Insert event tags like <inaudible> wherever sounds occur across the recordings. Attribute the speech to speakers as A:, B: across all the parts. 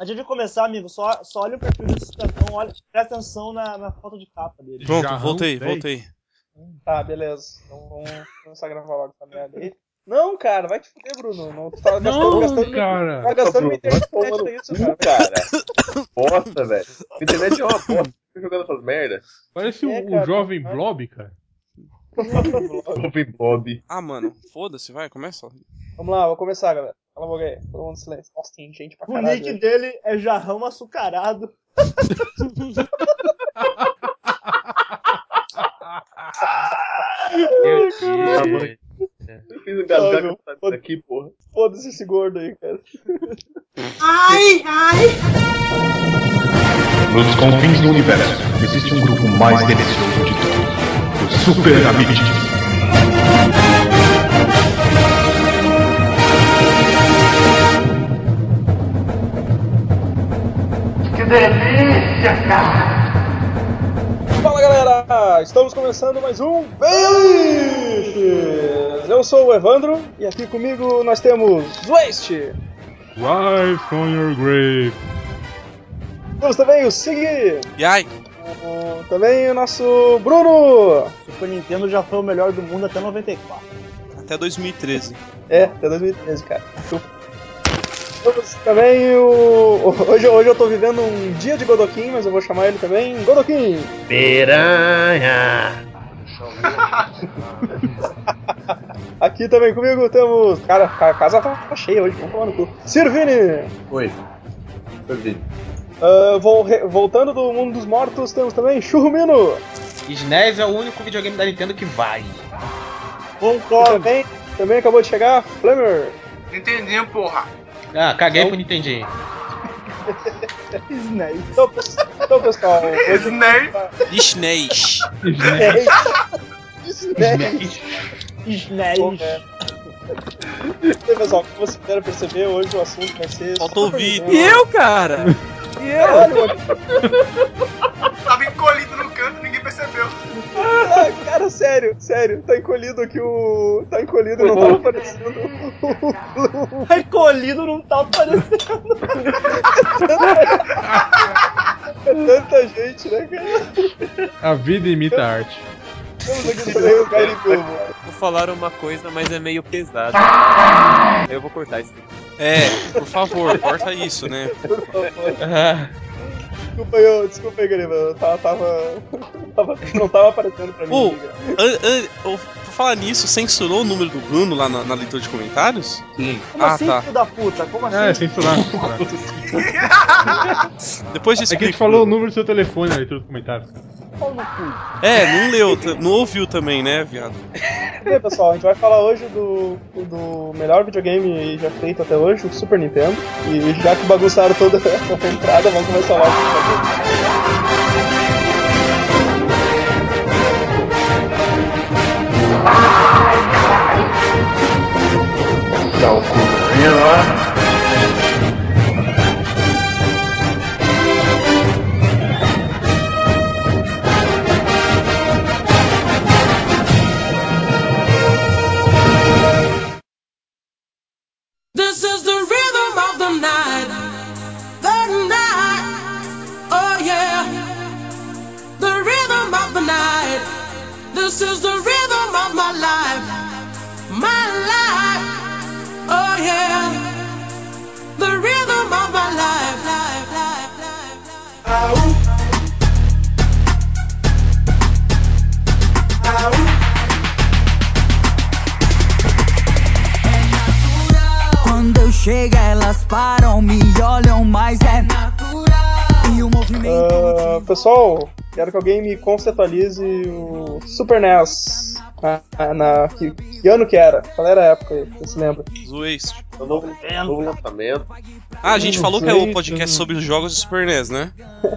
A: Antes de começar, amigo, só, só olha o perfil desse cidadão, olha, presta atenção na, na foto de capa dele.
B: Pronto,
C: Já
B: voltei,
C: arranquei.
B: voltei.
D: Tá, beleza. Então vamos começar a gravar logo essa merda aí. Não, cara, vai te fuder, Bruno. Não, tu tá gastando,
C: Não,
D: gastando,
C: cara.
D: tá gastando minha
E: Bruno, vai
D: internet
E: tomar no
D: pra isso,
E: cu,
D: cara.
E: cara. Bosta, velho. A internet é uma bosta. Fica jogando essas merdas.
C: Parece o,
D: É,
C: o
D: cara.
C: jovem Blob, cara.
E: Bob Bob.
B: Ah, mano, foda-se, vai, começa.
D: <laughs> Vamos lá, vou começar, galera. Cala a boca aí. Todo mundo em silêncio. Nossa, tem gente pra
A: O
D: caralho.
A: nick
D: hoje.
A: dele é jarrão açucarado.
E: Eu fiz engasgar
D: Não,
E: com essa coisa aqui, porra.
D: Foda-se esse gordo aí, cara.
F: Nos confins do universo existe um grupo mais delicioso de todos: os Super Amigos.
D: Fala, galera! Estamos começando mais um Peixes! Eu sou o Evandro e aqui comigo nós temos Waste.
C: Rise from your grave.
D: Temos também o Sig.
B: E ai,
D: o- Também o nosso Bruno.
A: Super Nintendo já foi o melhor do mundo até 94.
B: até 2013.
D: É, até 2013, cara. Chupa. Temos também o. Hoje, eu- hoje eu tô vivendo um dia de Godokin, mas eu vou chamar ele também Godokin!
E: Piranha.
D: <laughs> Aqui também comigo temos. Cara, a casa tá, tá cheia hoje, vamos tomar no cu. Sirvini!
E: Oi. Perdi.
D: Ah, vou re- Voltando do mundo dos mortos, temos também Churrumino!
G: SNES é o único videogame da Nintendo que vale.
D: E
A: Concordo.
D: também, também acabou de chegar Flamer!
H: Entendinho, porra.
G: Ah, caguei pro Nintendinho.
A: Snake.
D: Então, pes- então pessoal, hoje. <laughs>
H: Snake.
B: né, Disney.
D: Bom,
A: Snake.
D: é. Então, pessoal, como vocês puderam perceber, hoje o assunto vai ser.
B: Faltou o
D: Super
C: <laughs>
B: vídeo.
D: Nintendo.
B: eu, cara?
D: Caralho, mano.
H: Tava encolhido no canto, ninguém percebeu.
D: Ah, cara, sério, sério, tá encolhido aqui o. Tá encolhido, não tá aparecendo.
A: Tá encolhido, não tá aparecendo.
D: É tanta gente, né, cara?
C: A vida imita a arte.
D: Temos aqui também o Gairipilbo.
I: Vou falar uma coisa, mas é meio pesado. Eu vou cortar isso aqui.
B: É, por favor, corta isso, né?
G: <laughs>
D: Desculpa aí, eu- desculpa aí, Gairipo, eu tava, tava, <laughs> tava- Não tava aparecendo pra mim.
B: Ô.
D: cara.
B: An- an- ô, por falar nisso, censurou o número do Bruno lá na, na leitura de comentários?
A: Como
B: Ah,
A: assim,
B: tá.
A: filho da puta? Como assim?
C: Ah, é censurar. censurar.
B: Depois disso.
C: É que a gente falou o número do seu telefone na leitura dos comentários.
A: Pau no cu.
B: É, não leu, t- não ouviu também, né, viado?
D: E aí, pessoal, a gente vai falar hoje do, do melhor videogame já feito até hoje, o Super Nintendo. E já que bagunçaram toda <laughs> a entrada, vamos começar logo. por favor.
J: This is the rhythm of the night. The night. Oh yeah. The rhythm of the night. This is the rhythm of my life. My life. Oh yeah. The rhythm of my life. life, life, life, life.
K: Quando eu chego, elas param, me olham, mas é natural. E o movimento.
D: Ah, pessoal, quero que alguém me conceptualize o Super NES. Na, na- né, na- que, que ano que era? Qual era a época aí? Você se lembra? <laughs>
B: Zoei isso.
E: É um novo, novo lançamento.
B: Ah, a gente falou que é o podcast sobre os jogos do Super NES, né?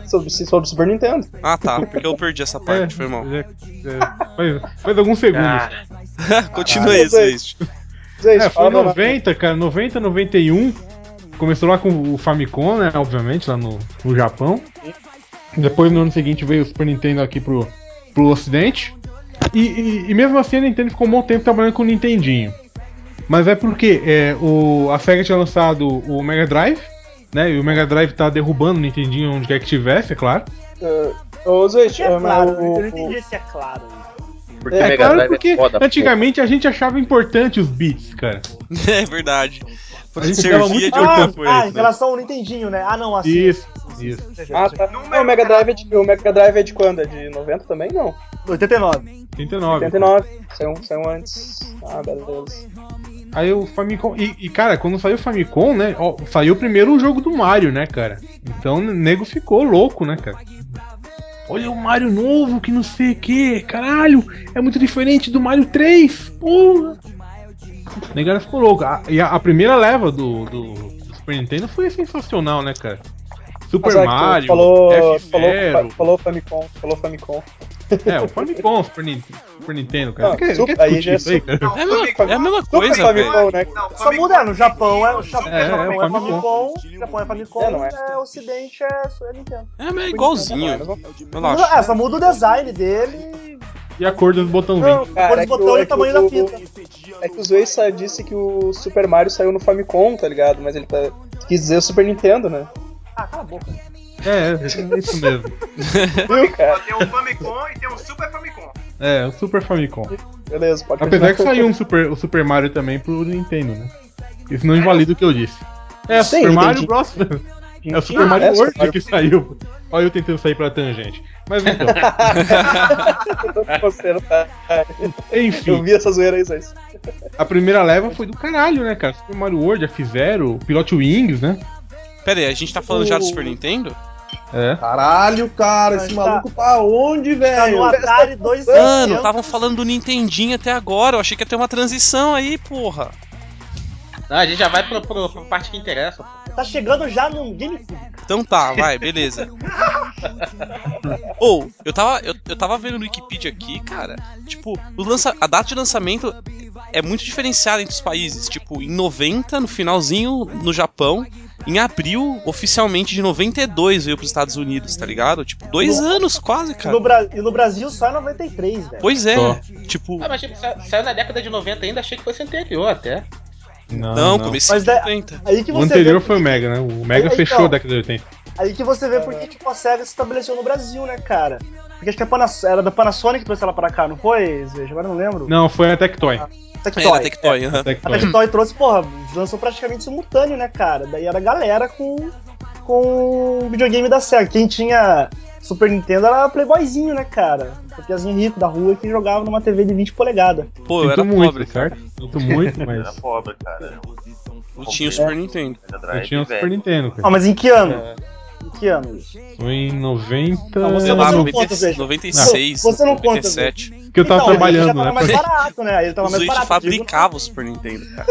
D: Sobre, sobre Super Nintendo.
B: Ah, tá, porque eu perdi essa parte, foi mal.
C: É, é, faz, faz alguns segundos.
I: Ah,
B: Continua aí, Zeist.
D: Gente,
C: É, foi
D: fala
C: em
D: meu nome.
C: 90, cara, 90, 91. Começou lá com o Famicom, né? Obviamente, lá no, no Japão. Depois, no ano seguinte, veio o Super Nintendo aqui pro, pro Ocidente. E, e- e mesmo assim, a Nintendo ficou um bom tempo trabalhando com o Nintendinho. Mas é porque é, o, a Sega tinha lançado o Mega Drive, né? E o Mega Drive tá derrubando o Nintendinho onde quer que tivesse, é claro.
D: É, ô, Zé,
A: É
D: mas
A: claro,
D: o-
A: eu não entendi se é claro.
E: Porque
C: é
E: Mega
C: claro
E: Drive
C: porque
E: é foda. pô.
C: antigamente a gente achava importante os bits, cara.
B: <laughs> É verdade.
C: A
B: Porque
C: gente dava
B: servia
C: muito
B: de
A: Ah,
B: alguma coisa.
A: ah, em
B: né?
A: relação ao Nintendinho, né? Ah, não, assim.
C: Isso, isso.
D: Ah, tá. Não, o Mega Drive é de, o Mega Drive é de quando? É de 90 também? Não.
A: 89.
C: 39.
D: 89. Saiu, um, saiu antes. Ah, meu Deus.
C: Aí o Famicom. E, e, cara, quando saiu o Famicom, né? Ó, saiu primeiro o jogo do Mario, né, cara? Então o nego ficou louco, né, cara? Olha o Mario novo, que não sei o que, caralho, é muito diferente do Mario 3, porra! A negada ficou louca. A- E a, a primeira leva do, do, do Super Nintendo foi sensacional, né, cara? Super
D: Mas, é que tu
C: Mario,
D: falou,
C: F-Zero.
D: falou, falou Famicom, falou Famicom.
C: É, o Famicom, Super, Nin- Super Nintendo, cara.
D: Ah,
C: Você quer,
D: super-
C: quer
D: aí
C: discutir
D: já é
C: isso aí, cara?
H: Não,
B: É a mesma, é a mesma
D: Super
B: coisa,
D: Famicom,
B: velho.
D: né?
H: Não,
A: Só muda, é, no Japão é o Japão
C: É,
A: é, Japão,
C: é,
A: é
C: o
A: Famicom, Japão é Famicom,
D: É,
A: é,
D: não é.
A: Ocidente é, é Nintendo.
B: É, mas é igualzinho.
D: Não,
B: Eu
A: Não,
B: acho.
A: é, só muda o design dele,
C: E a cor dos botãozinhos.
D: Não, cara, é
A: depois
D: que,
A: botou
D: o,
A: olha
D: é,
A: o
D: que
A: tamanho da
D: o,
A: fita.
D: é que o Zuei sa- disse que o Super Mario saiu no Famicom, tá ligado? Mas ele tá, quis dizer o Super Nintendo, né?
A: Ah, cala a boca.
C: É, é isso mesmo.
D: Viu, cara?
H: Tem um Famicom e tem um Super Famicom.
C: É, o Super Famicom.
D: Beleza, pode
C: Apesar que
D: continuar.
C: saiu um Super, o Super Mario também pro Nintendo, né? Isso não invalida o que eu disse. É,
D: Sim,
C: Super
D: entendi.
C: Mario Bros. É o Super
D: é,
C: Mario
D: Super
C: World
D: Mario-
C: que saiu. Olha eu tentando sair pra tangente. Mas então,
D: Você não tá- Eu
C: enfim,
D: vi essa zoeira aí, Zé.
C: a primeira leva foi do caralho, né, cara? Super Mario World, F-Zero, Pilot Wings, né?
B: Pera aí, a gente tá falando já do Super Nintendo?
C: É.
L: Caralho, cara,
A: Mas
L: esse
A: tá-
L: maluco tá
A: Tá
L: onde,
A: no
L: velho?
A: Atari 2
B: Mano, estavam falando do Nintendinho até agora. Eu achei que ia ter uma transição aí, porra.
G: Não, Ah, a gente já vai pro, pro, pra parte que interessa. pô.
A: Tá chegando já no GameCube.
B: Então tá, vai, beleza. Ou, eu tava, eu, eu tava vendo no Wikipedia aqui, cara. Tipo, o lança, a data de lançamento é muito diferenciada entre os países. Tipo, em 90, no finalzinho, no Japão. Em abril, oficialmente de 92, veio pros Estados Unidos, tá ligado? Tipo, dois anos quase,
A: E no,
B: cara.
A: Bra- e no Brasil só é 93, velho.
B: Pois é.
C: Só.
B: Tipo,
G: Ah, mas tipo, sa- saiu na década de 90 ainda, achei que fosse anterior até.
B: não, comecei em
A: Mas é- da-
B: 90.
A: Aí que
C: O
A: você
C: anterior
A: vê,
C: foi o Mega, né? O Mega
A: Então.
C: fechou a década de 80.
A: Aí que você vê porque tipo, a SEGA se estabeleceu no Brasil, né, cara? Porque acho que a Panas- era da Panasonic que trouxe ela pra cá, não foi, Veja? Agora eu não lembro.
C: Não, foi a Tectoy.
A: Tectoy.
B: Era É, Tectoy, aham.
A: A
C: Tectoy.
A: Tectoy trouxe, porra, lançou praticamente simultâneo, né, cara? Daí era a galera com, com o videogame da SEGA. Quem tinha Super Nintendo era playboyzinho, né, cara? O piazinho rico da rua que jogava numa TV de 20 polegadas.
B: Pô, eu
C: Sinto
B: era
C: muito,
B: pobre, cara.
C: certo? Sinto muito, mas
H: É
E: Era pobre, cara.
B: Eu tinha o
A: É.
B: Super Nintendo.
E: Mega
C: eu
E: Drive,
C: tinha um o
E: velho.
C: Super Nintendo,
A: Ah,
C: cara.
A: mas em que ano? Em que ano?
C: Foi em 90...
A: Não, você
B: Sei lá,
A: não
B: 90,
A: conta, Zé.
B: 96,
A: Você não conta,
B: 97.
C: que eu tava
A: Então, ele já
C: trabalhando,
A: tava
C: né?
A: mais barato, né? Ele tava
B: O
A: mais
B: Switch
A: barato. digo,
B: fabricava o Super Nintendo, cara.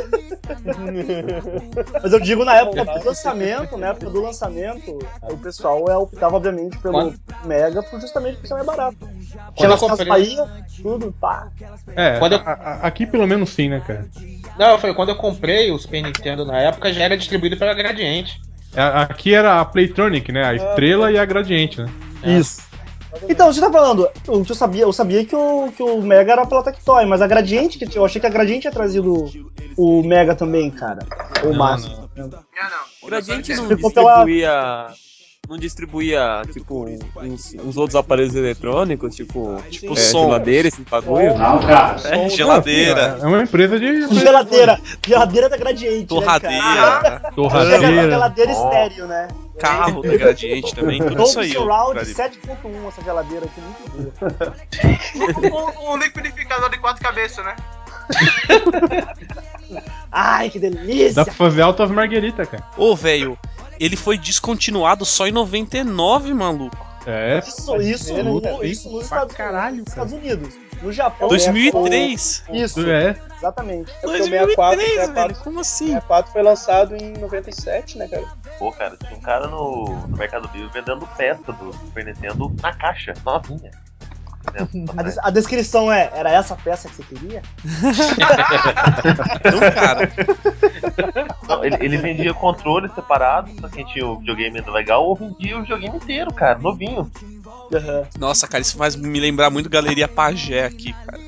A: Mas eu digo na época do lançamento, na época do lançamento, o pessoal é, optava, obviamente, pelo
G: Quando-
A: Mega, por justamente porque é mais barato. Tinha
G: Quando eu
A: nas casas
G: comprei.
A: Bahia, tudo, pá.
C: É,
G: Quando eu-
C: a- a- aqui pelo menos sim, né, cara?
G: Não, eu falei, quando eu comprei o Super Nintendo na época, já era distribuído pela Gradiente.
C: A- Aqui era a Playtronic, né? A estrela e a gradiente, né?
A: Isso. Então, você tá falando, eu, eu sabia, eu sabia que, o, que o Mega era pela Tectoy, mas a Gradiente, que eu achei que a Gradiente tinha trazido o Mega também, cara. O
C: Não,
A: Márcio.
H: Não, não.
I: O Gradiente não
A: Ficou pela-
I: distribuía. Não distribuía, tipo, uns, uns outros aparelhos eletrônicos, tipo,
B: Tipo,
I: é,
B: som.
I: geladeira, esse bagulho.
B: É, geladeira,
C: É uma empresa de
A: Geladeira, geladeira da Gradiente, né, cara?
B: torradeira,
A: Geladeira,
C: torradeira.
A: geladeira estéreo, né?
B: carro do Gradiente também, tudo isso
A: Dolby
B: aí.
A: Surround
B: ó.
A: 7.1, essa geladeira aqui, muito boa.
H: Um, um liquidificador de quatro cabeças, né?
A: Ai, que delícia!
C: Dá pra fazer altas margueritas, cara.
B: Ô, velho, ele foi descontinuado só em 99, maluco.
C: É.
A: Isso, isso,
C: ver,
A: no-
C: né, cara?
A: isso nos
C: Pra
A: Estados,
C: caralho,
A: nos
C: cara.
A: Estados Unidos. No Japão.
B: 2003.
A: né? Isso,
C: É.
A: exatamente.
D: É porque o 64,
B: 2003,
D: 64,
B: velho, como assim?
D: 64 foi lançado em 97, né, cara? <laughs>
E: Pô, cara, tinha um cara no, no Mercado Livre vendendo peça do Super Nintendo na caixa, novinha.
A: A, des- a descrição é: era essa peça que você queria?
B: Então, cara,
E: Não, ele, ele vendia controle separado pra quem tinha o videogame legal ou vendia o videogame inteiro, cara, novinho.
A: Aham.
B: nossa, cara, isso faz me lembrar muito Galeria Pagé aqui, cara.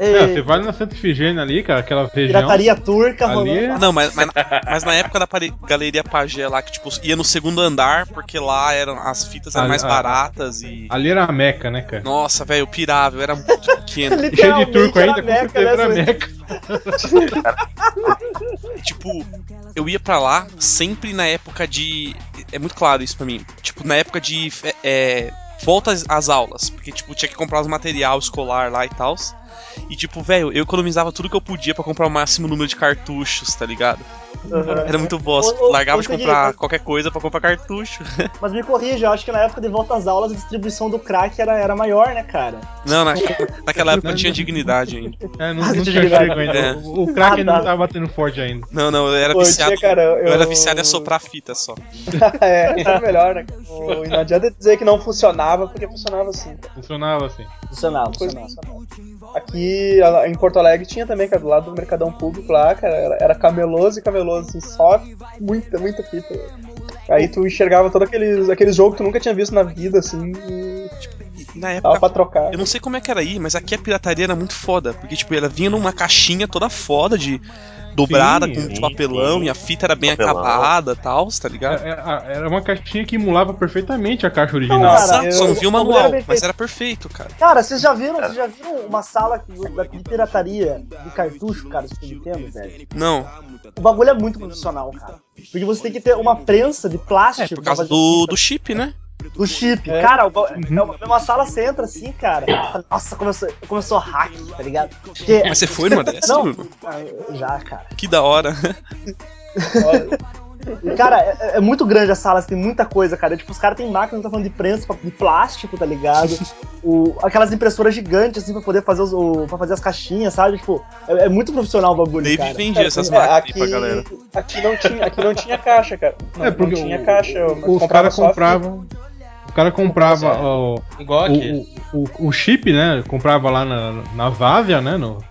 C: É, você vai na Santa Ifigênia ali, cara, aquela região.
A: Pirataria turca
C: ali.
B: Não, mas, mas, mas na época da pare- Galeria Pagé lá, que tipo, ia no segundo andar, porque lá eram as fitas eram
C: Ali-
B: mais
C: ah.
B: baratas e.
C: Ali era a Meca, né,
A: <laughs>
C: cara?
B: Nossa, velho, eu pirava, eu era muito pequeno.
C: E é Cheio de turco ainda, com
A: né,
C: certeza era a Meca.
B: tipo, eu ia pra lá sempre na época de. É muito claro isso pra mim. Tipo, na época de. fe- É, volta às- às aulas. Porque, tipo, tinha que comprar os material escolar lá e tal. E, tipo, velho, eu economizava tudo que eu podia pra comprar o máximo número de cartuchos, tá ligado?
A: Aham.
B: Era muito bosta.
A: Ô, ô,
B: Largava
A: ô,
B: de
A: Serginho,
B: comprar
A: mas-
B: qualquer coisa pra comprar cartucho.
A: Mas me corrija, eu acho que na época de volta às aulas a distribuição do crack era, era maior, né, cara?
B: Não, na- naquela época eu tinha dignidade ainda.
C: É, não,
A: Ah,
C: não
A: você
C: tinha
A: ligado.
C: chego ainda.
B: É.
C: O, o crack
A: Ah,
C: não
A: tá.
C: tava batendo forte ainda.
B: Não, não, eu era
D: Pô, eu
B: viciado.
D: tinha, cara,
B: eu...
D: eu-
B: era viciado em soprar fita só.
A: <laughs>
D: é, era melhor, né? Pô, e não adianta dizer que não funcionava, porque funcionava sim. cara.
C: Funcionava assim.
A: Funcionava,
D: Coisa
A: funcionava.
D: funcionava. Aqui a- em Porto Alegre tinha também, cara, do lado do Mercadão Público lá, cara, era, era cameloso e cameloso, assim, só muita, muita fita. Aí tu enxergava todos aqueles, aqueles jogos que tu nunca tinha visto na vida, assim, e
B: Na
D: dava pra
B: época.
D: trocar.
B: Eu não sei como é que era aí, mas aqui a pirataria era muito foda. Porque, tipo, ela vinha numa caixinha toda foda de. Dobrada
C: Sim,
B: com
E: sim,
B: papelão
E: sim.
B: e a fita era bem
E: Papelão.
B: acabada e tal, tá ligado?
C: Era, É, era uma caixinha que emulava perfeitamente a caixa original.
A: Não, cara,
B: Exato,
A: eu-
B: só não vi o
A: o bagulho
B: manual,
A: era bem
B: mas
A: feito.
B: era perfeito, cara.
A: Cara, vocês já viram, vocês já viram uma sala do- da- de pirataria de cartucho, cara, Super Nintendo, velho?
B: Não,
A: O bagulho é muito profissional, cara. Porque você tem que ter uma prensa de plástico.
C: É,
B: por
A: pra
B: causa
A: fazer
B: do,
A: fita.
B: do chip, né?
A: Do chip. Cara, o ba-
C: Uhum.
A: é uma, é uma sala você entra assim, cara. Nossa, começou, começou hack, tá ligado? Porque-
B: Mas você foi numa dessas,
A: Não,
B: Bruno?
A: ah, já, cara.
B: Que da hora.
A: E, Cara, é, é muito grande a sala, assim, tem muita coisa, cara. Tipo, os caras têm máquinas, tá falando de prensa, de plástico, tá ligado? O- aquelas impressoras gigantes, assim, pra poder fazer, os, o- pra fazer as caixinhas, sabe? Tipo, é, é muito profissional o bagulho,
B: David
A: cara.
B: vendia essas
D: É,
B: máquinas aí
D: aqui,
B: pra galera.
D: aqui não tinha, aqui não tinha caixa, cara. Não,
C: É, porque
D: não tinha
C: o-
D: caixa. eu
C: Os
D: comprava
C: caras
D: só
C: compravam. O cara comprava ó,
G: Igual aqui.
C: o, o, o, o chip, né? Comprava lá na, na Vávia, né? No,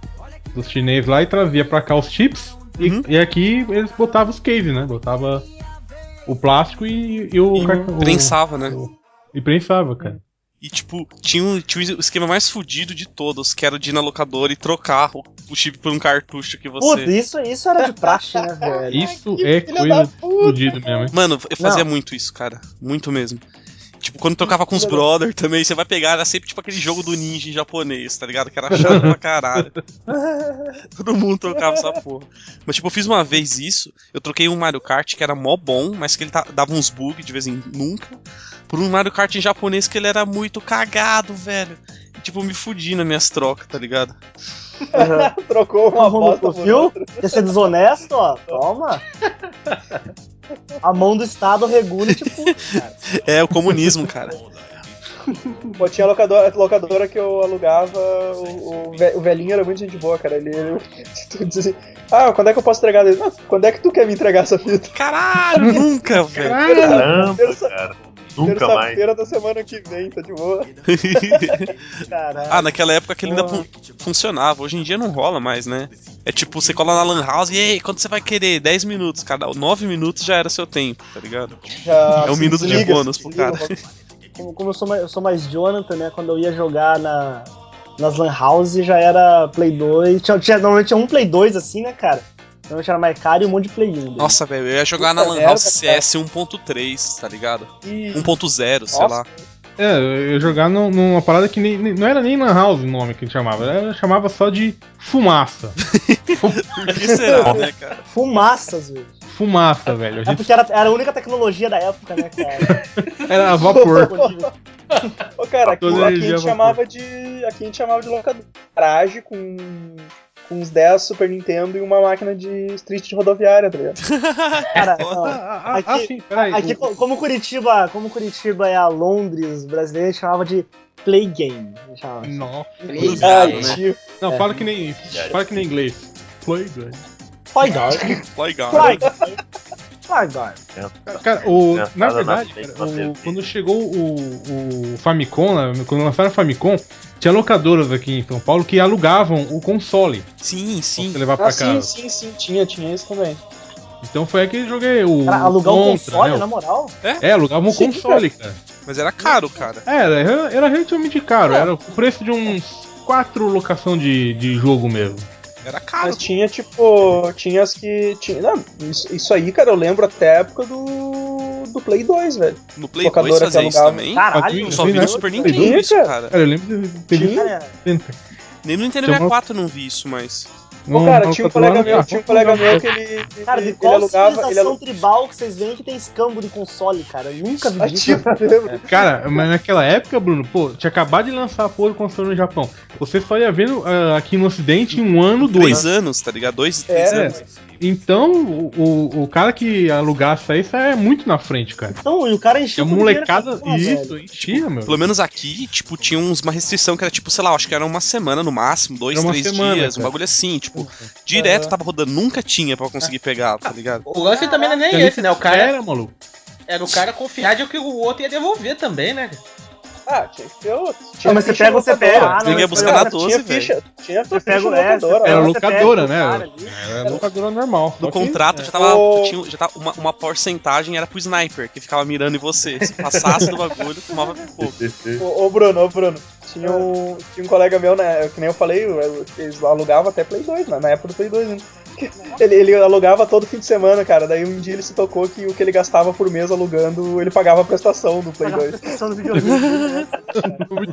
C: dos chineses lá e trazia pra cá os chips. E,
B: Uhum.
C: e aqui eles botavam os caves, né? Botava o plástico e, e o,
B: E
C: cartão- o-
B: Prensava, né?
C: o- e prensava, cara.
B: E, tipo, tinha um, tinha um esquema mais fudido de todos, que era de ir na locadora e trocar o, o chip por um cartucho que
A: Puta,
B: você.
A: isso, isso era de praxe, né, velho?
C: Isso é coisa fodida mesmo, hein?
B: Mano, eu fazia muito isso, cara. Muito mesmo. Tipo, quando trocava com os brother também, você vai pegar, era sempre tipo aquele jogo do ninja em japonês, tá ligado? Que era chato pra caralho. Todo mundo trocava essa porra. Mas, tipo, eu fiz uma vez isso, eu troquei um Mario Kart que era mó bom, mas que ele ta- dava uns bugs de vez em nunca, por um Mario Kart em japonês que ele era muito cagado, velho. E, tipo, eu me fudi nas minhas trocas, tá ligado?
D: Aqui, <laughs> trocou uma
A: Romulo,
D: bosta por
A: viu?
D: outra.
A: Quer ser desonesto, ó? Toma. A mão do Estado regula, e, tipo,
B: É, o comunismo, cara.
D: Pô, tinha locadora, locadora que eu alugava, o, o ve- o velhinho era muito gente boa, cara. Ele, ele tu dizia, ah, quando é que eu posso entregar dele? "Não, quando é que tu quer me entregar essa fita?
B: Caralho, nunca, velho.
E: Caramba,
D: Terça-
E: cara. Nunca mais.
D: Terça-feira da semana que vem, tá de boa.
A: caralho.
B: Ah, naquela época aquilo ainda fun- funcionava. Hoje em dia não rola mais, né? É tipo, você cola na Lan House e ei, quando você vai querer? 10 minutos, cada 9 minutos já era seu tempo, tá ligado?
D: Já
B: É um
D: se
B: minuto de
D: desliga,
B: bônus
D: se
B: pro
D: desliga, um
B: cara.
A: Como, como eu, sou mais, eu sou mais Jonathan, né? Quando eu ia jogar na, nas Lan House já era Play 2. Tinha, tinha- normalmente tinha um Play 2 assim, né, cara? Normalmente era Maicari e um monte de Play 1. daí.
B: Nossa, velho, eu ia jogar na
D: Puta
B: Lan
D: merda,
B: House
D: cara.
B: CS 1.3, tá ligado?
D: <laughs> E-
B: 1.0, sei
D: Nossa.
B: lá.
C: É, eu jogava num- numa parada que nem, nem- não era nem Lan House o nome que chamava, era, chamava só de fumaça.
B: Por que
D: <laughs>
B: será, né, cara?
A: Fumaças, velho.
C: Fumaça, velho. A
A: É <laughs>
C: gente
A: porque era, era a única tecnologia da época, né,
B: <laughs>
A: cara?
C: era vapor.
A: Disponível.
D: Ô, cara, aqui,
C: Toda
D: aqui a
C: energia
D: gente
C: vapor.
D: chamava de. Aqui a gente chamava de locadora. Garagem com. Com uns 10 Super Nintendo e uma máquina de street de rodoviária, tá ligado?
A: Cara, não.
C: Ah,
A: Aqui-
C: sim, peraí.
A: Aqui,
C: o-
A: co- como Curitiba, como Curitiba é a Londres brasileira, a gente chamava de Play Game. a gente chamava.
C: Nossa.
B: Cruzado, né?
D: tio.
C: Não, fala que nem. Fala que nem inglês. Play, velho.
A: Play Guard.
B: Legal.
A: Play Guard. Play Guard.
C: Cara, o,
E: Criançada
C: na verdade,
E: nasce,
C: cara,
E: nasce
C: o-
E: assim.
C: quando chegou o, o Famicom, né, quando lançaram o Famicom, tinha locadoras aqui em São Paulo que alugavam o console
B: Sim,
C: pra você
B: sim.
C: levar
D: Ah,
C: pra
D: sim,
C: casa.
D: sim, sim, tinha, tinha isso também.
C: Então foi aí que eu joguei o.
B: Hum,
A: Cara, alugar um
C: Contra,
A: console,
C: né, o-
A: na moral?
C: É, alugavam o
A: Sim,
C: console, cara.
B: Mas era caro, cara.
C: É, Era, era relativamente caro, era o preço de uns quatro locação de, de jogo mesmo.
B: Era caro.
D: Mas tinha, tipo, tinha as que. Tinha, não, isso, isso aí, cara, eu lembro até a época do. do Play 2, velho.
B: No Play 2 fazia isso
D: um
B: também?
D: Caralho,
B: eu só vi no Super Nintendo
D: Tinha,
B: isso, cara.
C: eu lembro de ter visto.
B: Nem no Nintendo
D: um-
C: Tinha uma-
B: 64 eu não vi isso, mas...
D: Pô, cara,
A: tá
D: tinha um colega meu, tinha um colega meu que ele.
A: Cara, de
D: ele
A: qual
D: alugava. Ele
A: civilização
D: alugava
A: tribal que vocês veem que tem escambo de console, cara? Eu nunca vi isso.
C: <laughs>
D: Tipo,
C: Cara, mas naquela época, Bruno, pô, tinha acabado de lançar a porra do console no Japão. Você só ia vendo ah, aqui no Ocidente em um ano, dois.
G: é.
B: Três anos, tá ligado? Dois, três
D: né?
C: É.
B: anos.
C: Então, o, o- o cara que alugasse aí saia muito na frente, cara.
A: Então, e o cara
C: E
A: encheu
C: a
A: com dinheiro essa
C: molecada.
A: porra,
C: um isso,
A: velho.
G: Tipo,
C: enchia, meu.
B: Pelo menos aqui, tipo, tinha uns, uma restrição que era, tipo, sei lá, acho que era uma semana no máximo, dois,
C: Era uma
B: três
C: semana,
B: dias, um
C: cara.
B: bagulho assim, tipo, direto tava rodando, nunca tinha pra
C: É.
B: conseguir pegar,
C: Ah,
B: tá ligado?
G: O lance também não é nem
C: Ele
G: esse, né? O cara
C: Era, maluco.
G: era o cara confiar de que o outro ia devolver também, né?
D: Ah, tinha que ter outro.
A: Não, mas você
D: ficha
A: pega, você
D: locadora.
A: pega. Ah, não,
B: Ninguém ia
A: mas
B: buscar
A: olha,
B: na 12,
D: Tinha
B: velho.
D: ficha. Tinha
A: Você
D: ficha
A: pega o S,
D: locadora.
C: Era um
A: você
C: locadora,
A: pega o cara
C: né?
A: ali.
C: Era locadora normal. só
B: No
C: que-
B: contrato
C: É.
B: já tava,
C: Oh.
B: tinha, já tava uma, uma porcentagem era pro sniper, que ficava mirando em você. Se passasse do bagulho, tomava
C: <laughs>
B: pouco.
D: Ô, ô, Bruno, ô Bruno. Tinha um, tinha um colega meu, né? Que nem eu falei, eu- eles alugavam até Play 2, né, <laughs> na época do Play 2 ainda. Ele, ele alugava todo fim de semana, cara. Daí um dia ele se tocou que o que ele gastava por mês alugando, ele pagava a prestação do Play 2.
A: Só no videogame. <laughs>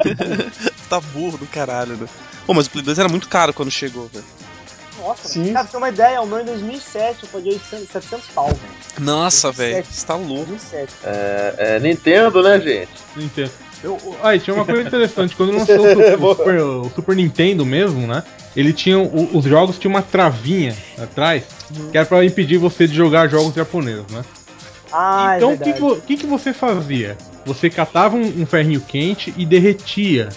B: tá burro do caralho, né? Pô, mas o Play 2 era muito caro quando chegou, velho.
A: Nossa,
D: Sim.
A: cara, pra você ter uma ideia, o meu em 2007 eu paguei 800, 700 pau, velho.
B: Nossa, velho,
A: Sete.
B: você tá louco.
A: 2007.
E: É, é Nintendo, né, gente?
C: Não entendo. Eu, aí, tinha uma coisa interessante, quando lançou o Super, o
D: Boa.
C: Super- o Super Nintendo mesmo, né? Ele tinha. o- os jogos tinham uma travinha atrás, que era pra impedir você de jogar jogos japoneses, né?
A: Ah,
C: então
A: é
C: o que,
A: verdade.
C: vo- que, que você fazia? Você catava um, um ferrinho quente e derretia.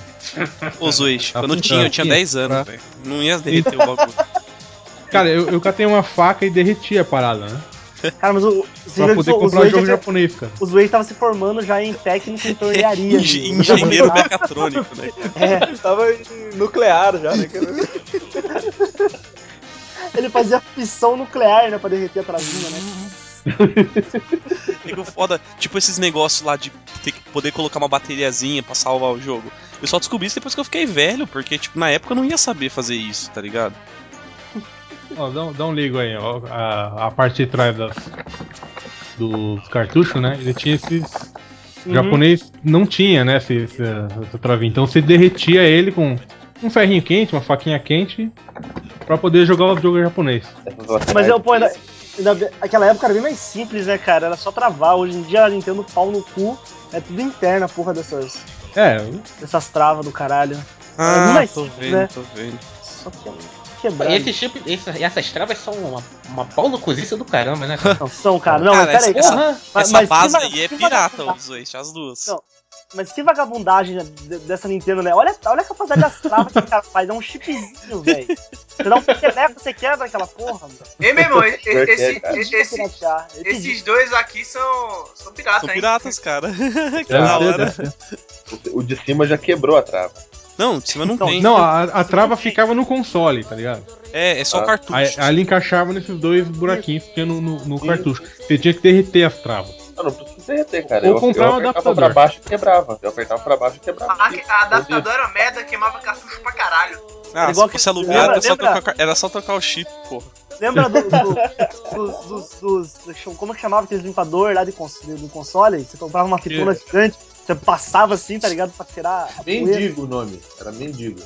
B: Ô, Zuiz,
C: Tá
B: eu não tinha, eu tinha
C: apontando.
B: 10 anos,
C: Tá.
B: velho. Não ia derreter o bagulho.
C: Cara, eu, eu catei uma faca e derretia a parada, né?
A: Cara, mas o, você
C: Pra poder
A: já pensou, o
C: comprar um
A: Zoe já
C: jogo
A: tinha-
C: japonês, cara.
A: o Zoe tava se formando já em
C: <laughs>
A: técnico em tornearia. né?
B: Engen-
A: amigo.
B: Engenheiro mecatrônico, né?
A: É,
D: Ele <laughs> tava em nuclear já, né?
A: ele fazia fissão nuclear, né, pra derreter a travinha, né?
B: Fica foda. Tipo esses negócios lá de ter que poder colocar uma bateriazinha pra salvar o jogo. Eu só descobri isso depois que eu fiquei velho, porque, tipo, na época eu não ia saber fazer isso, tá ligado?
C: Ó, dá, um- dá um ligo aí, ó. A, a parte de trás das, dos cartuchos, né? Ele tinha esses. O
D: Uhum.
C: japonês não tinha, né? Esse, esse, essa travinha. Então você derretia ele com um ferrinho quente, uma faquinha quente, pra poder jogar o jogo japonês.
E: É
A: Mas eu, pô, ainda, ainda bem- aquela época era bem mais simples, né, cara? Era só travar. Hoje em dia a Nintendo pau no cu. É tudo interna, porra, dessas,
C: É,
A: dessas travas do caralho. Ah,
B: Ah,
A: mas-
B: tô
A: né?
B: vendo, tô vendo.
A: Só que é quebrado.
B: é
G: E esse tipo, esse- essas travas são uma, uma pau no cozice do caramba, né? cara?
A: Não, são, cara. Não,
B: Cara,
A: mas peraí.
B: essa-
A: porra, mas-
B: Essa
A: mas que
B: base
A: va-
B: aí é
A: que
B: pirata,
A: vagabundagem-
B: os dois, as duas.
A: Não. Mas que vagabundagem né, de- dessa Nintendo, né? Olha, olha a capacidade das travas que o cara faz. É um chipzinho, velho. Você dá um peteleco, você quebra aquela porra, mano.
H: Ei, meu irmão, e- e- esse,
A: Eu pedi pra
H: É, esse-
A: piratear, é eu pedi.
H: esses dois aqui são, são
B: São
H: piratas, hein?
B: piratas, cara.
C: deve
B: <laughs> que da
C: ser,
B: hora.
C: deve ser.
E: O de cima já quebrou a trava.
B: Não, de cima não tem.
C: Não, a, a trava ficava no console, tá ligado?
B: É, é só o
E: Ah.
B: cartucho.
C: Aí, aí ele encaixava nesses dois buraquinhos que tinha no, no- no cartucho. Você tinha que derreter as travas.
E: Eu não precisa derreter, cara.
C: Ou
E: eu,
C: comprar
E: eu
C: um
E: apertava
C: adaptador.
E: pra baixo e quebrava. Eu apertava pra baixo e quebrava.
H: A, a adaptador era merda, queimava cartucho pra caralho.
B: Ah,
A: igual
B: se
A: que-
B: fosse alugado,
A: lembra-
B: era só,
A: lembra?
B: trocar, era só trocar o chip, porra.
A: Lembra do, do- dos, dos, dos- Como é que chamava aquele limpador lá de cons- de- do console? Você comprava uma fitula
C: É.
A: gigante, você passava assim, tá ligado? Pra tirar. a poeira.
E: Mendigo o nome. Era mendigo.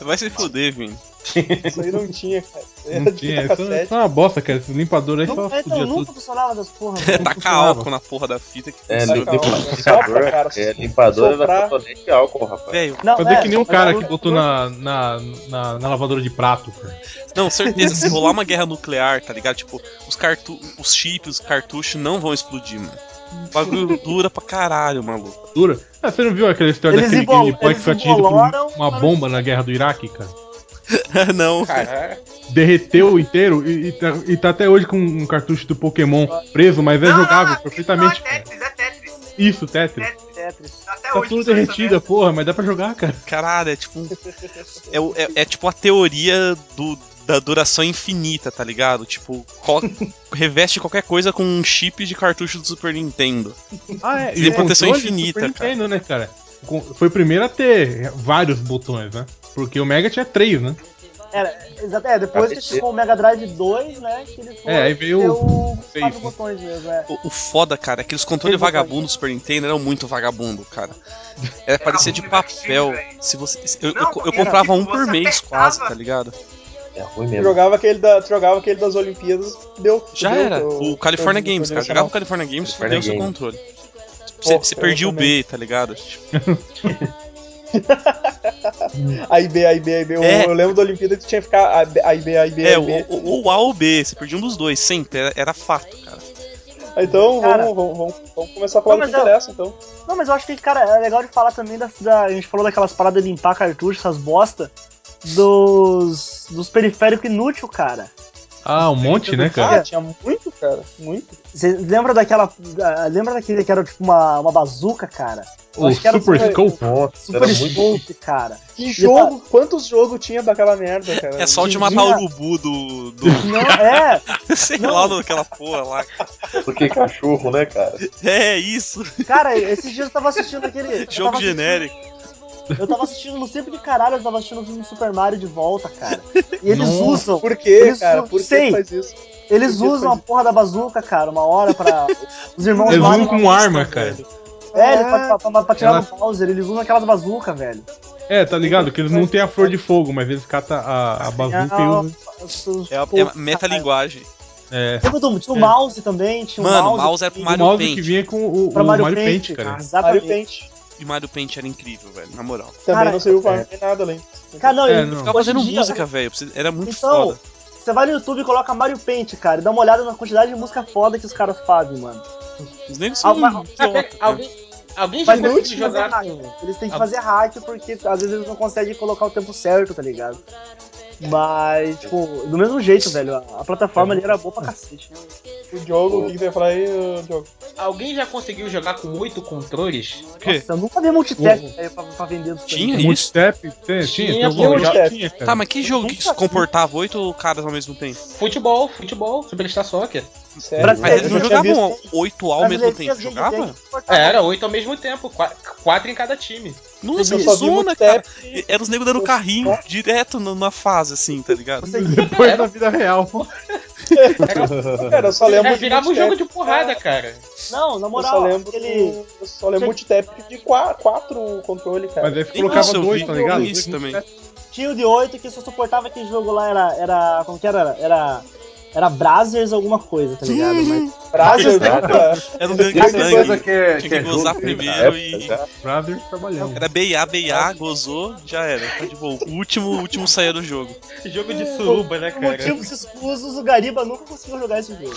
B: Vai se fuder, Vini.
D: <laughs> Isso aí não tinha, cara. Isso aí era
C: Não
D: de
C: tinha, isso é
D: cassete. é
C: só uma bosta, cara. Esse limpador aí só
A: Nunca, então,
C: fudia
A: nunca
C: tudo.
A: funcionava
C: <laughs>
A: das porra.
B: Tacar álcool na porra da fita. Que...
E: É,
D: Saca
E: lim- limpa-
D: álcool, né?
E: limpador.
D: Sopra, cara.
E: É, limpador era
D: Soprar.
E: cotonete e álcool, rapaz.
B: Velho,
A: Não,
C: Fazer
A: é,
C: que nem o
A: mas
C: cara
A: eu-
C: que botou na, na, na, na lavadora de prato, cara.
B: Não, certeza, se rolar uma guerra nuclear, tá ligado? Tipo, os, cartu os chips, os cartuchos não vão explodir, mano. O bagulho dura pra
C: <laughs>
B: caralho, maluco.
C: Dura. Ah, você não viu aquela história
A: Eles
C: daquele
A: embol-
C: Game Boy que
A: eles
C: foi atingido por um-
A: embolaram
C: uma
A: para-
C: bomba na guerra do Iraque, cara?
B: não.
G: Caralho.
C: Derreteu inteiro e, e tá, e tá até hoje com um cartucho do Pokémon preso, mas
A: Ah,
C: é jogável perfeitamente,
H: Não,
C: cara.
H: é Tetris, é Tetris.
C: Isso,
A: É,
C: Tetris.
H: Tetris.
A: Tetris.
H: Até
C: Tá
H: hoje.
C: tudo
H: funciona essa
A: né?
C: derretido, porra, mas dá pra jogar, cara.
B: Caralho, é tipo. um- É, o- é- é tipo a teoria do, da duração infinita, tá ligado? Tipo, co- reveste qualquer coisa com um chip de cartucho do Super Nintendo.
C: Ah, é.
B: Tem
C: o
B: proteção
C: controle do
B: infinita,
C: Super Nintendo, né, cara? com- foi o primeiro a ter vários botões, né? Porque o Mega tinha três, né? Tá
A: Era, exato, é, depois que chegou o Mega Drive 2, né? Que ele foi
C: É, aí veio
A: ter
C: o
A: o
C: seis,
A: quatro
C: né?
A: botões mesmo, é.
B: O, o foda, cara, é que os controles vagabundos do Super Nintendo eram muito vagabundo, cara. Era, parecia de papel. Se você, se- eu, eu- eu comprava um por mês quase, tá ligado?
E: É ruim
D: Tu jogava aquele, da, tu jogava aquele das Olimpíadas, deu.
B: Já
D: deu
B: era.
D: teu-
B: O California
D: teu-
B: Games,
D: teu-
B: cara. Jogava o California Games,
D: California
B: perdeu seu
D: Games.
B: controle. Você,
D: Pô,
B: você
D: eu
B: perdia o
D: também.
B: B, tá ligado?
D: Aí B, aí B, aí B. Eu,
B: É.
D: eu lembro da Olimpíada que tinha que ficar aí B, aí B, aí B.
B: É,
D: aí,
B: ou,
D: B.
B: ou- ou A ou B, você perdia um dos dois, sempre, era, era fato, cara.
D: Então
A: Cara.
D: vamos, vamos, vamos, vamos começar a falar
A: Não,
D: do
A: mas
D: que
A: eu-
D: interessa, então.
A: Não, mas eu acho que, cara, é legal de falar também da, da- A gente falou daquelas paradas de limpar cartucho, essas bosta. Dos. Dos periféricos inútil, cara.
C: Ah, um monte, né,
D: Ah,
C: cara?
D: tinha muito, cara. Muito.
A: Você lembra daquela. da- Lembra daquele que era tipo uma, uma bazuca, cara? Eu
C: O
A: acho que era
C: Super Scope.
A: Super Scope, cara.
D: Que jogo,
A: tá.
D: quantos jogos tinha daquela merda, cara?
B: É só de matar o urubu do. do
A: <laughs> Não, é.
B: sei lá, daquela porra lá.
E: Porque cachorro, né, cara?
B: É isso,
A: Cara, esses dias eu tava assistindo aquele. eu
B: jogo
A: tava assistindo-
B: genérico.
A: Eu tava assistindo, não sei por que caralho, eu tava assistindo o filme do Super Mario de volta, cara. E eles
C: Nossa.
A: usam.
D: Por quê,
A: Eles
D: cara?
A: usam-
D: Por que
A: sei.
D: faz isso?
A: Eles
D: Por que
A: usam
D: faz
A: a porra da bazuca, cara, uma hora pra. Os irmãos
C: Eles
A: Mario
C: usam
A: lá-
C: com arma, cara.
A: É, eles pra, pra- pra- pra tirar
C: Ela-
A: do Bowser, eles usam aquelas bazuca, velho.
C: É, tá ligado? Que eles não têm a flor de fogo, mas eles catam a, a
A: É
C: bazuca e usam.
B: É, a- é a metalinguagem.
C: É.
A: Lembra do, tinha o
C: É.
A: mouse também, tinha o
B: Mano, o
A: mouse.
B: mouse era pro
A: que-
C: O
B: Mario
C: mouse que
B: Paint.
C: vinha com o,
A: Pra
C: o
A: Mario
C: Mario
A: Paint,
C: Paint, cara.
D: Mario
A: Exatamente.
D: Paint.
B: E Mario Paint era incrível, velho, na moral.
D: Também
A: Cara, é.
D: não serviu pra nada além. disso.
A: Cara, não,
C: É,
A: ele
C: não.
B: Ficava
A: hoje em
B: fazendo
A: dia-
B: música, velho. Era muito
A: Então,
B: foda.
A: você vai no YouTube e coloca Mario Paint, cara, e dá uma olhada na quantidade de música foda que os caras fazem, mano.
B: Os negros
A: Ah,
B: são
A: mas-
B: muito
G: Até-
B: idiota, né?
G: Alguém, alguém já
A: Mas
G: viu
A: eles
G: que
A: têm que fazer
G: jogar
A: hack.
G: com.
A: Eles têm que
G: Ah.
A: fazer hack porque às vezes eles não conseguem colocar o tempo certo, tá ligado? Mas, tipo, do mesmo jeito, velho. A a plataforma
C: É.
A: ali era boa pra cacete.
D: O jogo, o que que você ia falar aí, o jogo?
G: Alguém já conseguiu jogar com oito controles?
A: Nossa, eu nunca vi multitask velho, pra, pra vender dos
B: Tinha
A: caras.
B: isso?
C: Multistep, tinha, tinha,
G: Tinha,
C: tem algum
G: tinha
C: jogo que
D: multistep.
C: tinha, cara.
B: Tá, mas que jogo que comportava oito caras ao mesmo tempo?
G: Futebol, futebol, Superstar Soccer.
D: Sério?
A: Mas
B: Mas eles
A: eu
B: não
A: já
B: jogavam
A: vi
B: oito ao mesmo tempo. Jogava?
G: Era oito ao mesmo tempo, qua- quatro em cada time.
B: Nossa,
D: Eu
B: que
D: só vi
B: zona,
D: muito
B: cara.
D: tempo.
B: Era os negros dando carrinho direto numa fase, assim, tá ligado?
C: Depois da vida real.
B: <laughs>
D: Cara, eu só lembro
G: Era,
D: de É.
G: virava um
D: multitap.
G: jogo de porrada, cara.
A: Não, na
D: Eu só
A: moral,
D: lembro,
A: aquele.
D: eu só lembro multitap de qua- quatro controle, cara.
C: Mas aí
B: Nem
C: colocava
B: isso eu
C: dois,
B: vi,
C: tá ligado?
B: eu vi Isso também.
A: Tinha o de 8 que só suportava aquele jogo lá, era. era como que era? Era. Era Brazzers alguma coisa, tá ligado? Mas,
D: Brasil, né, cara?
B: Era um gangue
E: Tem coisa
B: sangue.
E: que é.
B: Tinha
E: que
B: que
E: é
B: gozar
E: jogo,
B: primeiro e.
E: já.
C: Brothers trabalhando.
B: Era BA, BA, gozou, já era. Tá de boa. O último, o último saía do jogo.
G: Jogo de suruba, né,
A: por
G: cara?
A: motivos escusos, o Gariba nunca conseguiu jogar esse jogo.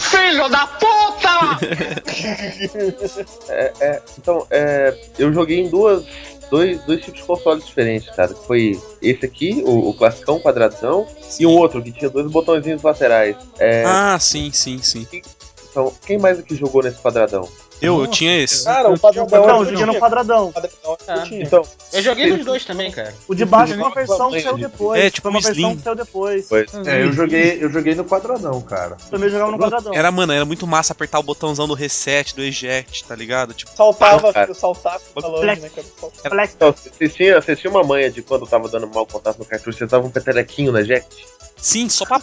E: É, é, então, é, eu joguei em duas, dois, dois tipos de consoles diferentes, cara. que Foi esse aqui, o, o classicão quadradão, e um outro que tinha dois botõezinhos laterais. É,
B: Ah, sim, sim, sim.
E: então, quem mais aqui jogou nesse quadradão?
B: Eu, eu tinha esse.
D: Cara, o
C: Não,
D: padrão
A: Não,
D: eu
A: eu tinha no
D: tinha.
A: quadradão.
D: Padrão eu
G: Ah.
D: tinha.
E: Então,
G: Eu joguei nos dois também, cara.
A: O de baixo foi uma versão que saiu depois.
B: É, tipo
A: foi uma
B: um
A: versão
B: Slim.
A: que saiu depois.
E: foi.
F: É, eu joguei, eu joguei no quadradão, cara.
A: Também
B: É,
A: jogava no quadradão.
B: Era, mano, era muito massa apertar o botãozão do reset, do eject, tá ligado? Tipo,
D: Saltava,
E: Não, cara.
D: eu saltava falando,
A: Black.
D: né, cara? Saltava.
B: é
A: Black
E: Então, vocês tinham, vocês tinham uma manha de quando tava dando mau contato no cartucho, vocês davam um petelequinho na Jack?
B: sim, só pra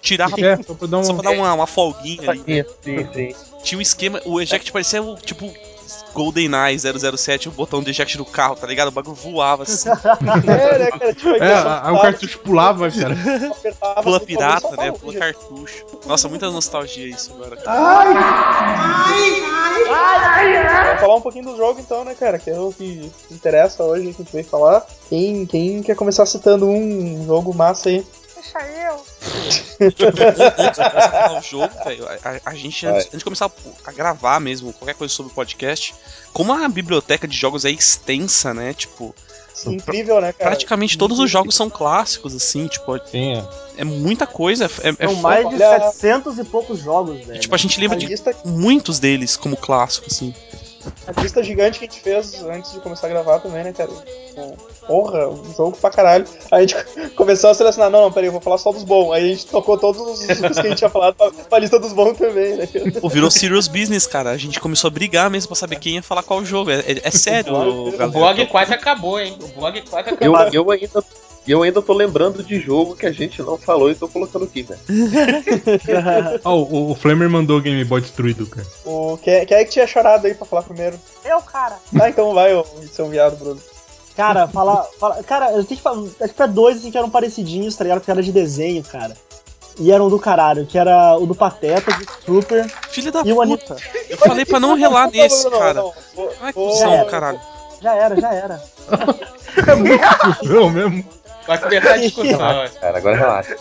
B: tirar rapidinho.
C: É, só pra dar
B: Só
C: uma.
B: pra dar uma, uma folguinha ali.
E: Sim, sim.
B: Tinha um esquema, o eject parecia o tipo GoldenEye 007, o botão de eject do carro, tá ligado? O bagulho voava
A: <laughs>
B: assim.
D: É, né, cara? Tipo, aí
C: É, a- a- o cartucho pulava, cara.
D: apertava,
B: Pula
D: assim,
B: pirata,
D: falava,
B: né?
D: "Saltava".
B: Pula cartucho. Nossa, muita nostalgia isso agora. cara.
D: Vamos falar um pouquinho do jogo então, né, cara? Que é o que interessa hoje, que a gente veio falar. Quem, quem quer começar citando um jogo massa aí?
B: Antes de começar a falar o jogo, velho, a, a- a gente, antes, antes de começar a- a gravar mesmo, qualquer coisa sobre o podcast, como a biblioteca de jogos é extensa, né? Tipo,
D: <laughs> Incrível,
A: É,
D: né, cara?
B: praticamente todos os jogos são clássicos, assim, tipo,
C: Sim, é.
B: é muita coisa. É, é
A: São
B: foda.
A: mais de
D: olha-
A: 700 e poucos jogos, velho. <laughs>
B: Tipo, a gente
D: A
B: lembra de
D: lista
B: muitos deles como clássico, assim.
D: A lista gigante que a gente fez antes de começar a gravar também, né, cara? Pô, Porra, um jogo pra caralho. Aí a gente <laughs> começou a selecionar, não, não, peraí, eu vou falar só dos bons. Aí a gente tocou todos os os que a gente tinha falado pra, pra lista dos bons também, né? cara?
B: Pô, virou serious business, cara. A gente começou a brigar mesmo pra saber quem ia falar qual jogo. É, é- é sério,
G: O
B: galera.
G: blog quase acabou, hein? O blog quase
E: Eu,
G: acabou.
E: eu ainda. Eu ainda tô lembrando de jogo que a gente não falou e tô colocando aqui, né? velho.
C: <laughs> Ó, o, o Flamer mandou o Game Boy destruído, cara. <laughs>
D: O, quem, é- quem é que tinha chorado aí pra falar primeiro?
A: Eu, É cara.
D: Ah, então vai, ô, seu viado, Bruno.
A: Cara, falar. Fala, cara, eu tenho que falar. Acho que foi dois assim, que eram parecidinhos, tá ligado? Porque era de desenho, cara. E eram do caralho, que era o do Pateta, do Trooper.
B: Filho da
A: e o ani-
B: puta. Eu falei pra não relar nesse, cara. Ai, cuzão, caralho.
A: Já era, já era.
C: Não, mesmo.
G: Vai começar a
D: <laughs>
G: discussão. é.
E: Cara, agora relaxa.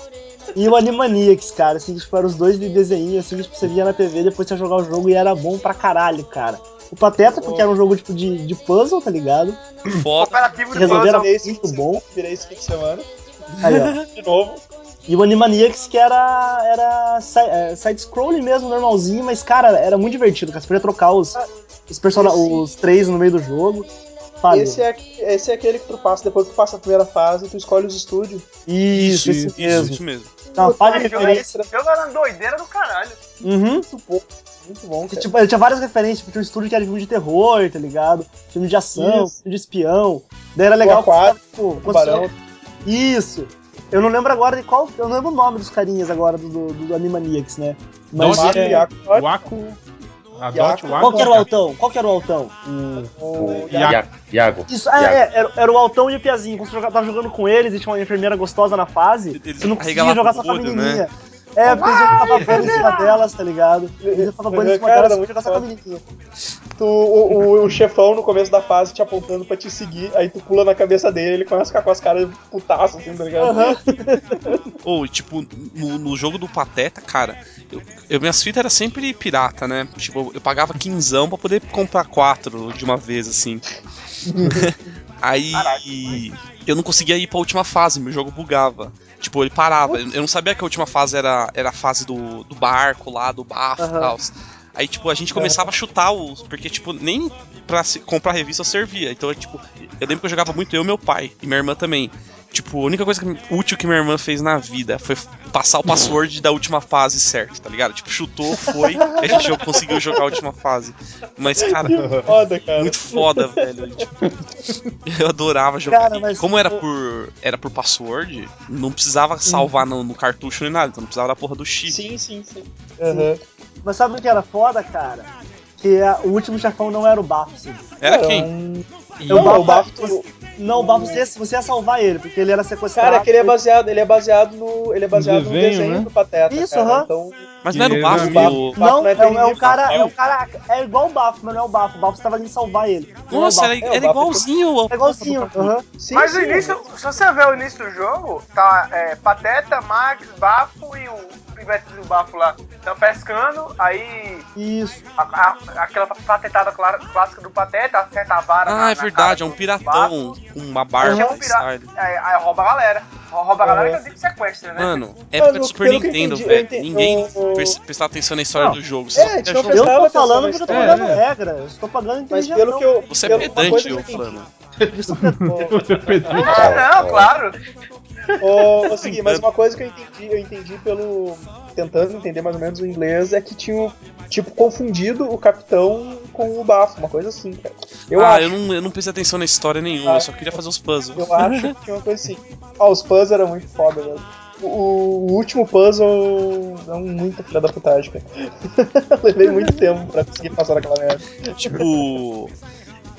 A: E o Animaniacs, cara, assim, tipo, eram os dois de desenho, assim, tipo, você via na TV, depois você ia jogar o jogo e era bom pra caralho, cara. O Pateta, porque era um jogo, tipo, de, de puzzle, tá ligado?
B: Foda.
H: Comparativo de
A: Resolveram
H: puzzle.
D: Virei esse,
A: muito bom.
D: virei esse fim de semana.
A: Aí, ó.
D: <laughs> De novo.
A: E o Animaniacs, que era, era si- é, side-scrolling mesmo, normalzinho, mas, cara, era muito divertido, cara. Você podia trocar os, os, persona-
D: Ah, esse-
A: os três no meio do jogo. Falei.
D: Esse é, esse é aquele que tu passa, depois que tu passa a primeira fase, tu escolhe os estúdios.
A: Isso, esse é
B: Isso,
A: mesmo.
B: isso mesmo. Tipo,
A: Não,
D: Puta,
A: faz
D: esse jogo
A: referência.
H: Esse jogo era uma doideira do caralho.
A: Uhum.
D: Muito bom. Muito bom,
A: Que,
D: cara.
A: tipo, tinha várias referências, tipo, tinha um estúdio que era filme de terror, tá ligado? Filme de ação,
D: Isso.
A: filme de espião. Daí era legal. porque
D: Aquário,
A: tava, tipo,
D: Tubarão.
A: constru- Isso. Eu não lembro agora de qual. Eu não lembro o nome dos carinhas agora do, do, do Animaniacs, né? Mas.
C: Nossa,
D: Mario,
C: é-
D: Yaku,
C: O Aku. Adote o
A: Qual
C: Aku.
A: que era o Altão? Qual que era o Altão?
D: o
C: Iago.
E: Iago. Iago.
A: Isso, ah,
E: Iago.
A: é, era, era o Altão e o Piazinho. Quando você jogava, tava jogando com eles e tinha uma enfermeira gostosa na fase,
B: Eles
A: você não conseguia
B: arregalavam
A: jogar
B: o
A: só com a
B: rodo, né?
A: menininha. É, porque eles jogavam pano em cima delas, tá ligado? Eles jogavam pano em cima
D: Cara, era
A: delas, você
D: muito
A: jogava só com a
D: foda.
A: menininha.
D: Tu, o, o, o chefão no começo da fase te apontando pra te seguir, aí tu pula na cabeça dele, ele começa a ficar com as caras de putaço, assim, tá ligado?
B: Ou, tipo, no, no jogo do Pateta, cara, eu, eu- minhas fitas eram sempre pirata, né? Tipo, eu- eu pagava quinzão pra poder comprar quatro de uma vez, assim. Aí eu não conseguia ir pra última fase, meu jogo bugava. Tipo, ele parava. Eu eu não sabia que a última fase era, era a fase do, do barco lá, do bafo e
A: Aham.
B: tal. Aí, tipo, a gente começava a chutar os. Porque, tipo, nem pra se- comprar revista eu servia. Então, eu, tipo, eu lembro que eu jogava muito eu e meu pai, e minha irmã também. Tipo, a única coisa que- útil que minha irmã fez na vida foi passar o password da última fase certo, tá ligado? Tipo, chutou, foi, e a gente jogou- conseguiu jogar a última fase. Mas, cara,
D: Foda, cara.
B: muito foda, velho. Tipo, eu adorava jogar.
A: Cara,
B: E
A: mas-
B: Como era por era por password, não precisava salvar no, no cartucho nem nada, então não precisava da porra do chip.
D: Sim, sim, sim. Aham.
A: Mas sabe o que era foda, cara? Que a- o último chefão não era o Bafo.
B: Era
D: Cara,
B: quem?
D: um-
A: É o
D: Não, o
A: Bafo.
D: Bafo.
A: Não, o Bafo você, ia- você ia salvar ele, porque ele era sequestrado.
D: Cara, que ele é baseado, ele é baseado no. Ele é baseado no
C: desenho,
D: desenho,
C: né?
D: do Pateta.
A: Isso,
D: cara,
A: aham.
D: Então,
B: Mas não era o
C: Que
B: bafo
C: era
B: do.
D: Bafo
A: Não,
D: não é
A: é, um- é um
D: terrível.
A: cara. É um cara. É igual o Bafo, mas não é o Bafo. O Bafo você tava ali salvar ele. Não
B: Nossa,
A: é, o
B: era,
A: Bafo.
D: é o
B: era
D: Bafo.
B: igualzinho ao
A: É igualzinho. aham.
D: sim,
H: Mas o
D: sim,
H: início, se você ver o início do jogo, tá é, Pateta, Max, Bafo e o pivete do Bafo lá estão pescando, aí
A: Isso.
H: a- a- aquela patetada clara- clássica do Pateta, acerta a vara. na-
B: Ah, é
H: na
B: verdade, é
H: cara
B: um
H: do
B: piratão com uma barba
H: Aí é um pirata.
B: style.
H: Aí, aí rouba a galera. Rou- Rouba a galera
D: É.
H: que eu digo sequestra, né?
B: Mano, época
D: Mano,
B: do Super
D: pelo que eu
B: Nintendo,
D: entendi, eu
B: velho.
D: entendi-
B: Ninguém
D: eu-
B: pres- prestava atenção na história
A: Não,
B: do jogo. Você
D: é,
B: só queria
D: tinha uma
B: jogar.
A: Eu
D: Prestava
A: tô
D: atenção
A: falando
D: na
A: porque eu tô
C: história,
A: olhando
C: né?
A: regra. Eu estou pagando
D: É. Mas
A: inteligente.
D: pelo que eu.
B: Você é
D: pelo- uma coisa
B: pedante,
D: que
B: ô
D: eu entendi-
B: Flama.
A: <laughs>
H: Ah, não, claro.
D: Ô, ô, Segui, mas uma coisa que eu entendi, eu entendi pelo. Tentando entender mais ou menos o inglês, é que tinham, tipo, confundido o capitão com o bafo, uma coisa assim, cara. Eu
B: ah,
D: acho,
B: eu não, eu não prestei atenção na história nenhuma, eu só queria fazer os puzzles. <laughs>
D: eu acho que tinha uma coisa assim. Ah, os puzzles eram muito foda, velho. O, o último puzzle é um muita filha da putagem, cara. <laughs> Levei muito tempo pra conseguir passar naquela merda.
B: Tipo.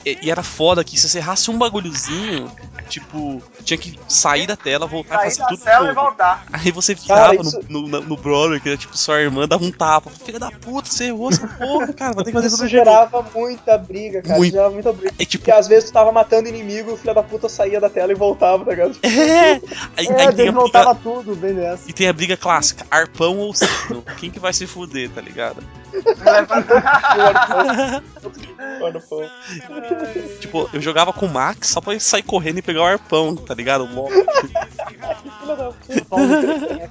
B: E, e era foda que se você errasse um bagulhozinho, tipo, tinha que sair da tela, voltar e fazer
H: Sair da
B: tudo. de
H: cela e
B: novo.
H: voltar.
B: Aí você virava
D: Cara, isso-
B: no, no, na- no brother, que era tipo sua irmã, dava um tapa. Filha da puta, você errou essa porra, cara, vai ter que fazer
D: Isso
B: tudo de novo.
D: gerava muita briga, cara.
B: Muito.
D: Gerava muita briga.
B: É tipo, <laughs>
D: Porque às vezes tu tava matando inimigo, o filho da puta saía da tela e voltava, tá ligado?
B: É! Aí, aí
A: É,
B: tem
A: ele
B: a briga,
A: voltava tudo,
C: <laughs>
A: bem nessa.
B: e tem a briga clássica, arpão ou sino. Quem que vai se fuder, tá ligado?
D: um Mano, pô.
B: Tipo, eu jogava com o Max só pra sair correndo e pegar o arpão, tá ligado? Mó-
A: assim,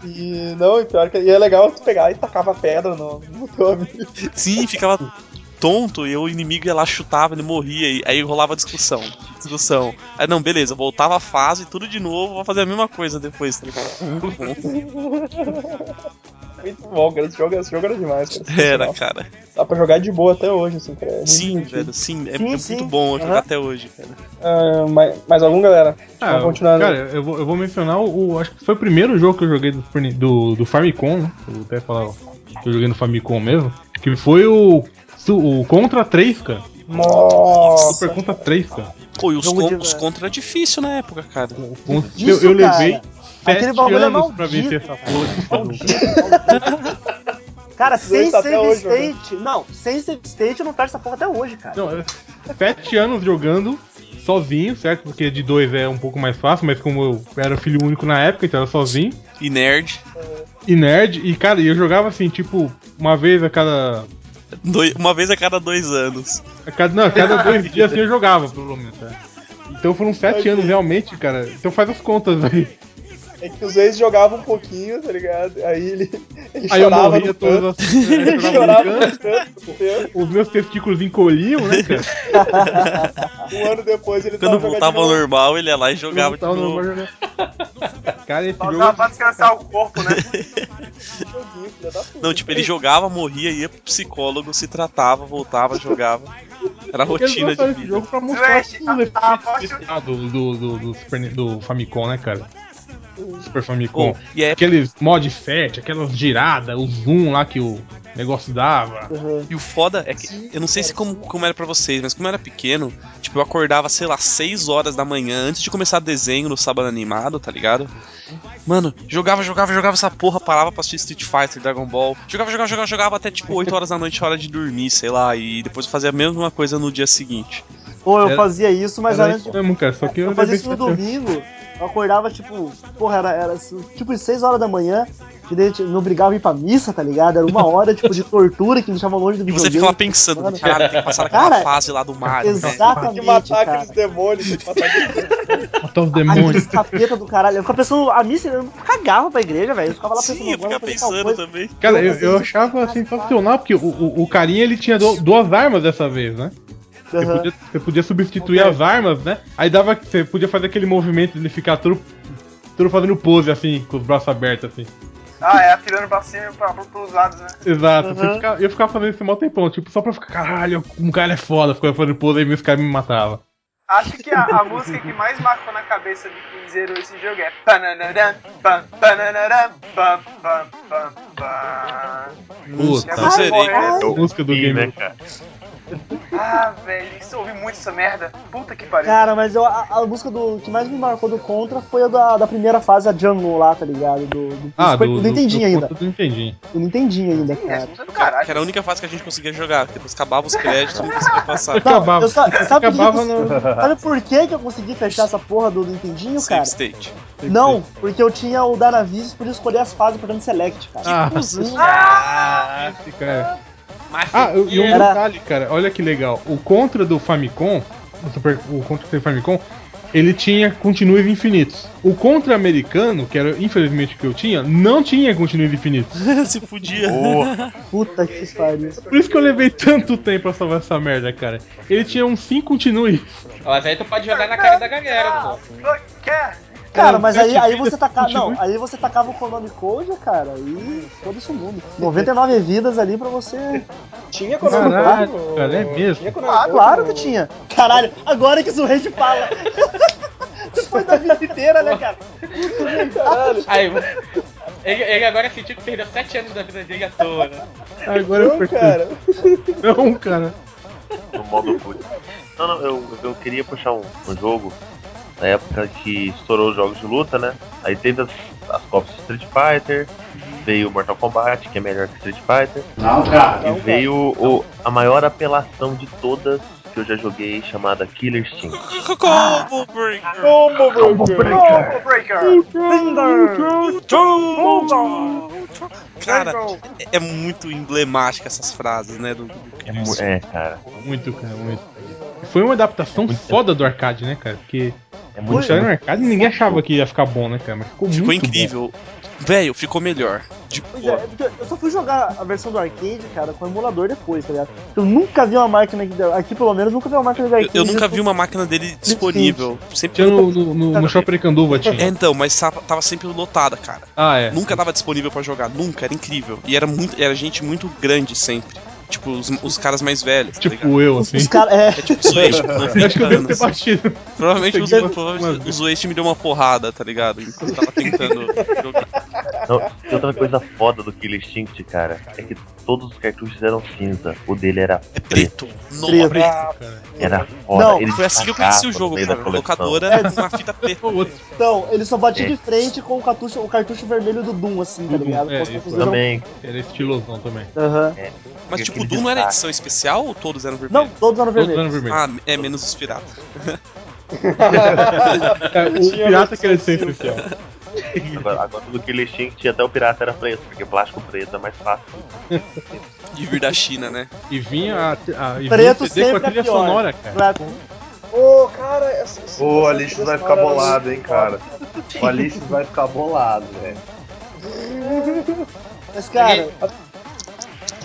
D: E não, e pior que. E é legal tu pegar e tacava pedra no, no teu amigo.
B: Sim, ficava tonto e o inimigo ia lá, chutava, ele morria, e aí rolava discussão. Discussão. Aí não, beleza, voltava a fase, tudo de novo, vou fazer a mesma coisa depois, tá ligado? Muito bom.
D: Muito bom, cara. Esse jogo, esse jogo era demais, cara.
B: Era, cara.
D: Dá pra jogar de boa até hoje, assim, cara. É muito
B: Sim,
D: divertido.
B: velho, sim. É,
D: Sim,
B: é
D: sim.
B: muito bom jogar
D: Aham.
B: até hoje, cara.
D: Ah, mais, mais algum, galera?
C: Ah,
D: Vamos continuar. né?
C: Cara, eu vou, eu vou mencionar o, o- Acho que foi o primeiro jogo que eu joguei do, Super Ni- do, do Famicom, né? Eu vou até falar ó, que eu joguei no Famicom mesmo. Que foi o. O Contra 3, cara.
D: Nossa.
C: Super Contra 3, cara.
B: Pô, e os,
C: Jogo
B: con
C: de-
B: os contra era difícil na época, cara.
C: Contra- eu, eu
D: <laughs>
C: levei sete
A: Aquele bagulho é
C: anos pra
A: maldito,
C: vencer essa porra. desse jogo.
A: Cara,
D: Os dois
A: sem
D: tá
A: save
D: até hoje, né?
A: state. Não, sem save state eu não fecho essa porra até hoje, cara.
C: Não, eu- sete anos jogando sozinho, certo? Porque de dois é um pouco mais fácil, mas como eu era filho único na época, então era sozinho.
B: E nerd.
C: E nerd, e cara, eu jogava assim, tipo, uma vez a cada.
B: Doi- uma vez a cada dois anos.
C: A cada, não, a cada dois dias assim, eu jogava, pelo menos. né? Então foram sete anos realmente, cara. Então faz as contas aí.
D: É que os ex jogavam um pouquinho, tá ligado? Aí ele, ele
C: Aí eu
D: chorava
C: morria
D: no
C: todas
D: canto.
C: as. é,
D: <laughs> Ele
C: eu chorava
D: chorava no
C: no
D: canto.
C: canto,
D: tempo.
C: Os meus testículos encolhiam, né, cara?
D: Um ano depois ele
B: Quando
D: tava jogando
B: voltava
D: de
B: ao
D: novo.
B: normal, ele ia lá e jogava de
C: Voltava ao
B: novo.
C: normal, Cara, esse
H: Só
C: jogo.
H: dá pra descansar o corpo, né?
D: Joguinho, filha da puta.
B: Não, tipo, ele jogava, morria, ia pro psicólogo, se tratava, voltava, jogava. Era a rotina
C: Eles lançaram
B: de
C: esse
B: vida.
C: jogo pra mostrar
H: Slash,
C: tudo né?
H: a- a voz de-
C: especial do, do, do, do Super, do Famicom, né, cara? Super Famicom.
B: Pô, e é,
C: Aqueles mod 7, aquelas giradas, o zoom lá que o negócio dava.
B: E o foda é que, eu não sei se como, como era pra vocês, mas como eu era pequeno, tipo, eu acordava, sei lá, 6 horas da manhã antes de começar desenho no sábado animado, tá ligado? Mano, jogava, jogava, jogava essa porra, parava pra assistir Street Fighter, Dragon Ball. Jogava, jogava, jogava, jogava até tipo 8 horas da noite, hora de dormir, sei lá, e depois eu fazia a mesma coisa no dia seguinte.
A: Pô, eu
C: Era-
A: fazia isso, mas
C: Era
A: era, tipo,
C: isso mesmo, cara. Só que eu
A: Eu fazia
C: levei
A: isso no
C: sete anos.
A: domingo, eu acordava tipo, porra, era, era assim, tipo 6 horas da manhã, que daí me obrigava a ir pra missa, tá ligado? Era uma hora tipo, de tortura que me deixava longe do
B: E você
A: videogame.
B: fica lá pensando,
A: mano.
B: caralho, tem que passar naquela
A: Cara,
B: fase lá do
C: é
B: Mario. né?
D: Tem que
A: Exatamente,
D: matar
A: cara.
D: aqueles demônios, tem que matar aqueles demônios.
C: Matar os
A: Aqueles <laughs>
C: demônios.
A: capeta do caralho. Eu ficava pensando, a missa, eu cagava pra igreja, velho. Eu ficava lá pensando,
B: Sim, eu
A: agora
B: ficava
A: vou fazer tal
B: pensando
A: coisa.
B: também.
C: Cara,
H: assim?
C: eu, eu achava sensacional, porque o, o, o carinha ele tinha do- duas armas dessa vez, né? Você
A: Aham.
C: podia, você podia substituir as armas, né? Aí dava, você podia fazer aquele movimento de ele ficar tudo, tudo fazendo pose, assim, com os braços abertos, assim.
H: Ah, é, atirando pra cima e pra, pros lados, né?
C: Exato. Você fica- eu ficava fazendo isso mó tempão, tipo, só pra ficar, caralho, um cara é foda, ficava fazendo pose e os caras me matavam.
H: Acho que a, a música que mais marcou na cabeça de quem zerou esse jogo é. Pananaram, pam, pananaram, pam, pam, pam, pam.
C: Puta,
A: tá
B: Não
H: Ai,
B: zerei,
H: morreu.
B: cara.
C: a música do game.
E: né, cara?
H: Ah, velho, isso eu ouvi muito essa merda. Puta que pariu.
A: É, Cara, mas eu, a, a música do, que mais me marcou do Contra foi a da, da primeira fase, a Jungle lá, tá ligado? Do, do,
C: Ah,
A: Super-
C: do,
A: do
C: do-
A: Nintendinho
C: do-
A: ainda.
C: Do Nintendinho.
A: Do Nintendinho ainda,
H: Ih, essa
A: cara.
H: música é do caralho.
B: Que era a única fase que a gente conseguia jogar, porque depois acabava os créditos, não conseguia passar.
A: Não,
C: Acabava.
A: eu sa- sabe, por que que eu
C: Acabava
A: consegui- sabe por que, que eu consegui fechar essa porra do Nintendinho,
B: Save
A: cara?
B: state.
A: Não, porque eu tinha o Danavis e podia escolher as fases por select, cara. Tipo, hum,
C: Ah, esse cara. Ah, eu- e um
A: Era-
C: detalhe, cara, olha que legal. O contra do Famicom, o, Super- o contra do Famicom, ele tinha continues infinitos. O contra americano, que era infelizmente o que eu tinha, não tinha continues infinitos.
B: <laughs> Se podia.
A: Puta que pariu.
C: Por isso que eu levei tanto tempo pra salvar essa merda, cara. Ele tinha uns 5 continues.
G: Mas aí tu pode jogar na cara da galera, pô.
H: Quer?
A: Cara, mas aí,
C: Era
A: aí
C: vida,
A: você tacava. <laughs>
C: continue.
A: Não, aí você tacava o Konami Code, cara, e foda-se o mundo. 99 vidas ali pra você.
D: Tinha Konami
C: Caralho,
D: Code,
C: cara, é
D: ô?
C: mesmo.
D: Tinha Konami
A: Ah,
D: Code,
A: claro
D: ô?
A: que tinha. Caralho, agora que o Zureid fala. <laughs> Depois da vida inteira, né, cara?
D: Caralho.
G: Aí, ele, ele agora sentiu que perdeu 7 anos da vida dele à toa, né?
C: Agora eu
D: Não,
C: percebi.
D: cara.
C: Não, cara.
E: no modo boot. Não, não, eu, eu queria puxar um, um jogo na época que estourou os jogos de luta, né? Aí teve as, as copas de Street Fighter, veio Mortal Kombat, que é melhor que Street Fighter.
F: Não, cara.
E: E veio o, a maior apelação de todas que eu já joguei, chamada Killer Steam.
B: Combo Breaker!
D: Combo, Combo
H: Combo Breaker!
B: Cara,
A: tipo,
B: é- é muito emblemática essas frases, né? Do, do-
E: É, mu- é, cara.
C: Muito, cara, muito. Foi uma adaptação foda do arcade, né, cara? Porque
E: É
C: quando
E: muito.
C: saiu no arcade ninguém achava que ia ficar bom, né, cara? Mas ficou
B: Ficou
C: muito bom.
B: incrível. Velho, ficou melhor. de
A: Pois é, é porque eu só fui jogar a versão do arcade, cara, com o emulador depois, tá ligado? Eu nunca vi uma máquina aqui, aqui pelo menos, nunca vi uma máquina de
B: Eu,
A: arcade.
B: eu nunca vi uma máquina dele disponível. Sempre
C: Tinha no, no, no, no Shopping Canduva,
B: É,
C: tinha.
B: então, mas sa- tava sempre lotada, cara.
C: Ah, é.
B: Nunca tava disponível pra jogar, nunca, era incrível. E era muito, era gente muito grande sempre. Tipo, os, os caras mais velhos. tá ligado?
C: Tipo eu, assim.
A: Os caras. É.
B: Tipo,
C: <laughs>
B: o Zueste,
C: Eu acho que eu devo ter
B: assim.
C: batido. <laughs>
B: Provavelmente,
C: Peguei
B: o, provavelmente o Zueste me deu uma porrada, tá ligado? Enquanto
C: <laughs>
B: eu tava tentando jogar.
E: Não, e outra coisa foda do Killer Instinct, cara, é que todos os cartuchos eram cinza. O dele era É preto.
B: Nobre.
E: Era foda.
A: Não,
E: ele
B: Foi assim que eu conheci o
E: destacava
B: jogo,
E: no meio
B: cara.
E: da
B: uma
E: coleção.
B: Locadora
C: É.
B: numa fita preta.
A: Então, ele só batia
E: É.
A: de frente com o cartucho, o cartucho vermelho do Doom, assim, tá ligado?
C: É,
A: Com as
C: isso
A: confusão.
E: Também.
C: Era estilosão também.
A: Aham.
E: É.
B: Mas tipo, o
E: Aquele
B: Doom não era
E: destaque.
B: edição especial ou todos eram vermelhos?
A: Não, todos eram
C: Todos
A: vermelhos.
C: eram vermelhos.
B: Ah, é menos os piratas.
C: É, o
D: Tinha
C: pirata que era
D: versão
C: sempre fiel.
E: Agora, agora do Killer Instinct até o pirata era preto, porque plástico preto é mais fácil.
B: De vir da China, né?
C: E vinha a, a, e vinha
A: Preto
C: o CD com a
A: sempre é
C: trilha
A: pior.
C: sonora, cara.
A: Pra-
D: Ô, cara, essa. essa-
L: Ô, o
D: essa
L: Alisson
D: trilha
L: vai ficar
D: sonora era
L: bolado,
D: muito
L: hein, cara.
D: foda.
L: O Alice vai ficar bolado, velho.
A: Mas, cara,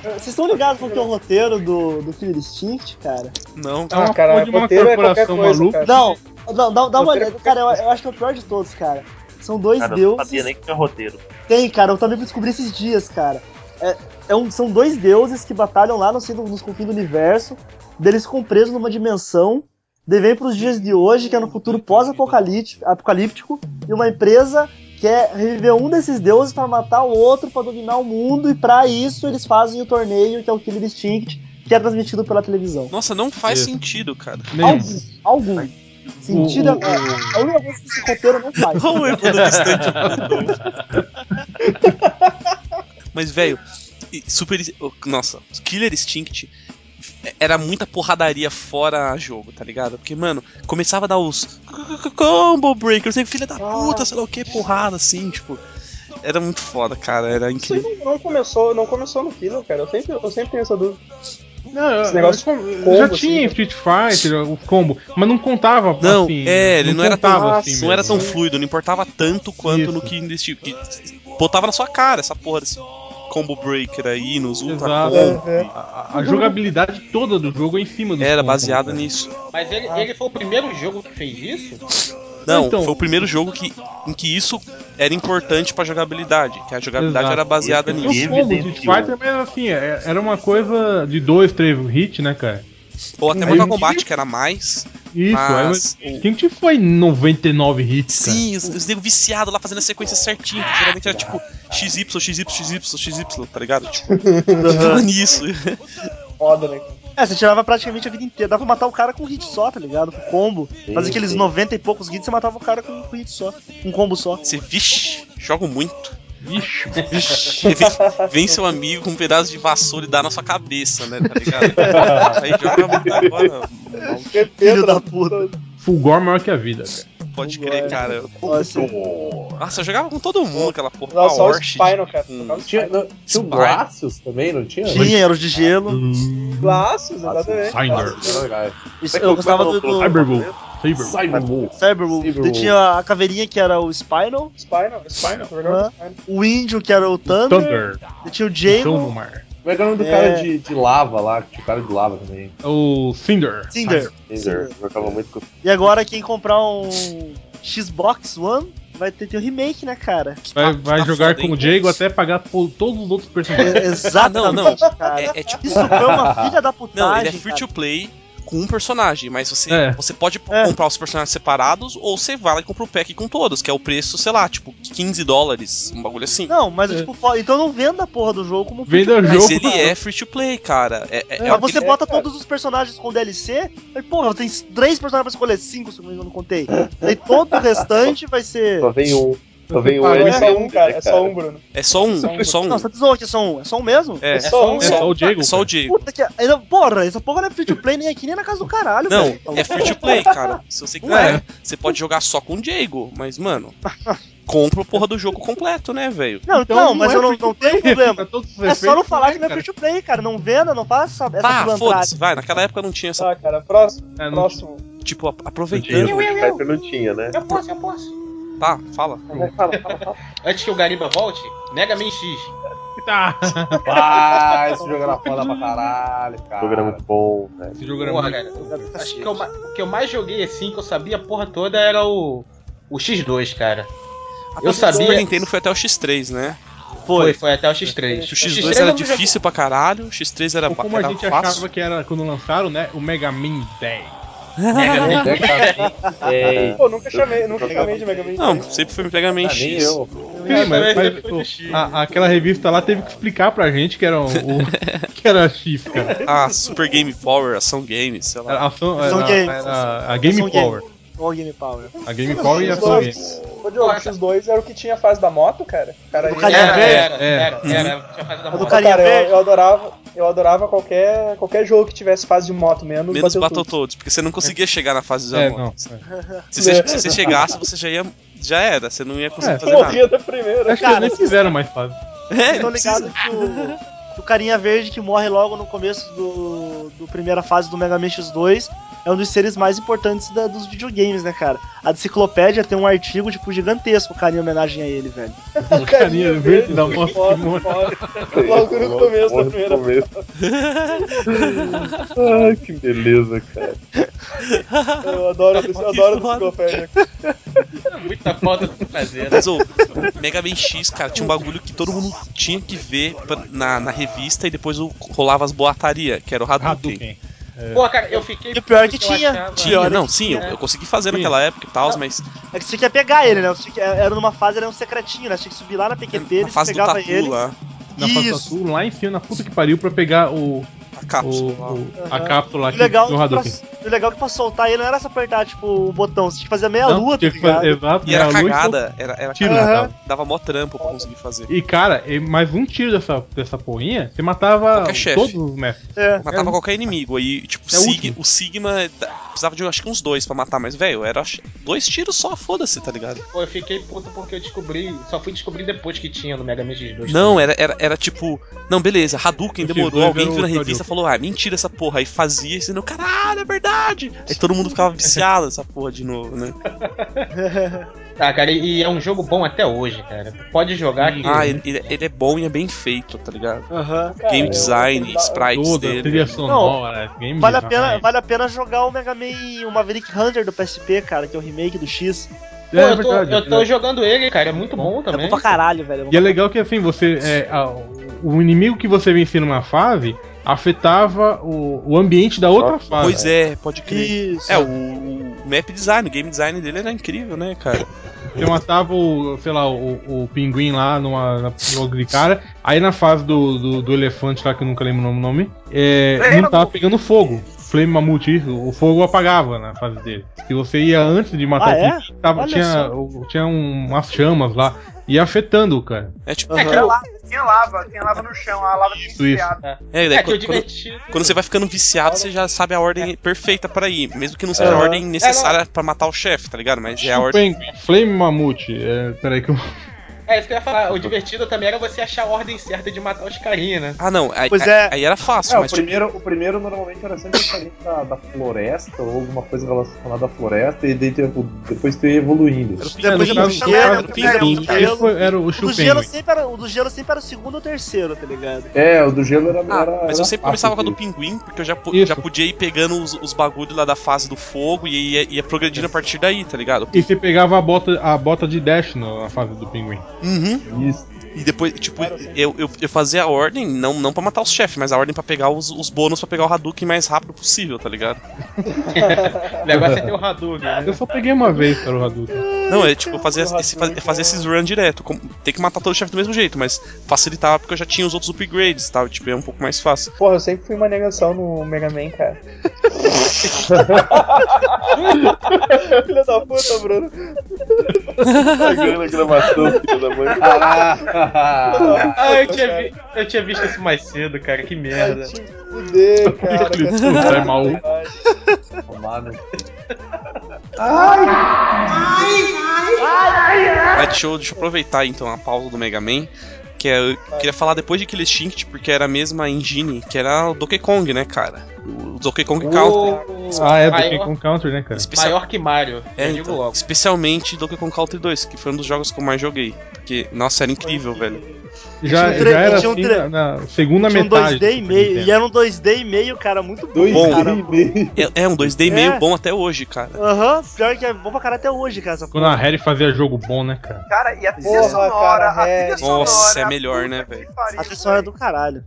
A: vocês estão ligados qual que é o roteiro do, do Killer Instinct, cara?
B: Não,
C: É uma
D: cara,
C: porra de uma
D: roteiro é qualquer
C: corporação
D: coisa,
C: maluca.
D: cara.
A: Não, não, dá, dá uma
D: Roteiro é
A: olhada. Cara, eu, eu acho que é o pior de todos, cara. São dois
E: Cara, eu não
A: deuses.
E: sabia nem que tinha roteiro.
A: Tem, cara, eu também descobri esses dias, cara. É, é um- são dois deuses que batalham lá no centro, nos confins do universo. Deles ficam presos numa dimensão. Devem para os dias de hoje, que é no futuro pós-apocalíptico, apocalíptico, e uma empresa quer reviver um desses deuses para matar o outro, para dominar o mundo, e para isso eles fazem o torneio, que é o Killer Instinct, que é transmitido pela televisão.
B: Nossa, não faz
C: Isso.
B: sentido, cara.
C: Nenhum.
A: Algum. algum. Sentido
C: né? o-
A: é. A única coisa que esse roteiro não faz.
B: Não é todo distante. Mas, velho, e Super. Nossa, Killer Instinct era muita porradaria fora jogo, tá ligado? Porque, mano, começava a dar os combo breakers, assim,
C: Ah.
B: filha da puta, sei lá o que, porrada, assim, tipo. Era muito foda, cara, era
D: Isso aí
B: incrível.
D: não, não começou, não começou no Killer, cara. Eu sempre, eu sempre tenho essa dúvida.
C: Não, Ah, eu-
D: Esse negócio
C: eu- eu
D: combo,
C: já
D: assim,
C: tinha
D: né?
C: Street Fighter, o combo, mas não contava
B: Não,
C: assim.
B: é, ele não, era tão,
C: contava
B: não era
C: mesmo,
B: tão
C: né?
B: fluido, não importava tanto quanto
C: Isso.
B: no Killer Instinct. que Botava na sua cara essa porra desse combo breaker aí, nos ultra
D: é,
C: Exato.
B: combo.
C: A, a jogabilidade toda do jogo é em cima do
B: Era
C: combo, né?
B: baseado
C: cara.
B: nisso.
G: Mas ele, ele foi o primeiro jogo que fez isso?
B: Não,
C: Então-
B: foi o primeiro jogo que, em que isso era importante pra jogabilidade. Que a jogabilidade
C: Exato.
B: era baseada
E: Isso.
C: Tinha os
B: nisso.
E: E
C: combos de
E: evidenciou.
C: Street Fighter, mas assim, é- era uma coisa de dois, três hits, né, cara?
B: Ou até
C: Aí
B: Mortal
C: eu-
B: Kombat, que era mais.
C: Isso,
A: Ah,
C: aí
B: Mas
C: mas Instinct foi 99 hits, cara.
B: Sim, os, os nego viciado lá fazendo a sequência certinha. que Geralmente era tipo XY, XY, XY, XY, tá ligado? Tipo, tava nisso.
D: Foda, né?
A: É, você tirava praticamente a vida inteira. Dá pra matar o cara com um hit só, tá ligado? Com combo. Fazia aqueles
E: sim.
A: 90 e poucos hits, você matava o cara com um hit só. Um
B: <laughs>
A: combo só.
B: Você, vixe, jogo muito.
C: Ixi,
B: Vem, vem
D: <laughs>
B: seu amigo com um pedaço de vassoura e dá na sua cabeça, né? Tá
C: <laughs>
B: ligado? Aí joga muito agora. mal-
A: Filho da puta.
C: Fulgor é maior que a vida, cara.
B: Pode crer, cara.
A: Nossa,
B: Nossa, eu jogava com todo mundo aquela porra.
D: Não, só o
B: Orchid.
D: Spyro, cara.
B: Hum.
D: Só o Spyro.
L: Tinha, não, tinha o
B: Spy.
L: Glacius também, não tinha?
A: tinha, era os de gelo.
D: Glacius, exatamente.
C: Signer.
B: é
A: Isso, eu gostava do, do
C: Cyberbull. Cyberbull.
L: Cyberwolf.
A: Cyberwolf.
L: Cyberwolf.
A: Daí Tinha a caveirinha que era o Spinal,
D: Spyro, Spyro, tu jogava
A: Hã?
D: Spyro.
A: o Índio que era o Thunder,
C: Thunder.
A: daí tinha o
C: Então no
A: Jamon,
C: mar.
L: Como é que é o nome do
A: É.
L: cara de, de lava lá? que Tinha o cara de lava também.
C: O Cinder.
A: Cinder.
E: Tinder, jogava muito com
A: E agora quem comprar um Xbox One vai ter, ter o remake, né, cara?
C: Vai,
B: Tá-
C: vai
B: tá
C: jogar
B: foda,
C: com
B: hein?
C: o Diego até pagar por todos os outros
A: <laughs>
C: personagens.
A: É,
B: <laughs>
A: Exatamente,
B: Ah, não,
A: cara.
B: É, é tipo.
A: Isso foi uma filha da putagem,
B: Não, ele é free
A: cara.
B: to play com um personagem, mas você,
C: É.
B: você pode
A: É.
B: comprar os personagens separados ou você vai lá e compra o pack com todos, que é o preço, sei lá, tipo 15 dólares, um bagulho assim.
A: Não, mas tipo, fo- então não venda a porra do jogo como free to
C: Venda o
B: Mas
C: jogo.
B: ele é free to play, cara. É, é, é
A: Mas
B: aquele-
A: você bota todos os personagens com DLC, aí, porra, tem três personagens pra escolher, cinco, se eu não contei. Aí todo o restante vai ser.
B: <laughs>
E: Só vem um. Só vem
D: É.
E: um.
D: Ah, não é
E: ele
D: só
E: mesmo,
D: um, cara.
E: né,
D: É só um, Bruno.
B: é só um,
D: Só um.
B: só um.
A: Não, você tá dizendo que é só um. É só um mesmo?
B: É,
D: É só um,
C: É só o Diego.
B: é só o
C: cara.
B: Diego.
A: Puta que. aí não- Porra, essa porra não é free to play nem aqui, nem na casa do caralho,
B: Não,
A: velho.
B: é free to play, cara. Se você
A: Não
B: quiser, você pode jogar só com o Diego, mas mano, compra o porra do jogo completo, né, velho?
A: Não, então, mas eu não,
C: free to
A: não tenho
C: play. <laughs>
A: problema.
C: Pra todos os
A: É só não
C: efeitos, né,
A: falar que não é
C: cara.
A: free to play, cara. Não venda, não faça essa, essa
B: Tá, foda-se,
A: pilantragem.
B: vai. Naquela época não tinha essa.
D: Tá, cara. Próximo.
C: É, não-
D: Próximo.
B: Tipo, a-
E: Não tinha,
B: aproveitando.
E: no Street Fighter não tinha, né?
G: Eu posso, eu posso.
B: Tá, fala.
D: Fala, fala, fala.
G: Antes que o Gariba volte, Mega Man X.
C: Tá.
L: Ah, esse jogo era foda pra caralho, cara.
E: jogo era muito bom, velho.
C: Esse jogo era
G: Porra,
C: muito
G: cara. Acho que eu ma- o que eu mais joguei assim, que eu sabia a porra toda, era o, o X2, cara. Eu
B: O Super
G: sabia.
B: Nintendo foi até o X3, né?
G: Foi, foi até o X3.
B: O X2 era difícil pra caralho, o X3 era,
C: Como a
B: era
C: gente
B: fácil.
C: achava que era quando lançaram, né? O Mega Man 10.
E: É.
D: Pô, nunca chamei, nunca chamei de Mega Man.
B: Não, sempre foi Mega
C: Ah,
B: Man X.
C: Sim, mas, mas, pô, a- aquela revista lá teve que explicar pra gente que era o, o-
B: <laughs>
C: que era X, cara.
B: Ah, Super Game Power, Ação Game, sei lá.
C: Era, a Sun-
A: São
C: era-
A: Games.
C: era a Game
A: São
C: Power.
A: Ou Game Power.
C: A Game Power e a Sun Games.
D: Ô, Diogo, o X2 era o que tinha a fase da moto, cara. O cara
A: Do
D: ia- Ah,
A: carinha
G: Era,
A: verde?
G: era,
C: É.
G: era, era, era, tinha fase da
A: Do
G: moto.
A: carinha
D: Cara, eu,
A: verde?
D: eu adorava, eu adorava qualquer, qualquer jogo que tivesse fase de moto, menos,
B: Menos
D: Battletoads.
B: Battletoads, porque você não conseguia chegar na fase dos
C: É,
B: amores.
C: não. <laughs>
B: Se, você, se você chegasse, você já ia. Já era, você não ia conseguir
C: É.
B: fazer nada.
D: Morria da <laughs> primeira.
C: Acho que eles nem fizeram mais fase.
A: <laughs>
B: É,
A: tô
B: não precisa.
A: ligado que o, que o carinha verde que morre logo no começo do, do primeira fase do Mega Man X2 é um dos seres mais importantes da- dos videogames, né, cara? A enciclopédia tem um artigo, tipo, gigantesco, cara, em homenagem a ele, velho.
C: O carinha verde da moto que mora.
D: Tá Logo no começo da primeira
E: começo. <laughs> Ai, que beleza, cara.
B: <laughs>
D: Eu adoro, eu adoro essa enciclopédia.
G: Muita falta de fazer.
B: <laughs>
G: né?
B: Mas o Mega Man X, cara, tinha um bagulho que todo mundo tinha que ver pra- na, na revista e depois o- rolava as boataria, que era o Hadouken.
C: Hadouken.
G: Pô, cara, eu fiquei.
A: E o pior é que
G: puto eu
A: tinha.
G: achava-
B: Tinha, né? não, sim, eu, eu consegui fazer
C: Sim.
B: naquela época e tal, mas
A: É que você tinha que pegar ele, né? Você tinha que- era numa fase, era um secretinho, né? Você tinha que subir lá
C: É
A: na PQP,
B: na
A: ele
B: fase do
A: pegava
B: tatu
A: ele.
B: lá,
C: Na fase do
A: Isso.
C: Sul, lá em cima, na puta que pariu, pra pegar o,
B: a
C: o-
B: cápsula. lá.
C: o- a
A: Aham.
C: cápsula
A: O
C: aqui
A: legal,
C: do
A: é que pra,
C: Hadouken.
A: o legal é que pra soltar ele não era só apertar, tipo, o botão, você tinha que fazer meia
C: Não,
A: lua, tá
C: tinha que fazer-
A: ligado?
C: Exato,
B: E era
C: meia lua e
B: cagada, era, era
C: tiro,
B: cagada,
C: né,
B: dava mó trampo pra conseguir fazer.
C: E cara, e mais um tiro dessa, dessa porrinha, você matava
B: Qualquer chefe.
C: todos os mestres.
A: É.
B: Matava qualquer inimigo, aí, tipo,
C: É o
B: Sig-
C: último.
B: o Sigma da- precisava de acho que uns dois pra matar, mas, velho, era acho- dois tiros só, foda-se, tá ligado?
G: Pô, eu fiquei puto porque eu descobri. Só fui descobrir depois que tinha no Mega Man X2.
B: Não, era, era, era tipo. Não, beleza, Hadouken
C: Eu fiz
B: demorou,
C: dois,
B: alguém
C: era
B: viu
C: o
B: na
C: Shoryuken.
B: revista e falou, ah, mentira essa porra. Aí fazia e não, caralho, é verdade. Aí todo mundo ficava viciado nessa porra de novo, né?
G: Ah, cara, e, e é um jogo bom até hoje, cara. Pode jogar que.
B: Ah, ele, ele- ele é bom e é bem feito, tá ligado?
A: Aham.
B: Game design, sprites
C: Toda,
B: dele.
A: né?
C: trilha sonora, é game
A: Vale a,
C: design.
A: pena, vale a pena jogar o Mega Man, o Maverick Hunter do PSP, cara, que é o remake do X.
G: Pô,
C: É
G: eu tô,
C: verdade,
G: eu tô
C: verdade.
G: jogando ele, cara. É muito bom,
A: É
G: também.
A: bom pra caralho, velho.
C: E é legal que assim, você. é, a- o inimigo que você vencia numa fase afetava o, o ambiente da outra fase.
B: Pois é, pode crer.
A: Isso.
B: É, o, o map design, o game design dele era incrível, né, cara?
C: Você matava o, sei lá, o, o pinguim lá numa, na- logo de cara. Aí na fase do, do, do elefante lá, que eu nunca lembro o nome, nome é, não tava pegando fogo. Flame Mamute, isso, o fogo apagava na fase dele. Se você ia antes de matar
A: Ah,
C: o
A: é?
C: pinguim, tava,
A: Olha
C: tinha,
A: só.
C: o- tinha um- umas chamas lá. Ia afetando o cara.
B: É tipo.
H: É, tinha, lava, tinha lava, tinha lava no chão, a lava
C: Isso, isso.
B: É, né,
G: É que eu
B: quando, quando-
G: diverti.
B: quando você vai ficando viciado, você já sabe a ordem perfeita pra ir. Mesmo que não seja a
A: Aham.
B: ordem necessária pra matar o chefe, tá ligado? Mas já é a ordem.
C: Penguin, Flame Mamute. É, peraí que eu.
G: É isso que eu ia falar. O divertido também era você achar a ordem certa de matar os carinha, né?
B: Ah, não, aí,
A: Pois
B: aí-
A: é.
B: aí era fácil,
L: É, o
B: mas tipo,
L: primeiro, o primeiro normalmente era sempre diferente da, da floresta ou alguma coisa relacionada à floresta e daí, tipo, depois tu ia evoluindo.
B: era o
A: Depois
B: primeiro
A: de
B: jogo.
A: muito gelo,
C: É, era,
A: pinguim, né? gelo.
C: era o
A: O do, gelo
C: Chupenguin.
A: sempre era, o do gelo sempre era o segundo ou terceiro, tá ligado?
L: É, o do gelo era.
B: Ah,
L: era-
B: mas eu sempre
L: era fácil
B: começava com a
L: de-
B: do pinguim, porque eu já, po-
C: Isso.
B: já podia ir pegando os, os bagulhos lá da fase do fogo e ia, ia progredindo a partir daí, tá ligado?
C: E você pegava a bota, a bota de dash na na fase do pinguim.
B: Uhum.
L: Isso.
B: E depois, tipo, eu, eu, eu fazia a ordem, não, não pra matar os chefes, mas a ordem pra pegar os, os bônus pra pegar o Hadouken mais rápido possível, tá ligado?
G: O negócio é ter o
C: <laughs>
G: Hadouken, né?
C: Eu só peguei uma vez para o Hadouken.
B: Não, é tipo, eu fazia, esse, fa- eu fazia esses run direto. com- Tem que matar todo o chefe do mesmo jeito, mas facilitava porque eu já tinha os outros upgrades e tal. Tipo, é um pouco mais fácil.
D: Porra, eu sempre fui uma negação no Mega Man,
B: <laughs>
D: cara. Filha da puta, Bruno.
E: Pegando a gravação, filho da mãe.
L: Ah,
G: Ah, eu tinha, vi- eu tinha visto isso mais cedo, cara. Que merda.
D: Te fuder, cara.
C: Vai mal.
L: tomado.
B: Mas deixa eu, deixa eu aproveitar então a pausa do Mega Man. Que é, eu queria falar depois de Kill Instinct, porque era a mesma engine, que era o Donkey Kong, né, cara? O Donkey Kong Country.
C: Ah, é,
G: maior-
C: Donkey Kong Country, né, cara?
B: Especial-
G: Maior que Mario,
B: É,
G: eu digo
B: então,
G: logo.
B: especialmente Donkey Kong Country 2, que foi um dos jogos que eu mais joguei. Porque, nossa, era incrível, velho.
C: Já,
A: Tinha um tre-
C: já era
A: tinha um
C: assim
A: tre-
C: na, na segunda
A: Tinha um
C: metade.
A: 2D e
C: do
A: meio.
C: Nintendo.
A: E era um 2D e meio, cara, muito bom.
B: Bom.
A: cara.
B: É, é um 2D e
A: É.
B: meio bom até hoje, cara.
A: Aham, pior que é bom pra caralho até hoje, cara. Essa
C: Quando a Harry fazia jogo bom, né, cara?
H: Cara, e a trilha
A: Porra,
H: sonora,
A: cara,
H: a
A: é.
H: trilha sonora.
B: Nossa, é melhor, né, velho?
H: pariu,
A: A pessoa era do caralho.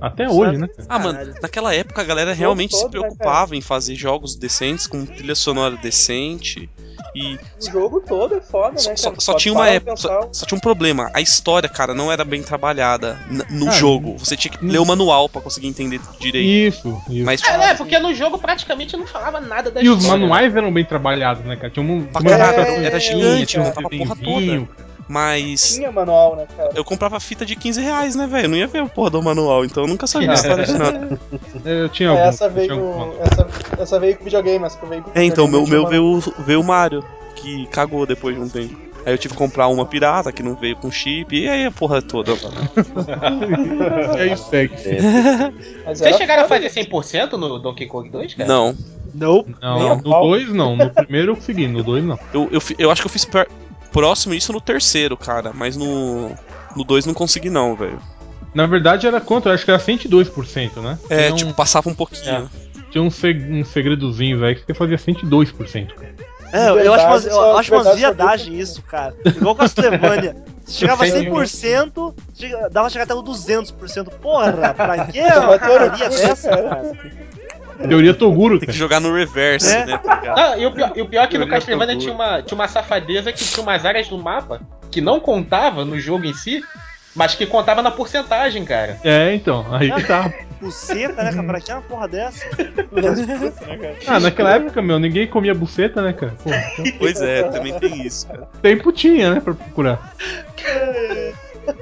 C: Até hoje, né?
B: Ah, mano, naquela época a galera realmente se preocupava em fazer jogos decentes, com trilha sonora decente. E
D: O jogo todo é foda, né?
B: só,
D: cara?
B: só
D: Pode
B: tinha uma
D: parar
B: época.
D: pra pensar.
B: Só, só tinha um problema. A história, cara, não era bem trabalhada n-
G: Ah,
B: no
C: Cara,
B: jogo. Você tinha que ler o manual pra conseguir entender direito.
C: Isso, isso.
B: Mas,
G: É, né? Porque no jogo praticamente não falava nada da
C: E os
G: história.
C: manuais eram bem trabalhados, né, cara? Tinha um
B: Pra
C: uma
B: caralho,
C: ilustração
B: era
C: bonitinha,
B: gigante,
C: tinha um
B: juntava a porra
C: desenho.
B: mas
D: Tinha manual, né, cara?
B: eu comprava fita de 15 reais, né, velho? Eu Não ia ver o porra do manual, então eu nunca sabia a história de nada.
C: Eu tinha
D: É,
C: algum.
D: essa,
C: eu tinha
D: veio,
C: algum.
D: essa, essa veio com videogame, essa veio com
B: É, então, meu,
D: videogame,
B: meu
D: tinha
B: veio, o- veio o Mario, que cagou depois de um tempo. Aí eu tive que comprar uma pirata que não veio com chip, e aí a porra <laughs> toda, mano.
C: É isso, segue.
D: manual. Mas
G: Vocês
D: era
G: chegaram a fazer 100% no Donkey Kong 2, cara?
B: Não,
A: Não.
C: Não, no 2 não. No primeiro eu consegui, no 2 não.
B: eu, eu, fi- eu acho que eu fiz per- próximo isso no terceiro, cara, mas no. No 2 não consegui, não, velho.
C: Na verdade era quanto? Eu acho que era 102%, né?
B: É,
C: Tinha um-
B: tipo, passava um pouquinho.
C: Tinha um, seg um segredozinho, velho, que você fazia 102%, cara.
A: É, eu- eu
D: Verdade,
A: acho uma, eu
D: só-
A: acho uma
D: verdade, só
A: viadagem isso, cara.
C: <laughs>
A: Igual Castlevania. Chegava
C: Sim.
A: 100%, chega- dava pra chegar até o 200%. Porra, pra que
D: Só
A: uma
D: bateu no
A: caralho
D: cu,
A: dessa,
D: cara?
A: cara?
C: Teoria Toguro,
B: Tem que
C: cara.
B: jogar no reverso,
A: É.
B: né? tá ligado?
G: Não, e o pior, e o pior é que no
I: Teoria
G: Castlevania
I: Toguro.
G: tinha uma, tinha uma safadeza que tinha umas áreas do mapa que não contava no jogo em si, mas que contava na porcentagem, cara.
C: É, então, aí que tá.
A: Buceta, né,
D: Uhum.
A: cara? Pra que uma porra dessa?
C: Ah, naquela época, meu, ninguém comia buceta, né, cara? Pô, então,
B: Pois é, também tem isso, cara.
C: tempo tinha, né, pra procurar.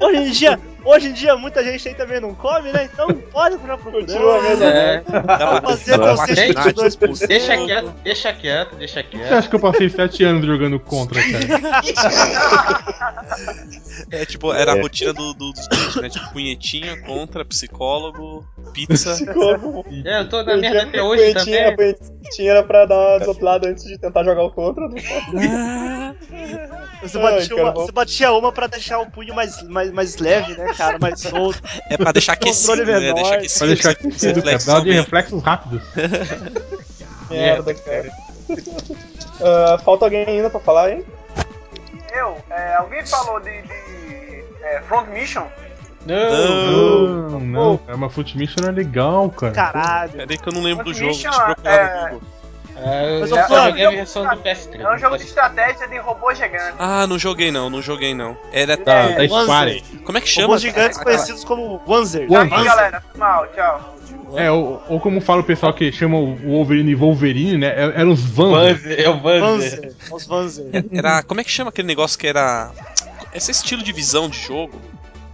A: Hoje em dia, hoje em dia muita gente aí também não come, né? Então pode procurar
D: Continua
A: procurando.
D: mesmo.
G: É,
B: Dá pra
A: Fazer
B: dá pra
A: você
B: treinar,
A: estudar.
B: tipo,
G: deixa quieto, deixa quieto, deixa
C: Você
G: quieto.
C: acha que eu passei 7 anos jogando contra, cara?
B: É tipo, era a rotina do, do, dos bichos, né? Tipo, punhetinha, contra, psicólogo, pizza.
D: Como?
G: É, eu tô na
D: Eu
G: merda
D: tinha
G: até hoje também.
D: era pra dar uma desoplada antes de tentar jogar o contra. Né?
A: Você
D: Ai,
A: batia,
D: cara,
A: uma,
D: vamos-
A: você batia uma pra deixar o punho mais, mais, mais leve, né, cara?
B: <laughs>
A: Mais solto.
B: É pra deixar aquecido,
A: Controle
B: né? Deixar
A: menor.
B: aquecido.
C: Pra deixar
B: você- você
C: aquecido, cara.
B: flexa
C: Dá de
B: bem.
C: reflexos rápidos.
G: É.
D: Merda, cara. <laughs> Ah, falta alguém ainda pra falar, hein?
H: Eu, é, alguém falou de, de, é, Front Mission?
C: Não, não, cara, mas Fruit Mission é legal, cara.
A: Caralho.
B: Peraí É que eu não lembro do
H: Mas
B: jogo,
H: Misha,
B: deixa eu procurar
H: é-
B: no Google.
G: É, eu
A: Mas, ô,
G: já
A: Flávio,
G: joguei a versão do
H: É um jogo de
G: PS3.
H: estratégia de robô gigante.
B: Ah, não joguei não, não joguei não. Era
C: Da,
H: É,
C: da Square.
A: Wanzer.
B: Como é que chama?
A: Robôs gigantes conhecidos como Wanzer.
H: Tá aqui,
C: Wanzer.
H: galera. Foi mal, tchau.
C: É, ou, ou como fala o pessoal que chama o Wolverine e Wolverine, né? é- Eram os Vans.
G: Banzer, é o Banzer.
A: Wanzer. Os Wanzer.
B: Era, como é que chama aquele negócio que era esse estilo de visão de jogo?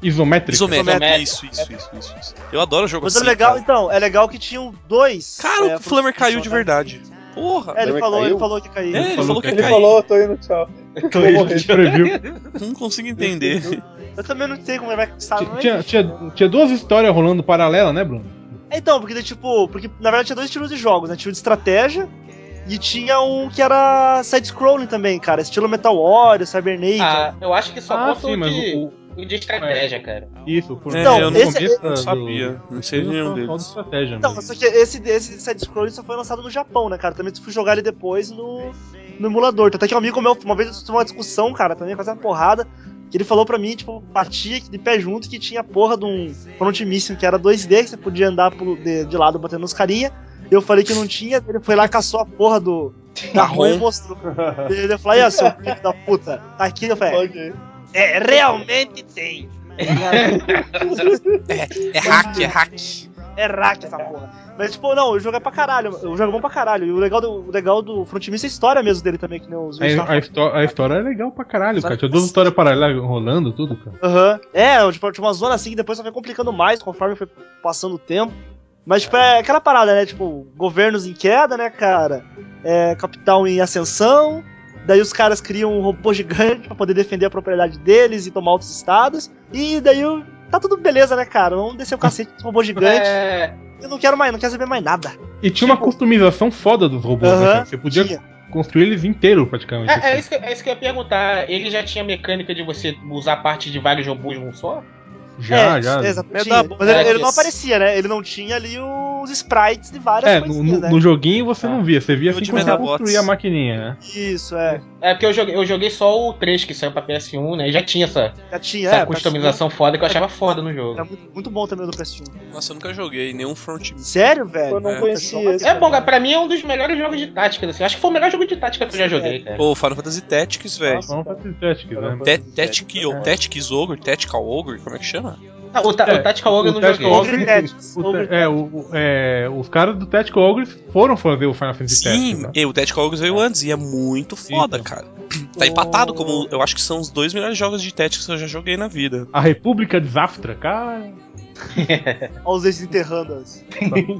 C: isométricos.
B: Isométrico.
G: Isométrico.
B: Isso, isso, isso, isso, isso. Eu adoro jogo
A: Mas é
B: assim.
A: legal,
B: Cara,
A: então, é legal que tinham dois.
B: Cara,
A: é,
B: o Flammer caiu de
A: funcionando.
B: verdade. Porra.
A: É, ele
E: Flammer
A: falou, ele
E: caiu?
A: falou que caiu.
B: É, ele falou
C: que
B: que ia
D: Ele
B: cair.
D: falou, tô indo, tchau.
G: Tô
D: Vou
G: indo.
D: morrer.
C: Previu.
B: Não consigo entender.
A: Eu também não sei como ele vai sabe,
C: Tinha-
A: mas-
C: Tinha, tinha, tinha duas histórias rolando paralela, né, Bruno?
A: Então, porque tipo, porque na verdade tinha dois estilos de jogos, né? Tinha o de estratégia e tinha um que era side-scrolling também, cara. Estilo Metal Warrior, Cybernator.
G: Ah, eu acho que só
C: Ah,
G: conta
C: sim,
G: o
C: mas
G: de,
C: o-
G: o de estratégia, cara.
C: Isso, por
B: É,
A: Então,
B: eu não,
A: esse-
B: não sabia. Não sei
C: Não
B: nenhum
C: só- só de
B: deles.
C: estratégia
A: Então,
C: mesmo.
A: só que esse, esse side-scrolling só foi lançado no Japão, né, cara? Também tu fui jogar ele depois no, no emulador. Tanto é que um amigo meu, uma vez eu tive uma discussão, cara, também quase uma porrada, que ele falou pra mim, tipo, batia de pé junto que tinha a porra de um front mission que era 2D, que você podia andar pro- de, de lado batendo nos carinha. Eu falei que não tinha, ele foi lá e caçou a porra do. Da ROM e mostrou. Ele falou, aí, ó, seu filho da puta, tá aqui, eu falei,
D: Ok.
A: é, realmente tem.
B: É hack, é hack.
A: É rack essa porra. Mas, tipo, não, o jogo é pra caralho. O jogo é bom pra caralho. E o legal do, o legal do Front Mission é a história mesmo dele também, que nem os vídeos
C: A, a,
A: estavam
C: histó- a história é legal pra caralho, cara. Tinha duas histórias paralelas rolando, tudo, cara.
A: falando. Aham. É, tipo, tinha uma zona assim que depois só foi complicando mais conforme foi passando o tempo. Mas, tipo, é aquela parada, né? Tipo, governos em queda, né, cara? É, capital em ascensão. Daí os caras criam um robô gigante pra poder defender a propriedade deles e tomar outros estados. E daí o- tá tudo beleza, né, cara? Vamos descer o cacete do robô gigante.
G: É,
A: Eu não quero mais, não quero saber mais nada.
C: E tinha uma customização foda dos robôs, né,
A: Aham,
C: cara? Você podia construir eles inteiros, praticamente. assim.
G: É, é isso que, é isso que eu ia perguntar. Ele já tinha mecânica de você usar parte de vários robôs num só?
C: Já,
A: É,
C: já.
A: é, exato, tinha. Mas ele, ele não aparecia, né? Ele não tinha ali os sprites de várias
C: É, no,
A: coisinhas,
C: no-
A: né?
C: no joguinho você não via, você via assim
A: de
C: quando você
A: Metabots.
C: construía a maquininha, né?
A: Isso, é.
G: É porque eu joguei, eu joguei só o 3 que saiu pra PS1, né? E já tinha essa,
A: Já tinha,
G: essa
A: é,
G: customização foda que eu achava foda no jogo.
A: Muito bom também o do PS1.
B: Nossa, eu nunca joguei nenhum front.
A: Sério, velho?
B: Eu não
A: É.
B: conhecia
G: É bom, cara, pra mim é um dos melhores jogos de tática, assim. Acho que foi o melhor jogo de tática que eu já joguei, cara.
B: Pô, Final Fantasy Tactics, velcs
C: Final Fantasy Tactics,
B: né? Tactics, Tactics Ogre, Tactical Ogre, como é que chama?
G: Ah, o, ta o Tactical Ogre eu não
C: Tactical
G: joguei.
A: é
C: Ogre- <laughs> o ta- é, o- o- é, os caras do Tactical Ogre foram fazer o Final Fantasy Tactics.
B: Sim,
C: né?
B: e o Tactical Ogre veio antes e é muito foda, cara. Tá empatado como eu acho que são os dois melhores jogos de Tactics que eu já joguei na vida.
C: A República de Zaftra, cara.
A: Olha os desenterrando as.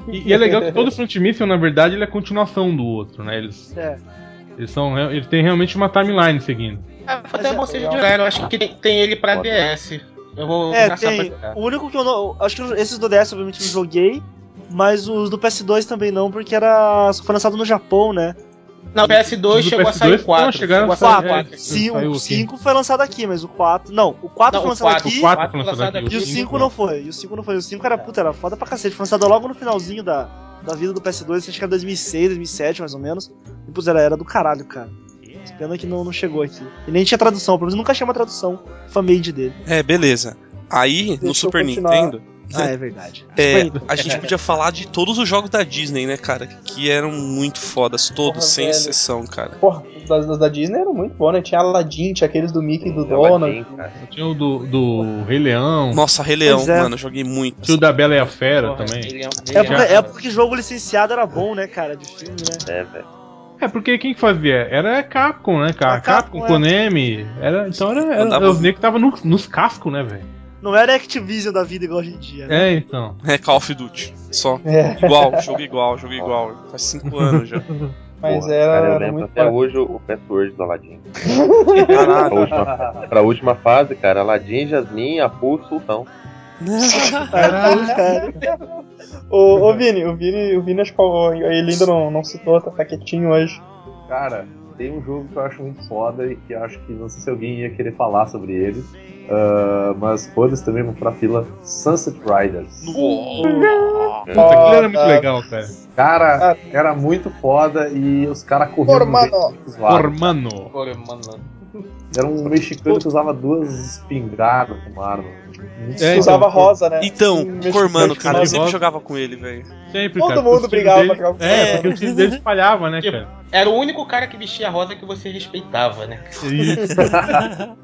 C: E, e é legal que todo Front Mission, na verdade, ele é continuação do outro, né? Eles,
A: É.
C: eles, são, é, eles têm realmente uma timeline seguindo.
G: Foi até bom vocês jogarem, eu acho que tem, tem ele pra DS. Eu vou
A: É,
G: caçar
A: tem.
G: pra jogar.
A: O único que eu não. Acho que esses do DS, obviamente, eu não joguei. Mas os do PS2 também não, porque era. Foi lançado no Japão, né?
G: Não, o PS2
A: Do
G: chegou a sair
A: PS2
G: o 4.
A: não, chegaram
G: chegou
A: a sair- é, Sim, o 5 foi lançado aqui, mas o 4. Não, o 4
G: Não,
A: foi
G: o
A: lançado
G: quatro,
A: aqui.
G: o quatro foi lançado aqui,
A: E
B: Uhum.
A: o
G: o cinco
A: 5 não foi. E o 5 não foi. O 5 era puta, era foda pra cacete. Foi lançado logo no finalzinho da, da vida do PS2, acho que era 2006, 2007 mais ou menos. E pô, era, era do caralho, cara. Pena que não, não chegou aqui. E nem tinha tradução, pelo menos nunca achei uma tradução fan-made dele.
B: É, beleza. Aí, no Super
A: continuar.
B: Nintendo.
A: Ah, é verdade.
B: É,
A: Super
B: a gente podia falar de todos os jogos da Disney, né, cara? Que eram muito fodas, todos, sem
D: velho.
B: exceção, cara.
D: Porra, os da, os da Disney eram muito bons, né? Tinha Aladdin, tinha aqueles do Mickey,
B: É,
D: do Donald.
C: Tinha o do, do Rei Leão.
B: Nossa, Rei
D: Leão, Pois é.
B: mano, eu joguei muito.
C: Tinha o da Bela e a Fera também.
A: É porque, é porque jogo licenciado era bom, né, cara? De filme, né?
E: É, velho.
C: É porque quem que fazia? Era a Capcom, né, cara? Capcom,
A: Capcom, é.
C: Konami. Era, então era, era,
A: Mandava-
C: era os negros que estavam nos cascos, né, velho?
A: Não era Activision da vida igual hoje em dia. né?
C: É, então.
B: <laughs> É Call of Duty, só.
A: É.
D: <laughs>
B: Igual, jogo igual, jogo igual. Faz cinco anos já.
D: Mas
E: Porra,
D: era-
E: cara, eu
D: era
E: lembro
D: muito
E: até
D: foda.
E: hoje o password do Aladdin.
B: Caralho.
E: Pra última, pra última fase, cara, Aladdin, Jasmine, Apu, Sultão.
A: Então,
D: Ô, ô Vini, o Vini, o Vini acho que ele ainda não, não citou, tá, tá quietinho hoje.
L: Cara, tem um jogo que eu acho muito foda e que eu acho que não sei se alguém ia querer falar sobre ele. ah, mas foda-se também, vamos pra fila Sunset Riders.
C: Puta, aquilo era muito legal, cara.
L: Cara, era muito foda e os caras correram
D: Formano.
C: Formano.
L: Era um mexicano que usava duas espingardas como arma.
H: É,
D: Usava rosa, né?
B: Então,
D: Mexicano
B: Cormano,
D: que
B: cara,
D: usava
B: eu sempre
D: rosa.
B: jogava com ele, velho.
C: Sempre,
D: Todo mundo
C: os tiros
D: brigava
C: dele-
D: pra jogar com
C: É,
D: ele.
C: porque o time dele espalhava, né, cara?
B: <laughs>
G: Era o único cara que vestia a rosa que você respeitava, né?
C: Isso.
D: cara,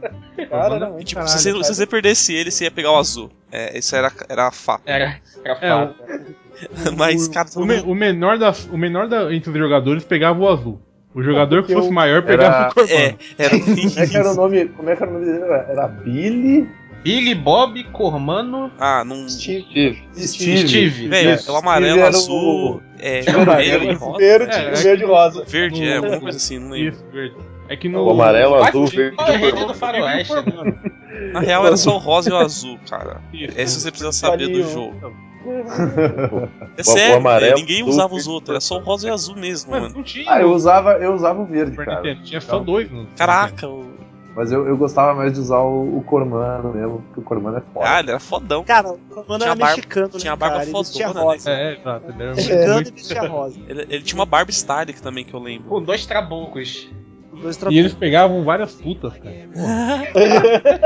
D: era muito
B: Tipo, se, você, se você perdesse ele, você ia pegar o azul. É, isso era, era a fato.
G: Era, era
C: É, o-
B: Mas, cara,
C: O,
B: todo
C: me-
B: mundo-
C: o menor, das, o menor da, entre os jogadores pegava o azul. O
D: É,
C: jogador que fosse maior pegava
L: Era-
C: o corpão.
L: é,
B: era
L: Como é que
H: um
L: era o nome? Como é que era o nome dele? Era, era Billy.
G: Billy, Bob, Cormano.
B: Ah, não.
E: Steve.
G: Steve. Steve.
B: Velho,
G: Isso.
B: é o amarelo,
G: Ele era
B: azul,
G: o- Era
B: é
G: o
B: vermelho
G: amarelo,
B: e rosa. É,
D: Primeiro tinha o verde e rosa.
B: Verde, é,
C: No-
B: alguma coisa assim, não lembro.
C: Isso, verde. É que no.
E: O amarelo,
C: no-
E: azul, verde
G: Qual é a
E: e
G: rede
E: cor-
G: do faroeste? né?
B: Na real era só o rosa e o azul, cara. Essa você precisa saber do
G: Valeu.
B: jogo.
L: O-
B: É
L: o
B: sério,
L: amarelo,
B: velho, ninguém
L: azul,
B: usava os
L: verde,
B: outros, era só o rosa e azul mesmo, mano.
L: Ah, eu usava, eu usava o verde, cara.
C: Tinha só dois, mano.
B: Caraca, o...
L: Mas eu, eu gostava mais de usar o, o Cormano mesmo, porque o Cormano é foda.
B: ah, ele era fodão.
A: Cara, o Cormano
B: Tinha
A: era
B: barba-
A: mexicano, né,
B: Tinha a barba
A: cara? Ele vestia
B: fodona,
A: rosa.
B: né?
C: É, exato. Ele era
A: Mexicano
C: muito-
A: e vestia rosa.
B: Ele, ele tinha uma Barbie Static também, que eu lembro.
G: Com dois trabucos.
A: Dois
C: E eles pegavam várias putas, cara.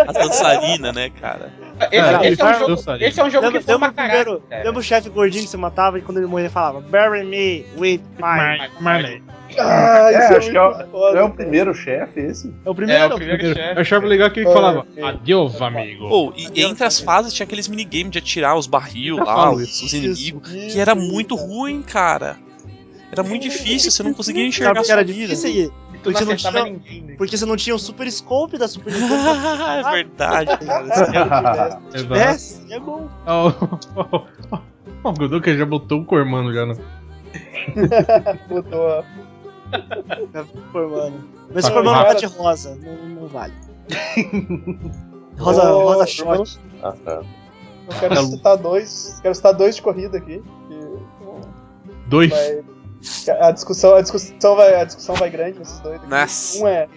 B: A dançarina, né, cara?
C: Cara,
G: Esse, esse é um
C: eu
G: jogo,
C: gostaria.
G: esse é um jogo
A: Lembra-
G: que foi
A: lembra
G: pra
A: o primeiro-
G: caralho. cara.
A: Lembra o chefe gordinho que você matava e quando ele morria ele falava Bury me with my...
C: Marley.
D: Ah,
L: é,
D: isso é
L: acho que é,
D: muito
L: o-
D: foda,
L: não é o
D: cara.
L: primeiro chefe esse?
A: É o primeiro.
C: Eu achava legal
D: É,
C: que ele falava, adeus, amigo.
B: Pô, e entre as fases tinha aqueles minigames de atirar os barril
C: Eu já
B: lá,
C: falo
B: os,
C: isso.
B: os inimigos, que era muito ruim, cara. Era muito difícil, você não conseguia
A: Sabe
B: enxergar
A: o que era
B: sua vida.
A: difícil aí?
G: Tu não
A: Porque você não,
G: acertava
A: tinha,
G: ninguém.
A: porque você não tinha o super scope da super Nintendo.
B: <laughs> É verdade,
C: <laughs>
B: cara. Isso
A: Exato.
C: Exato.
A: Tivesse, é bom.
C: Ó, ó, ó, ó, <laughs> O Godoka já botou o Cormano já no.
D: Mudou.
A: Formando. Mas
C: Tá
A: o Formando
C: errado.
A: tá de rosa, não, não vale. Rosa,
D: Oh,
A: rosa shot.
E: Ah, tá.
D: Eu quero citar dois. Quero citar dois de corrida aqui. que
C: Dois.
D: Mas a discussão, a discussão vai, a discussão vai grande nesses dois. aqui.
B: Nossa.
D: Um é,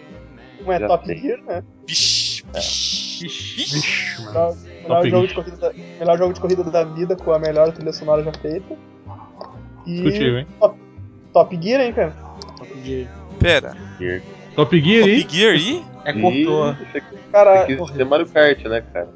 D: um é
B: Já
D: Top
B: tem.
D: Gear, né?
B: Bish, bish, bish.
D: Melhor, melhor jogo de corrida da, melhor jogo de corrida da vida com a melhor trilha sonora já feita. E
C: Discutível, hein?
D: Top, Top Gear, hein, cara?
B: Pera.
C: Top Gear aí.
B: Top Gear aí?
G: É,
E: cortou.
D: Cara,
E: Você quis dizer Mario Kart, né, cara?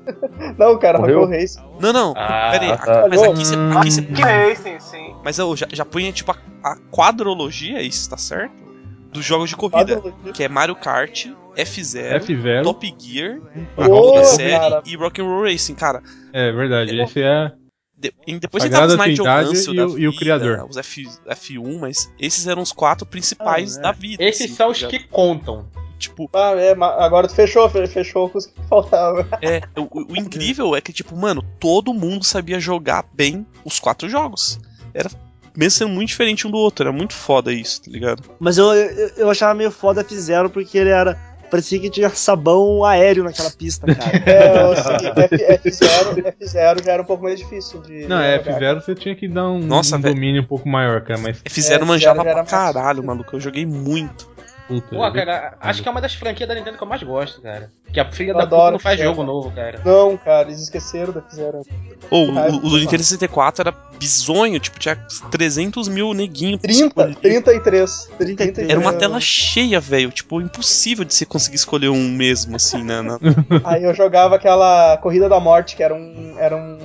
D: não, cara,
E: Morreu?
D: Rafael Reis.
B: Não, não.
E: Ah,
B: Pera aí. a-
E: tá.
B: Mas aqui você. Aqui cê-
H: Racing, sim.
B: Mas eu já, já punha, tipo, a, a quadrologia, isso tá certo? Dos jogos de corrida. Que é Mario Kart, F0,
C: F0.
B: Top Gear,
C: Ah,
B: Rock
C: Rock
B: and
C: and
B: Série
C: Roll.
B: e Rock'n'Roll Racing, cara.
C: É verdade, esse é.
B: De- e depois
C: A
B: você tava
C: Grada
B: os Night
C: Trindade
B: Rancio
C: e
B: da
C: o- e o
B: vida,
C: Criador.
B: né? É, Os F, F1, mas esses eram os quatro principais
D: Ah, é.
B: da vida.
G: Esses
B: assim,
G: são
B: tá
G: os
B: ligado?
G: que contam.
B: Tipo,
D: Ah, é, ma- agora tu fechou, fe- fechou com os que faltavam.
B: é, o, o incrível é que, tipo, mano, todo mundo sabia jogar bem os quatro jogos. Era mesmo sendo muito diferente um do outro, era muito foda isso, tá ligado?
A: Mas eu, eu, eu achava meio foda F0 porque ele era. Parecia que tinha sabão aéreo naquela pista, cara.
D: É, eu sei, F, F0, F0 já era um pouco mais difícil de.
C: Não,
D: é
C: é, F0 você tinha que dar um,
B: Nossa,
C: um
B: velho.
C: domínio um pouco maior, cara, mas.
B: F0
D: É,
B: manjava
D: F0
B: pra
D: era
B: caralho, maluco. Eu joguei muito.
C: Puta,
G: Pô, cara, acho que é uma das franquias da Nintendo que eu mais gosto, cara. Que a filha
D: Eu
G: da puta
D: adoro
G: não faz
D: F0.
G: jogo novo, cara.
D: Não, cara, eles esqueceram da F0.
B: Ou
D: Ah,
B: o, o do Nintendo 64 era bizonho, tipo, tinha 300 mil neguinho.
D: 30, 33. 33.
B: Era uma tela cheia, velho. Tipo, impossível de você conseguir escolher um mesmo, assim, na. na-
D: Aí eu jogava aquela Corrida da Morte, que era um. Era um.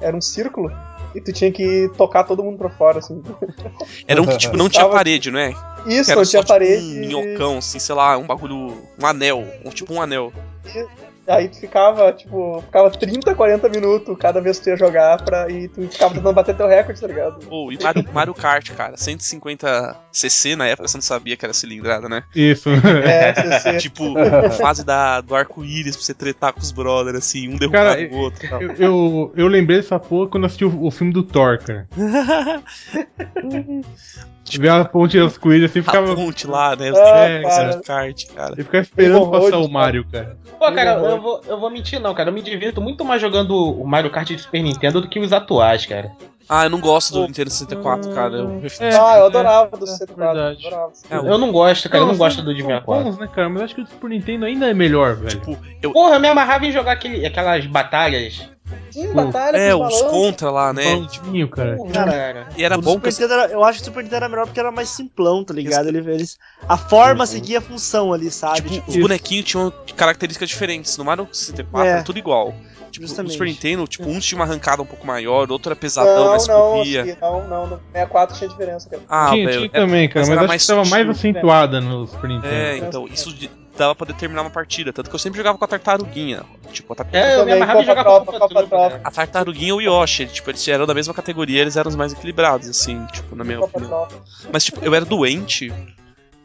D: Era um círculo. E tu tinha que tocar todo mundo pra fora, assim.
B: Era um que, tipo, não tinha
D: Tava-
B: parede, né?
D: Isso,
B: Era
D: não
B: só,
D: tinha
B: tipo,
D: parede.
B: Um minhocão, assim, sei lá, um bagulho. Um anel. Um, tipo, um anel.
D: Aí tu ficava, tipo, ficava 30, 40 minutos cada vez que tu ia jogar pra, e tu ficava tentando bater teu recorde,
B: <laughs>
D: tá ligado?
B: Ou, e
D: <laughs>
B: Mario, Mario Kart, cara. 150cc na época, você não sabia que era cilindrada, né? <laughs>
C: Isso.
D: <laughs> É, CC. <laughs>
B: Tipo, fase da, do arco-íris pra você tretar com os brothers, assim, um derrubar
C: Cara,
B: o outro. e tal.
C: Eu, eu, eu lembrei dessa porra quando eu assisti o, o filme do Thor,
B: <laughs>
C: cara. Tiver a ponte das coelhas assim,
B: A
C: ficava.
B: ponte lá, né? Os
D: Ah,
B: caras
D: cara.
B: de kart, cara.
C: Eu ficava esperando
D: Evil
C: passar
D: Road,
C: o Mario, cara.
G: Pô, cara,
D: Uhum.
G: eu vou, eu vou mentir não, cara. Eu me divirto muito mais jogando o Mario Kart de Super Nintendo do que os atuais, cara.
B: Ah, eu não gosto do Nintendo 64, cara. Eu prefiro.
D: ah, eu
C: é,
D: adorava do
C: é,
D: C4.
C: verdade. Tipo,
D: Adorava.
B: É,
G: Eu não gosto, cara. Eu não
C: Não,
G: gosto do de
C: São
G: 64.
C: bons, né, cara? Mas acho que o Super Nintendo ainda é melhor, velho.
B: Tipo, eu,
G: Porra, eu me amarrava em jogar aquele, aquelas batalhas.
D: Sim, batalha
B: é,
D: com
B: os
D: balanço.
B: contra lá, né?
C: Bonzinho, cara.
G: Porra, cara.
B: E era
A: O
B: bom que
A: Super Nintendo era- eu acho que o Super Nintendo era melhor porque era mais simplão, tá ligado? Ele, eles, a forma seguia a função ali, sabe?
B: Uhum. Tipo,
A: Tipo,
B: os bonequinhos tinham características diferentes. No Mario 64
A: É.
B: era tudo igual. Tipo,
A: Justamente.
B: no Super Nintendo, tipo, um tinha uma arrancada um pouco maior, outro era pesadão,
D: Não,
B: mas
D: não,
B: corria.
D: assim, não, não, no 64 tinha diferença, cara.
B: Ah,
C: tinha,
B: velho.
C: tinha
B: era-
C: também, cara,
B: mas
C: mas,
B: era
C: acho
B: mais
C: que tava mais
B: sutil,
C: acentuada no Super Nintendo.
B: É, então, isso de- dava pra determinar uma partida. Tanto que eu sempre jogava com a tartaruguinha. Tipo, a, tar-
G: É, eu me
D: Também,
G: amarrava em
D: Copa
G: jogar
D: Tropa,
G: Copa
D: Copa
G: Trupa,
D: Tropa.
G: cara.
B: a tartaruguinha e o Yoshi. Tipo, eles eram da mesma categoria, eles eram os mais equilibrados, assim, tipo, na minha
D: Copa
B: opinião.
D: Tropa.
B: Mas, tipo, eu era doente.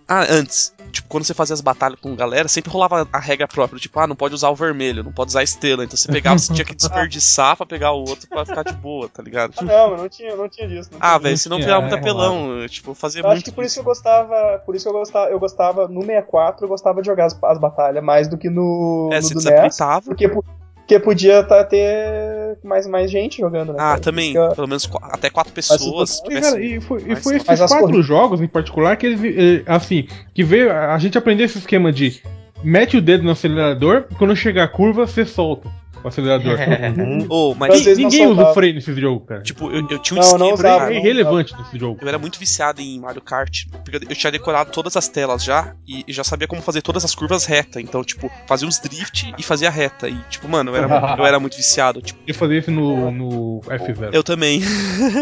B: Ah, antes. Tipo, quando você fazia as batalhas com galera, sempre rolava a regra própria. Tipo, ah, não pode usar o vermelho, não pode usar a estrela. Então você pegava, você tinha que desperdiçar pra pegar o outro pra ficar de boa, tá ligado?
D: Ah, não, mas não tinha, não tinha disso. não tinha
B: Ah,
D: disso.
B: velho, senão
C: tinha,
B: virava muito
C: é,
B: apelão. eu, Tipo, eu fazia
D: Eu acho
B: muito.
D: que por isso que eu gostava, por isso que eu gostava, eu gostava no 64, eu gostava de jogar as, as batalhas mais do que no,
B: É,
D: no
B: você
D: do NES,
B: desabilitava.
D: porque, po- porque podia tá, ter mais, mais gente jogando, né?
B: Ah,
D: cara?
B: também.
D: Isso que eu-
B: Pelo menos qu- até quatro
D: tudo assim.
B: pessoas. se
C: E,
B: tivesse-
C: cara, e foi, e
B: Mas-
C: foi esses
D: mas as
C: quatro
D: corridas-
C: jogos em particular que eles, eh, assim, que veio a gente aprender esse esquema de mete o dedo no acelerador, quando chegar a curva, você solta o
D: <laughs>
C: acelerador.
B: um, Ô, mas,
D: Às vezes não
C: Ninguém usa
D: soltava.
C: o freio nesse jogo, cara.
B: tipo, eu, eu tinha um
D: Não, não
B: esquema,
D: usava.
B: cara.
C: é irrelevante nesse jogo.
B: Eu era muito viciado em Mario Kart, porque eu tinha decorado todas as telas já e e já sabia como fazer todas as curvas reta. Então, tipo, fazia uns drift e fazia reta. E, tipo, mano, eu era, eu era muito viciado. Tipo,
C: Eu fazia isso no, no F0.
B: eu também. <laughs>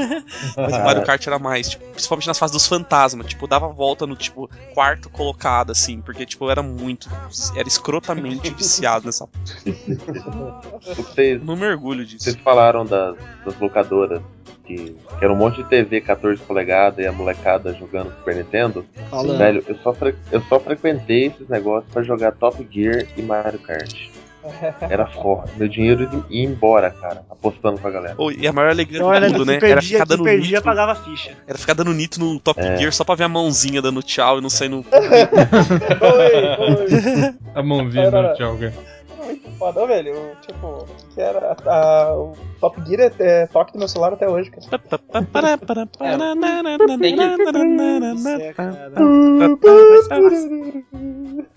B: Mas o Mario Kart era mais, tipo, principalmente nas fases dos fantasmas. Tipo, eu dava volta no, tipo, quarto colocado, assim, porque, tipo, eu era muito. Era escrotamente viciado nessa.
E: Vocês,
B: Eu não mergulho disso.
E: vocês falaram das, das locadoras, que, que era um monte de TV 14 polegadas e a molecada jogando Super Nintendo.
A: falando.
E: Velho, eu só, fre- eu só frequentei esses negócios pra jogar Top Gear e Mario Kart. Era foda. Meu dinheiro ia embora, cara, apostando com a galera.
B: Ô, e a maior alegria
A: Então
B: do
A: era
B: mundo,
A: que
B: né? Era
A: perdia,
B: ficar
A: que
B: dando
A: perdia
B: nitro.
A: pagava ficha.
B: Era ficar dando nitro no Top Gear só pra ver a mãozinha dando tchau e não saindo
D: Oi, oi.
B: <laughs>
C: A mãozinha do
D: Era-
C: Tchau, cara.
D: foda. Ô, velho, eu, tipo, o que era? A- a- o Top Gear é, é toque do meu celular até hoje, cara.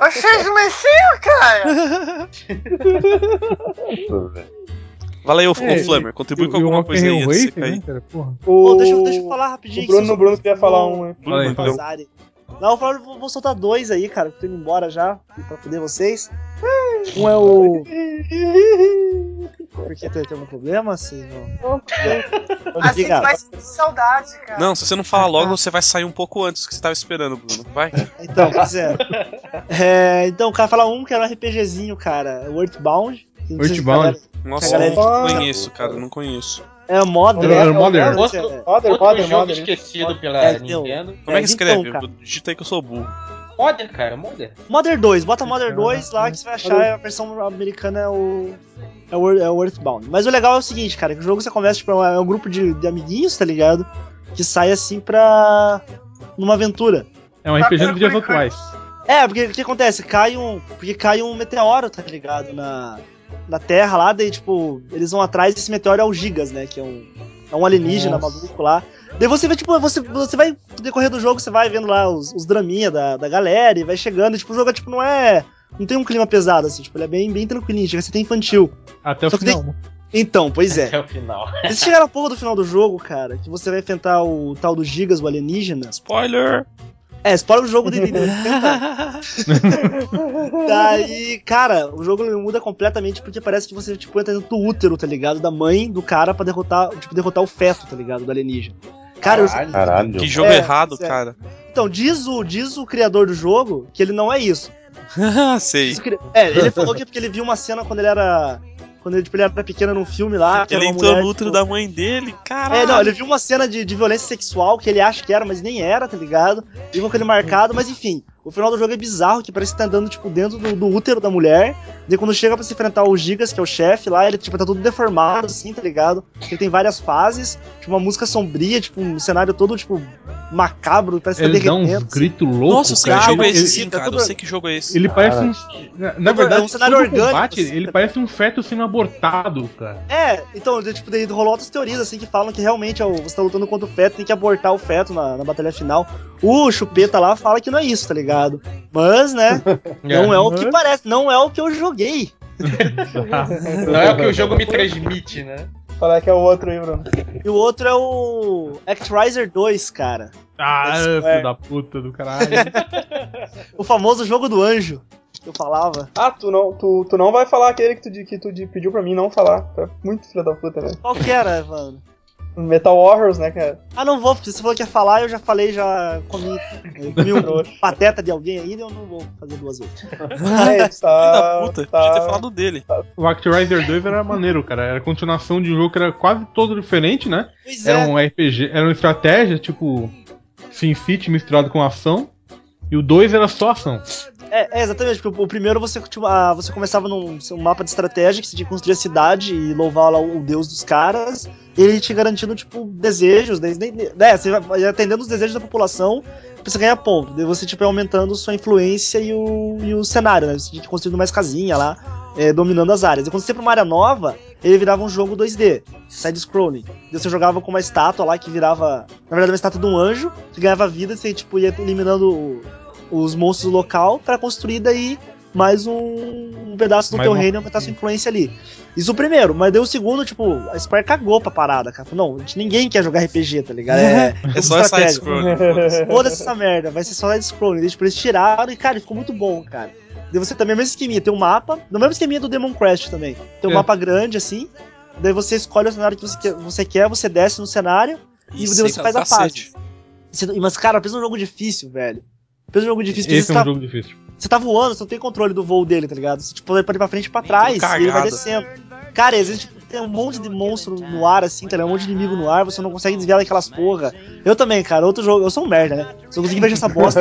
H: Você esmoreceu, cara!
B: Valeu, ô
D: É,
B: Flammer, contribui
D: e-
B: com
D: e o
B: alguma
D: Rock
B: coisa
D: and
B: aí
D: Roll
B: antes de
D: Racing,
B: você
C: né,
B: cair.
A: Ô, deixa, eu- deixa eu falar rapidinho.
D: o Bruno-
A: vocês-
D: Bruno queria falar um, hein?
A: Bruno,
D: Fala aí,
B: então.
D: fala.
A: vazarem. Não, eu falo- vou, vou soltar dois aí, cara, que tô indo embora já, pra poder vocês. Um
D: <laughs>
A: é o. Porque tem, tem algum problema, assim? Não.
H: Assim tu vai sentir saudade, cara.
B: Não, se você não falar logo,
A: Tá.
B: você vai sair um pouco antes do que você tava esperando, Bruno. Vai.
A: Então, pois é. É, então, o cara fala um que era um RPGzinho, cara. O Earthbound. que não sei se a
C: Earthbound.
A: galera-
B: Nossa,
A: a galera-
B: eu não conheço, cara, eu não conheço.
A: É Modern.
C: Era
A: é,
C: Modern.
A: é,
G: Outro,
A: é.
G: outro
D: Modern,
G: jogo
D: Modern.
G: esquecido pela
A: É, então,
G: Nintendo.
B: Como é
A: É,
B: que escreve?
A: então, cara.
B: Digita aí que eu sou burro.
G: Modern, cara, Modern.
A: Modern 2, bota Modern 2 lá que você vai achar a versão americana é o. É o, é o Earthbound. Mas o legal é o seguinte, cara, que o jogo você começa, tipo, é um- é um grupo de, de amiguinhos, tá ligado? Que sai assim pra. numa aventura.
C: É um RPG dos dias atuais.
A: É, porque o que acontece? Cai um. Porque cai um meteoro, tá ligado? Na, na Terra lá, daí, tipo, eles vão atrás e esse meteoro é o Gigas, né? Que é um, é um alienígena
C: Nossa.
A: maluco lá. Daí você vai, tipo, você, você vai, no decorrer do jogo, você vai vendo lá os, os draminha da, da galera e vai chegando. E, tipo, o jogo é, tipo, não é. Não tem um clima pesado, assim, tipo, ele é bem, bem tranquilinho, chega a ser até infantil.
C: Até o
A: Só que
C: final.
A: Então, pois é.
G: Até o final.
A: Vocês chegaram à porra do final do jogo, cara, que você vai enfrentar o tal do Gigas, o alienígena.
B: Spoiler!
A: É, spoiler do jogo de. Daí, cara, o jogo muda completamente porque parece que você tipo, entra dentro do útero, tá ligado? Da mãe do cara pra derrotar, tipo, derrotar o feto, tá ligado? Do alienígena. Cara, eu-
E: Caralho.
B: Que jogo
A: É,
B: errado,
A: certo.
B: cara. <laughs>
A: então, diz o, diz o criador do jogo que ele não é isso.
B: Ah, Sei.
A: Diz o cri- É, ele falou que é porque ele viu uma cena quando ele era. Quando ele, tipo, ele era pequeno num filme lá. que era
B: Ele
A: uma
B: entrou
A: mulher,
B: no útero
A: tipo-
B: da mãe dele, caralho.
A: É, não, ele viu uma cena de, de violência sexual que ele acha que era, mas nem era, tá ligado? E ficou com ele marcado, mas enfim, o final do jogo é bizarro, que parece que tá andando, tipo, dentro do, do útero da mulher. E quando chega pra se enfrentar o Gigas, que é o chefe lá, ele, tipo, tá tudo deformado, assim, tá ligado? Ele tem várias fases, tipo, uma música sombria, tipo, um cenário todo, tipo, macabro, parece que tá
C: Ele dá
A: derretendo.
C: uns gritos loucos.
B: Nossa, eu sei
C: cara.
B: que jogo é
C: Ele-
B: esse,
C: ele- tá
B: sim, cara. Eu sei que jogo é esse.
C: Ele parece
E: Cara.
C: um. Na, na verdade,
A: É um cenário
C: todo
A: orgânico,
C: combate,
A: assim,
C: ele
A: tá
C: parece um feto sendo abortado, cara.
A: É, então, de- tipo, daí rolou outras teorias, assim, que falam que realmente ó, você tá lutando contra o feto, tem que abortar o feto na, na batalha final. O Chupeta lá fala que não é isso, tá ligado? Mas, né, não é o
C: Uhum.
A: que tá parece, não é o que eu joguei.
G: <laughs> Não é o que o jogo me transmite, né?
D: Falar que é o outro aí, Bruno.
A: E o outro é o Actriser 2, cara.
C: <laughs> Ah,
A: Mas,
C: filho
A: é.
C: da puta do caralho.
A: O famoso jogo do anjo, que eu falava.
D: Ah, tu não, tu, tu não vai falar aquele que tu, di- que tu di- pediu pra mim não falar. Tu é muito filho da puta, né?
A: Qual que era, mano?
D: Metal Warriors, né, cara?
A: <laughs> Ah, não vou, porque você falou que ia falar, eu já falei, já comi, eu comi um pateta de alguém ainda, eu não vou fazer duas vezes.
D: Aí,
B: Filho
D: tá,
B: da puta,
D: tá-
B: podia ter
D: <laughs>
B: falado dele.
C: o Actraiser 2 era maneiro, cara. Era a continuação de um jogo que era quase todo diferente, né?
A: Pois
C: Era
A: é,
C: um RPG, era uma estratégia, tipo SimCity misturado com ação. E o 2 era só ação.
A: É, é, exatamente, porque o- o primeiro você, tipo, ah, você começava num um mapa de estratégia que você tinha que construir a cidade e louvar lá o, o deus dos caras, e ele te garantindo, tipo, desejos, daí- daí- né, você vai atendendo os desejos da população pra você ganhar ponto. Daí você, tipo, vai aumentando sua influência e o, e o cenário, né? Você tinha que ir construindo mais casinha lá, é, dominando as áreas. E quando você ia pra uma área nova, ele virava um jogo 2D, side-scrolling. Daí você jogava com uma estátua lá que virava, na verdade, uma estátua de um anjo, que ganhava vida e você, tipo, ia eliminando o- os monstros do local pra construir daí mais um, um pedaço do
C: Mais
A: teu
C: uma-
A: reino e aumentar sua influência ali. Isso o primeiro, mas deu o segundo, tipo, a Square cagou pra parada, cara. Falou, Não, a gente- ninguém quer jogar RPG, tá ligado? É,
B: É só
A: estratégia.
B: side
A: <laughs>
C: né?
B: scrolling. foda-se.
A: Foda-se essa merda, vai ser só side scrolling. Eles, tipo, eles tiraram e, cara, ficou muito bom, cara. Daí você também, mesmo esqueminha, tem um mapa, no mesmo esqueminha do Demon Crash também. Tem um
C: É.
A: mapa grande, assim, daí você escolhe o cenário que você quer, você, quer, você desce no cenário e
B: Isso,
A: daí você
B: hein,
A: faz a
B: cacete.
A: fase. Você- Mas, cara, pensa num jogo difícil, velho. Pensa num jogo difícil, porque
C: Esse
A: você,
C: é um
A: tá,
C: jogo difícil.
A: você tá voando, você não tem controle do voo dele, tá ligado? Você, tipo, ele pode ir pra frente e pra trás e ele vai
B: cagado.
A: descendo. Cara, existe tem um monte de monstro no ar, assim, tá ligado? Um monte de inimigo no ar, você não consegue desviar daquelas porra. Eu também, cara, outro jogo, eu sou um merda, né? Se eu conseguir ver essa bosta,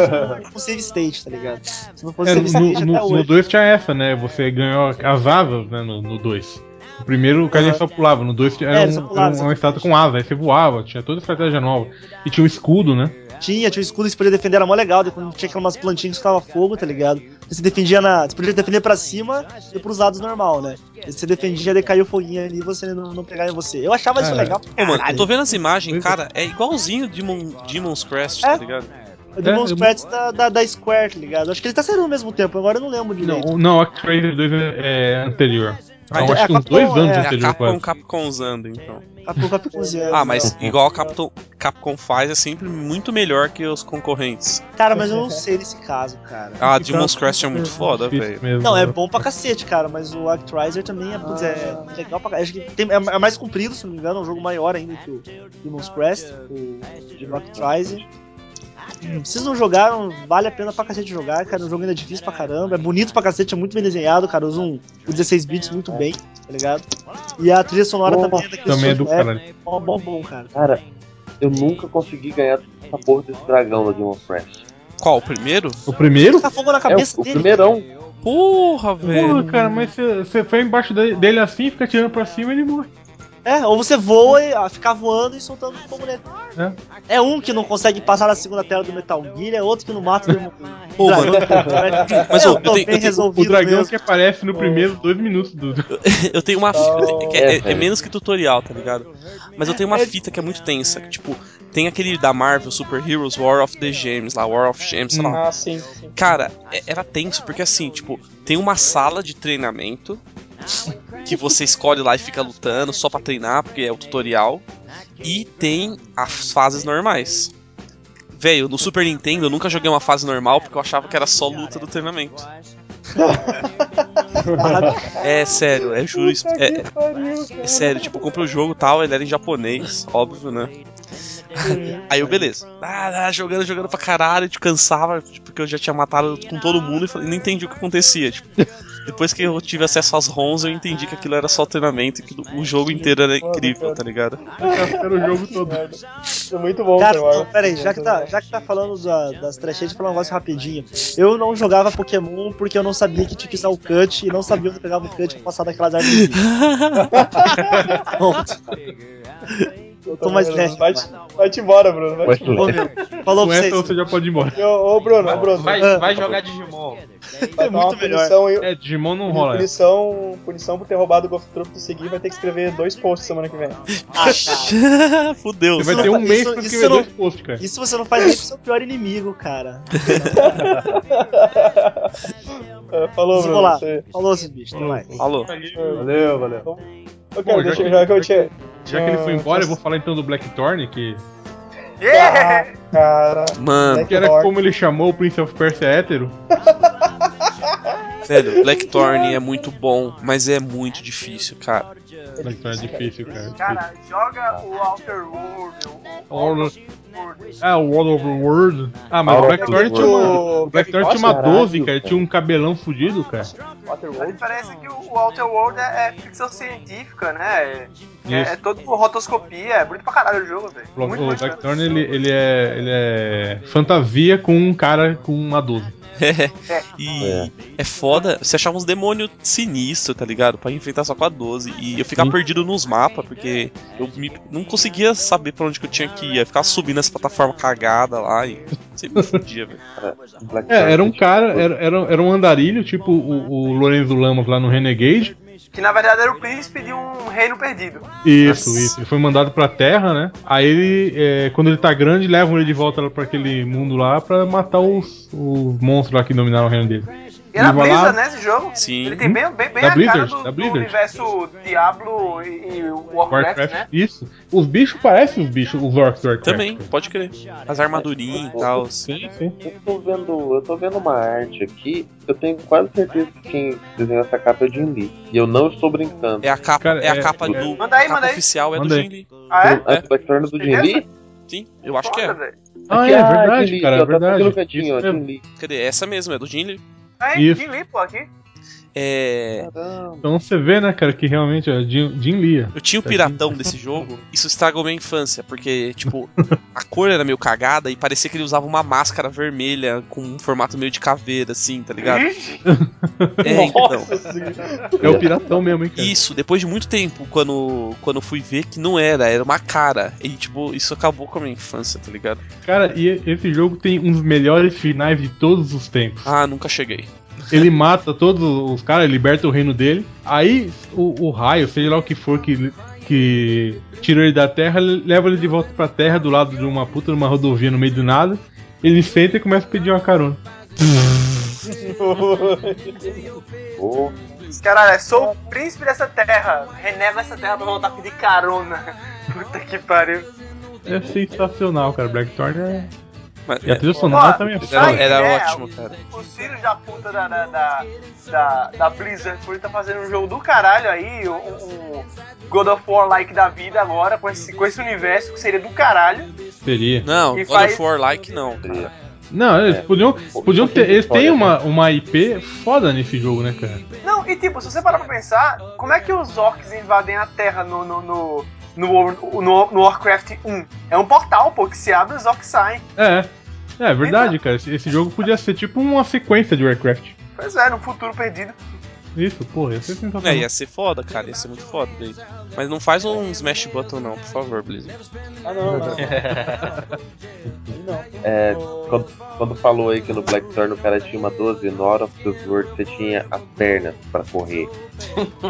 A: eu save state, tá ligado? Se não fosse
C: É,
A: save state
C: no-
A: até
C: no- no
A: hoje.
C: 2 tinha essa, né? Você ganhou as asas né, no no 2. No primeiro o cara
A: Aham.
C: só pulava, no 2
A: É,
C: era,
A: ele
C: um,
A: só pulava,
C: era um- uma
A: exatamente.
C: estátua com asa, aí você voava, tinha toda a estratégia nova. E tinha o escudo, né?
A: Tinha, tinha o escudo que você podia defender, era mó legal. Depois tinha aquelas umas plantinhas que ficava fogo, tá ligado? Você defendia na. Você podia defender pra cima e pros lados normal, né? E você defendia, daí caiu o foguinho ali e você não, não pegava em você. Eu achava isso
B: É.
A: legal. pra
B: Pô, mano, eu tô
A: caralho.
B: vendo as imagens, cara, é igualzinho Demon, Demon's Crest,
A: É.
B: tá ligado?
A: O Demon's
B: É,
A: Crest da, da, da Square, tá ligado? Acho que ele tá saindo ao mesmo tempo, agora eu não lembro direito.
C: Não, não, o X-Rated 2 é, é anterior.
A: Ah,
C: Então,
A: é,
C: acho que uns
A: Capcom,
C: dois anos
A: é.
C: anterior,
B: É Capcom
C: quase.
B: Capcomzando, então.
A: Capcom Capcomzando,
B: Ah, mas
A: né?
B: igual a Capcom, Capcom faz, é sempre muito melhor que os concorrentes.
A: Cara, mas eu não sei nesse caso, cara.
C: tá-
B: Ah, Demon's Crest é muito foda, velho.
A: Não, é bom pra cacete, cara, mas o Actriser também é, putz, é legal pra cacete. Acho que tem- é, é mais comprido, se não me engano, é um jogo maior ainda que o Demon's Crest, o o Actriser. Hum, Vocês não jogaram, vale a pena pra cacete jogar, cara. O jogo ainda é difícil pra caramba, é bonito pra cacete, é muito bem desenhado, cara. Usa um o 16 bits muito bem, tá ligado? E a trilha sonora
E: Boa.
A: também é daquele
E: Também é do
A: software,
E: caralho.
A: Ó, bom, bom, cara.
E: Cara, eu nunca consegui ganhar essa porra desse dragão da Demon Fresh.
B: Qual, o primeiro?
C: O primeiro?
A: Tá fogo na
E: cabeça o, dele. O primeirão.
B: Porra, velho.
C: Porra, cara, mas você- você foi embaixo de- dele assim, fica tirando pra cima e ele morre.
A: É, ou você voa e ó, fica voando e soltando fogo nele.
C: É.
A: É um que não consegue passar na segunda tela do Metal Gear, é outro que não mata o Demon
B: Pô, mano, mas eu, tenho,
A: tô bem
B: eu tenho-
A: resolvido
C: O dragão
A: mesmo.
C: que aparece no primeiro dois minutos do.
B: eu tenho uma fita que
C: É,
B: é, é- é
C: velho.
B: menos que tutorial, tá ligado? Mas eu tenho uma fita que é muito tensa, que, tipo, tem aquele da Marvel Super Heroes War of the Gems, lá, War of Gems, sei lá.
D: Ah, sim.
B: Cara, é- era tenso porque assim, tipo, tem uma sala de treinamento que você escolhe lá e fica lutando só pra treinar, porque é o tutorial, e tem as fases normais. Velho, no Super Nintendo eu nunca joguei uma fase normal porque eu achava que era só luta do treinamento. É sério, é juro. isso- É, é sério, tipo, eu comprei o jogo e tal, ele era em japonês, óbvio, né? Aí eu, beleza. Ah, ah, jogando, jogando pra caralho, te cansava, tipo, porque eu já tinha matado com todo mundo e falei, não entendi o que acontecia. Tipo, depois que eu tive acesso às ROMs, eu entendi que aquilo era só treinamento, e que o jogo inteiro era incrível, tá ligado? <laughs>
C: Era o jogo todo.
D: É muito bom,
A: Cara,
D: cara.
A: não, peraí, já que, tá, já que tá falando da- das trecheiras, vou falar um negócio rapidinho. Eu não jogava Pokémon porque eu não sabia que tinha que usar o cut e não sabia onde pegava o cut pra passar daquelas árvores. Pronto. Eu tô mais leve.
D: Vai, te- vai te embora, Bruno. Vai te
A: Ô,
D: embora.
A: meu, Falou
C: Com
A: pra
C: essa
A: vocês.
C: você já pode ir embora.
D: Ô, ô, Bruno, ô, Bruno.
G: Vai,
D: Ah.
G: vai jogar Digimon.
D: Vai dar uma
G: muito melhor.
D: punição aí.
C: É, Digimon não rola. essa.
D: Punição, punição por ter roubado o Golf Troop do seguir, vai ter que escrever dois posts semana que vem. <laughs>
A: Ah,
B: Fudeu.
C: Você vai
A: Isso
C: ter
A: não
C: um
A: fa-
C: mês
A: isso-
C: pra
A: isso
C: escrever
A: não-
C: dois posts, cara.
A: Isso você não faz nem pro seu pior inimigo, cara.
D: É, Falou,
A: Mas
D: Bruno.
A: vou lá.
D: você-
A: Falou, seus bichos. Até mais.
B: Falou.
L: Valeu, valeu.
D: Ô, cara,
C: Bom,
D: deixa
C: já
D: eu
C: que-
D: já que eu tinha.
C: Já que ele foi
D: Ah,
C: embora, eu vou falar então do Blackthorn, que.
D: Cara.
B: Mano,
C: Que era como ele chamou o Prince of Persia hétero.
B: sério, Blackthorn é muito bom, mas é muito difícil, cara.
C: Blackthorn é difícil, cara.
H: Cara, joga o Outer World, o
C: All- Ah, o World Over World. Ah, mas
L: Ah,
C: o Blackthorn
L: o-
C: tinha uma,
L: o-
C: o Blackthorn tinha uma
L: Caralho,
C: 12, cara.
L: cara.
C: Tinha um cabelão fudido, cara.
H: A diferença é que o Outer World é, é ficção científica, né? É, é,
C: Isso.
H: é todo por rotoscopia, é bonito pra caralho o jogo, velho.
C: O
H: Muito bonito.
C: Blackthorn, ele, ele, é, ele é fantasia com um cara com uma 12.
B: e é. foda, você achava uns demônios sinistros, tá ligado? Pra enfrentar só com a 12. E eu ficava perdido nos mapas, porque eu me- não conseguia saber pra onde que eu tinha que ir. Eu ficava subindo essa plataforma cagada lá e <laughs> sempre me fudia, velho.
C: É, era um cara, era, era, era um andarilho, tipo o, o Lorenzo Lamas lá no Renegade.
H: Que na verdade era o príncipe de um reino perdido.
C: Isso, isso. Ele foi mandado pra terra, né? Aí ele, é, quando ele tá grande, levam ele de volta lá pra aquele mundo lá pra matar os, os monstros lá que dominaram o reino dele.
H: E era
C: Ele vai
H: Blizzard,
C: lá-
H: né, esse jogo?
B: Sim.
H: Ele tem bem, bem, bem
C: Da
H: a
C: Blizzard,
H: cara do,
C: da
H: do
C: Blizzard.
H: universo Diablo e, e Warcraft,
C: Warcraft,
H: né?
C: isso. Os bichos parecem os bichos, os orcs do Warcraft.
B: Também, pode crer. As armadurinhas e tal.
C: Sim, sim.
E: Eu tô vendo, eu tô vendo uma arte aqui, eu tenho quase certeza que quem desenhou essa capa é o Jim Lee. E eu não estou brincando.
B: É a capa, é a capa do.
H: Manda aí,
B: a capa
H: manda aí.
B: oficial é
C: Manda
B: do
C: aí.
B: Jin Lee.
H: Ah, é?
E: A Blackthorn do Jim Lee?
B: Sim, eu acho que
H: Foda,
B: é.
H: velho.
C: Ah,
E: Aqui,
C: é
E: ah,
C: verdade,
E: Jim Lee,
C: cara,
E: ó,
C: é
E: tá aqui no
C: verdade.
E: cantinho, ó,
C: Isso mesmo.
E: Jim Lee.
B: Cadê? Essa mesmo, é do Jim Lee.
H: Aí,
C: Isso.
H: Jim Lee, pô, aqui.
B: É.
C: Então você vê, né, cara, que realmente é Jim, Jim Lia.
B: Eu tinha o piratão desse jogo, isso estragou minha infância, porque, tipo, a cor era meio cagada e parecia que ele usava uma máscara vermelha com um formato meio de caveira, assim, tá ligado? é, então.
C: É o piratão mesmo, hein, cara.
B: Isso, depois de muito tempo, quando, quando eu fui ver que não era, era uma cara. E, tipo, isso acabou com a minha infância, tá ligado?
C: Cara, e esse jogo tem um dos melhores finais de todos os tempos.
B: Ah, nunca cheguei.
C: Ele mata todos os caras, liberta o reino dele. Aí o, o raio, seja lá o que for que, que tira ele da terra, ele leva ele de volta pra terra do lado de uma puta numa rodovia no meio do nada. Ele senta e começa a pedir uma carona.
E: Ô,
H: Caralho, sou o príncipe dessa terra. Renega essa terra pra voltar a pedir carona. <laughs> Puta que pariu.
C: É sensacional, cara. Blackthorn é.
B: Mas,
C: E a trilha sonora
H: Ó,
C: também é
B: era,
C: foda.
B: era
H: É,
B: ótimo, cara.
H: Os filhos da puta da, da, da, da, da Blizzard por tá fazendo um jogo do caralho aí, um, um God of War like da vida agora, com esse, com esse universo que seria do caralho.
C: Seria.
B: Não,
H: E
B: God
H: faz-
B: of War like
H: <laughs>
B: não, cara.
C: Não, eles podiam, podiam ter. Eles têm uma, uma IP foda nesse jogo, né, cara?
H: Não, e tipo, se você parar pra pensar, como é que os orcs invadem a Terra no. no, no... No, War- no, no Warcraft 1. É um portal, pô, que se abre e os orcs saem.
C: É. É verdade, cara. Esse, esse jogo podia ser tipo uma sequência de Warcraft.
H: Pois é, no futuro perdido.
C: Isso, porra, ia ser sensacional.
B: É, ia ser foda, cara, ia ser muito foda daí. Mas não faz um smash button não, por favor, Blizzard.
D: Ah, não, não. não.
E: É, quando, quando falou aí que no Black Turn o cara tinha uma 12, no Out of the World você tinha as pernas pra correr.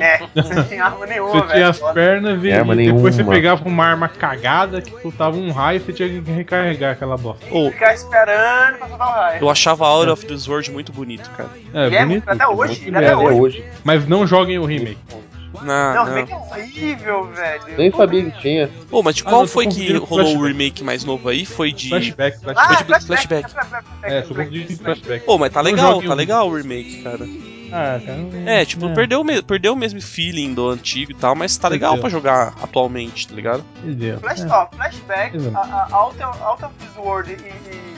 H: É, você não tem arma nenhuma,
C: Você
H: velho.
C: tinha as pernas e,
E: Arma
C: e depois você
E: nenhuma.
C: pegava uma arma cagada que soltava um raio e você tinha que recarregar aquela bosta.
B: Ou,
H: Ficar esperando pra soltar o raio.
B: eu achava Hour of the Sword muito bonito, cara.
C: É,
H: E é
C: bonito.
H: até hoje,
C: bonito
H: até
C: mesmo.
E: Até hoje.
C: Mas não joguem o remake.
B: Não,
H: Não,
B: não.
H: meio que é horrível, velho.
E: Nem sabia que tinha.
B: Pô, mas de
C: Ah,
B: qual
C: não, tô
B: foi que
C: confundindo com
B: rolou o
C: Flashback.
B: remake mais novo aí? Foi de.
C: Flashback,
H: Ah,
C: flashback.
H: é flashback.
B: flashback.
C: É, sou confundido de flashback.
B: Pô, mas tá
C: Não
B: legal,
C: jogue
B: tá
C: um.
B: legal o remake, cara.
C: Ah, cara. não-
B: É, tipo,
C: é.
B: Perdeu, o me- perdeu o mesmo feeling do antigo e tal, mas tá legal
C: Perdeu.
B: pra jogar atualmente, tá ligado?
C: Entendeu?
H: Flash,
C: É.
H: ó, flashback,
C: Exato.
H: a, a, Out, of- Out of This World e, e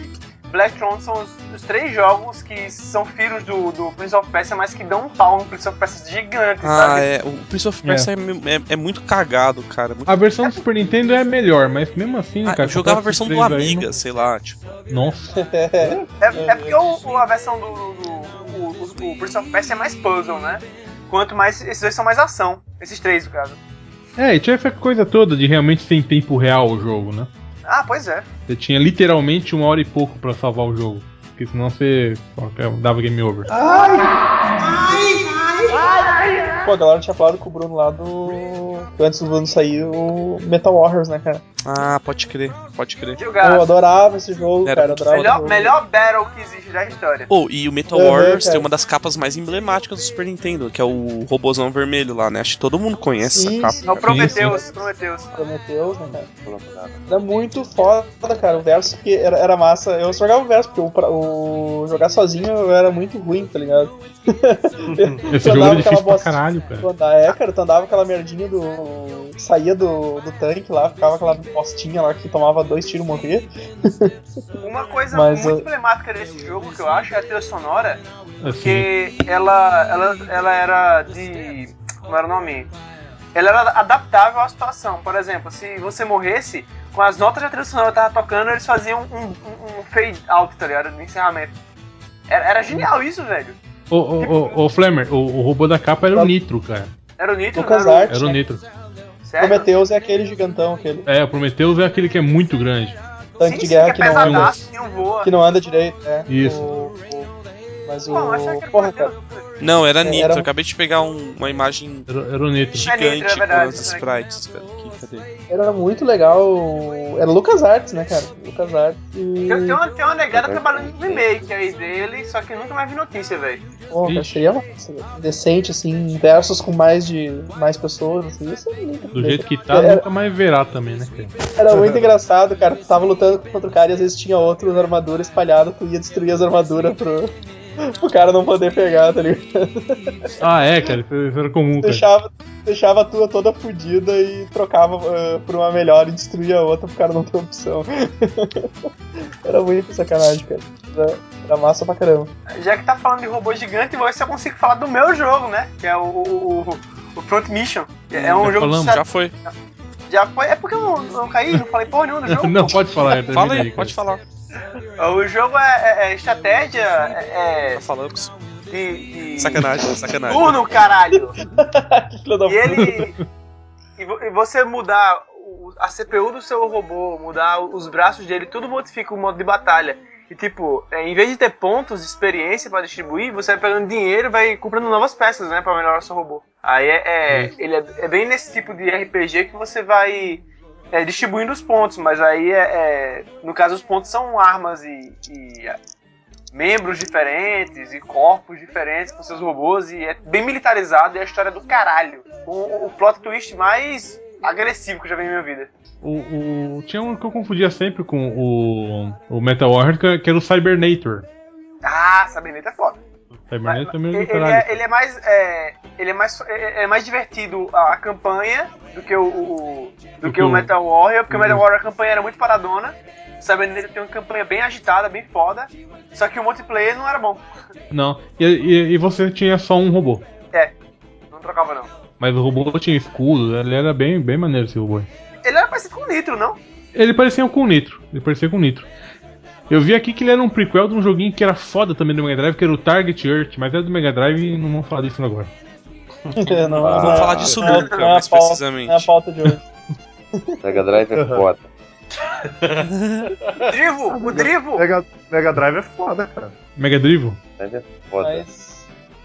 H: Black Throne são os, os três jogos que são filhos do, do Prince of Persia, mas que dão um pau no Prince of Persia gigante,
B: Ah,
H: sabe?
B: é. O Prince of Persia é. é- é muito cagado, cara. Muito...
C: A versão do Super Nintendo é a melhor, mas mesmo assim,
B: Ah,
C: cara.
B: eu jogava a
C: comprar esses
B: versão do
C: três aí
B: Amiga, sei lá, tipo.
C: não- Nossa.
H: É, é porque o, o- a versão do, do, do- o- o- o Prince of Persia é mais puzzle, né? Quanto mais. Esses dois são mais ação. Esses três, no caso.
C: É, e tinha essa coisa toda de realmente ser em tempo real o jogo, né?
H: Ah, pois é.
C: Você tinha literalmente uma hora e pouco pra salvar o jogo. Porque senão você é, dava game over.
H: Ah,
D: Pô, a galera tinha falado com o Bruno lá do. que Antes do Bruno sair o Metal Warriors, né, cara?
B: Ah, pode crer, pode crer.
D: Pô, eu
H: Jogar.
D: adorava esse jogo,
B: Era
D: cara.
B: muito
D: Adorava
H: Melhor,
D: o-
H: melhor battle que existe da história.
B: Pô, Oh, e o Metal
D: Aham,
B: Warriors
D: cara.
B: tem uma das capas mais emblemáticas do Super Nintendo, que é o robozão vermelho lá, né? Acho que todo mundo conhece
D: Sim,
B: essa
D: sim.
H: É o
B: capa. cara.
H: Prometheus, Prometheus.
D: Prometheus, né, cara? Era muito foda, cara, o verso, porque era, era massa. Eu só jogava o verso, porque o, pra- o jogar sozinho eu era muito ruim, tá ligado?
C: Esse
D: Eu
C: jogo
D: dava
C: era
D: aquela
C: difícil pra
D: bosta-
C: caralho, cara.
D: Tu andava, é, cara, tu andava aquela merdinha do. saía do, do tanque lá, ficava aquela postinha lá que tomava dois tiros e morria.
H: Uma coisa
D: Mas
H: muito
D: eu-
H: emblemática desse jogo que eu acho é a trilha sonora,
C: Assim,
H: porque ela, ela, ela era de. Como era o nome? Ela era adaptável à situação. Por exemplo, se você morresse, com as notas da trilha sonora que tava tocando, eles faziam um, um- um fade out, tá ligado? De encerramento. Era, era genial isso, velho.
C: ô, ô, ô, ô, Flammer, o, o robô da capa era o Nitro, cara.
H: Era o Nitro,
D: Lucas
H: não era um
D: Arte,
C: Era o Nitro.
H: o... Sério?
D: Prometheus é aquele gigantão, aquele
C: É, o Prometheus é aquele que é muito grande.
H: Sim,
D: tanque de
H: sim, que
D: guerra
H: é
D: que, não anda,
H: pesadaço, que não voa.
D: que não anda direito, né?
C: Isso.
D: O- o- mas o.
H: Pô, eu achava que era
D: Porra, cara.
H: Prometheus.
B: Não, era
D: É,
B: Nitro.
D: era um-
B: Eu acabei de pegar um- uma imagem
C: Era, era o Nitro.
H: É Nitro, é
B: gigante
H: verdade,
B: com as
H: isso aí.
B: sprites, cara. Aqui, cadê?
D: Era muito legal. Era Lucas Arts, né, cara? Lucas Arts. E...
H: Tem, tem uma, tem uma negada trabalhando no remake aí dele, só que eu nunca mais vi notícia, velho.
D: Pô, cara,
C: Ixi.
D: seria massa, velho. decente, assim, versos com mais de mais pessoas, assim, isso é muito
C: Do jeito que tá,
D: era,
C: nunca mais verá também, né, cara?
D: era muito engraçado, cara. Tu tava lutando contra o cara e às vezes tinha outros armadura espalhada, tu ia destruir as armaduras pro, pro cara não poder pegar, tá ligado?
C: Ah, é, cara, isso isso era comum, cara.
D: Deixava, deixava a tua toda fodida e trocava ah, por uma melhor e destruía a outra pro cara não ter opção. <laughs> era muito sacanagem, cara. Era, era massa pra caramba.
H: Já que tá falando de robô gigante, vou ver se eu consigo falar do meu jogo, né? Que é o, o, o- o Front Mission. É um
B: já
H: jogo
B: falamos,
H: de
B: já foi.
H: Já foi. É porque eu não, não caí, não falei
C: <laughs>
H: porra nenhuma do jogo.
C: Não, pode falar.
B: Fala aí, pode falar.
H: O jogo é, é- é estratégia. É, é
B: falamos.
H: De, de...
B: Sacanagem, sacanagem.
H: Turno,
D: <laughs>
H: caralho! e ele. E, vo- e você mudar o- a CPU do seu robô, mudar os braços dele, tudo modifica o modo de batalha. E tipo, é, em vez de ter pontos de experiência pra distribuir, você vai pegando dinheiro e vai comprando novas peças, né? Pra melhorar o seu robô. Aí é. é- ele é, é bem nesse tipo de RPG que você vai. é, distribuindo os pontos, mas aí é, é- No caso, os pontos são armas e- e é, membros diferentes e corpos diferentes com seus robôs e é bem militarizado e é a história do caralho. O, o plot twist mais agressivo que eu já vi em minha vida.
C: O, o- tinha um que eu confundia sempre com o, o Metal Warrior, que- que era o Cybernator.
H: Ah, Sabineta é foda.
C: Cybernator também
H: Ele
C: era do
H: ele
C: caralho.
H: é, ele é mais. É, ele é mais. É, é mais divertido a campanha do que o. o- do
M: Uhum.
H: que o Metal Warrior, porque o Metal Warrior a campanha era muito paradona. Sabineta tem uma campanha bem agitada, bem foda. Só que o multiplayer não era bom.
C: Não, e, e, e você tinha só um robô.
H: É. Não trocava não.
C: Mas o robô tinha escudo, ele era bem, bem maneiro esse robô. aí.
H: Ele era parecido com o Nitro, não?
C: Ele parecia com o Nitro. Ele parecia com o Nitro. Eu vi aqui que ele era um prequel de um joguinho que era foda também do Mega Drive, que era o Target Earth, mas era do Mega Drive e não vamos falar disso agora.
D: não,
C: Ah,
B: Vamos
D: não,
B: falar disso
D: não,
B: nunca,
D: não é a
B: mais
D: pauta-
B: precisamente.
D: não É a pauta de hoje.
E: Mega Drive é foda.
H: Drivo, o Drivo!
M: Mega, Mega Drive é foda, cara.
C: Mega Drive?
E: Mega foda.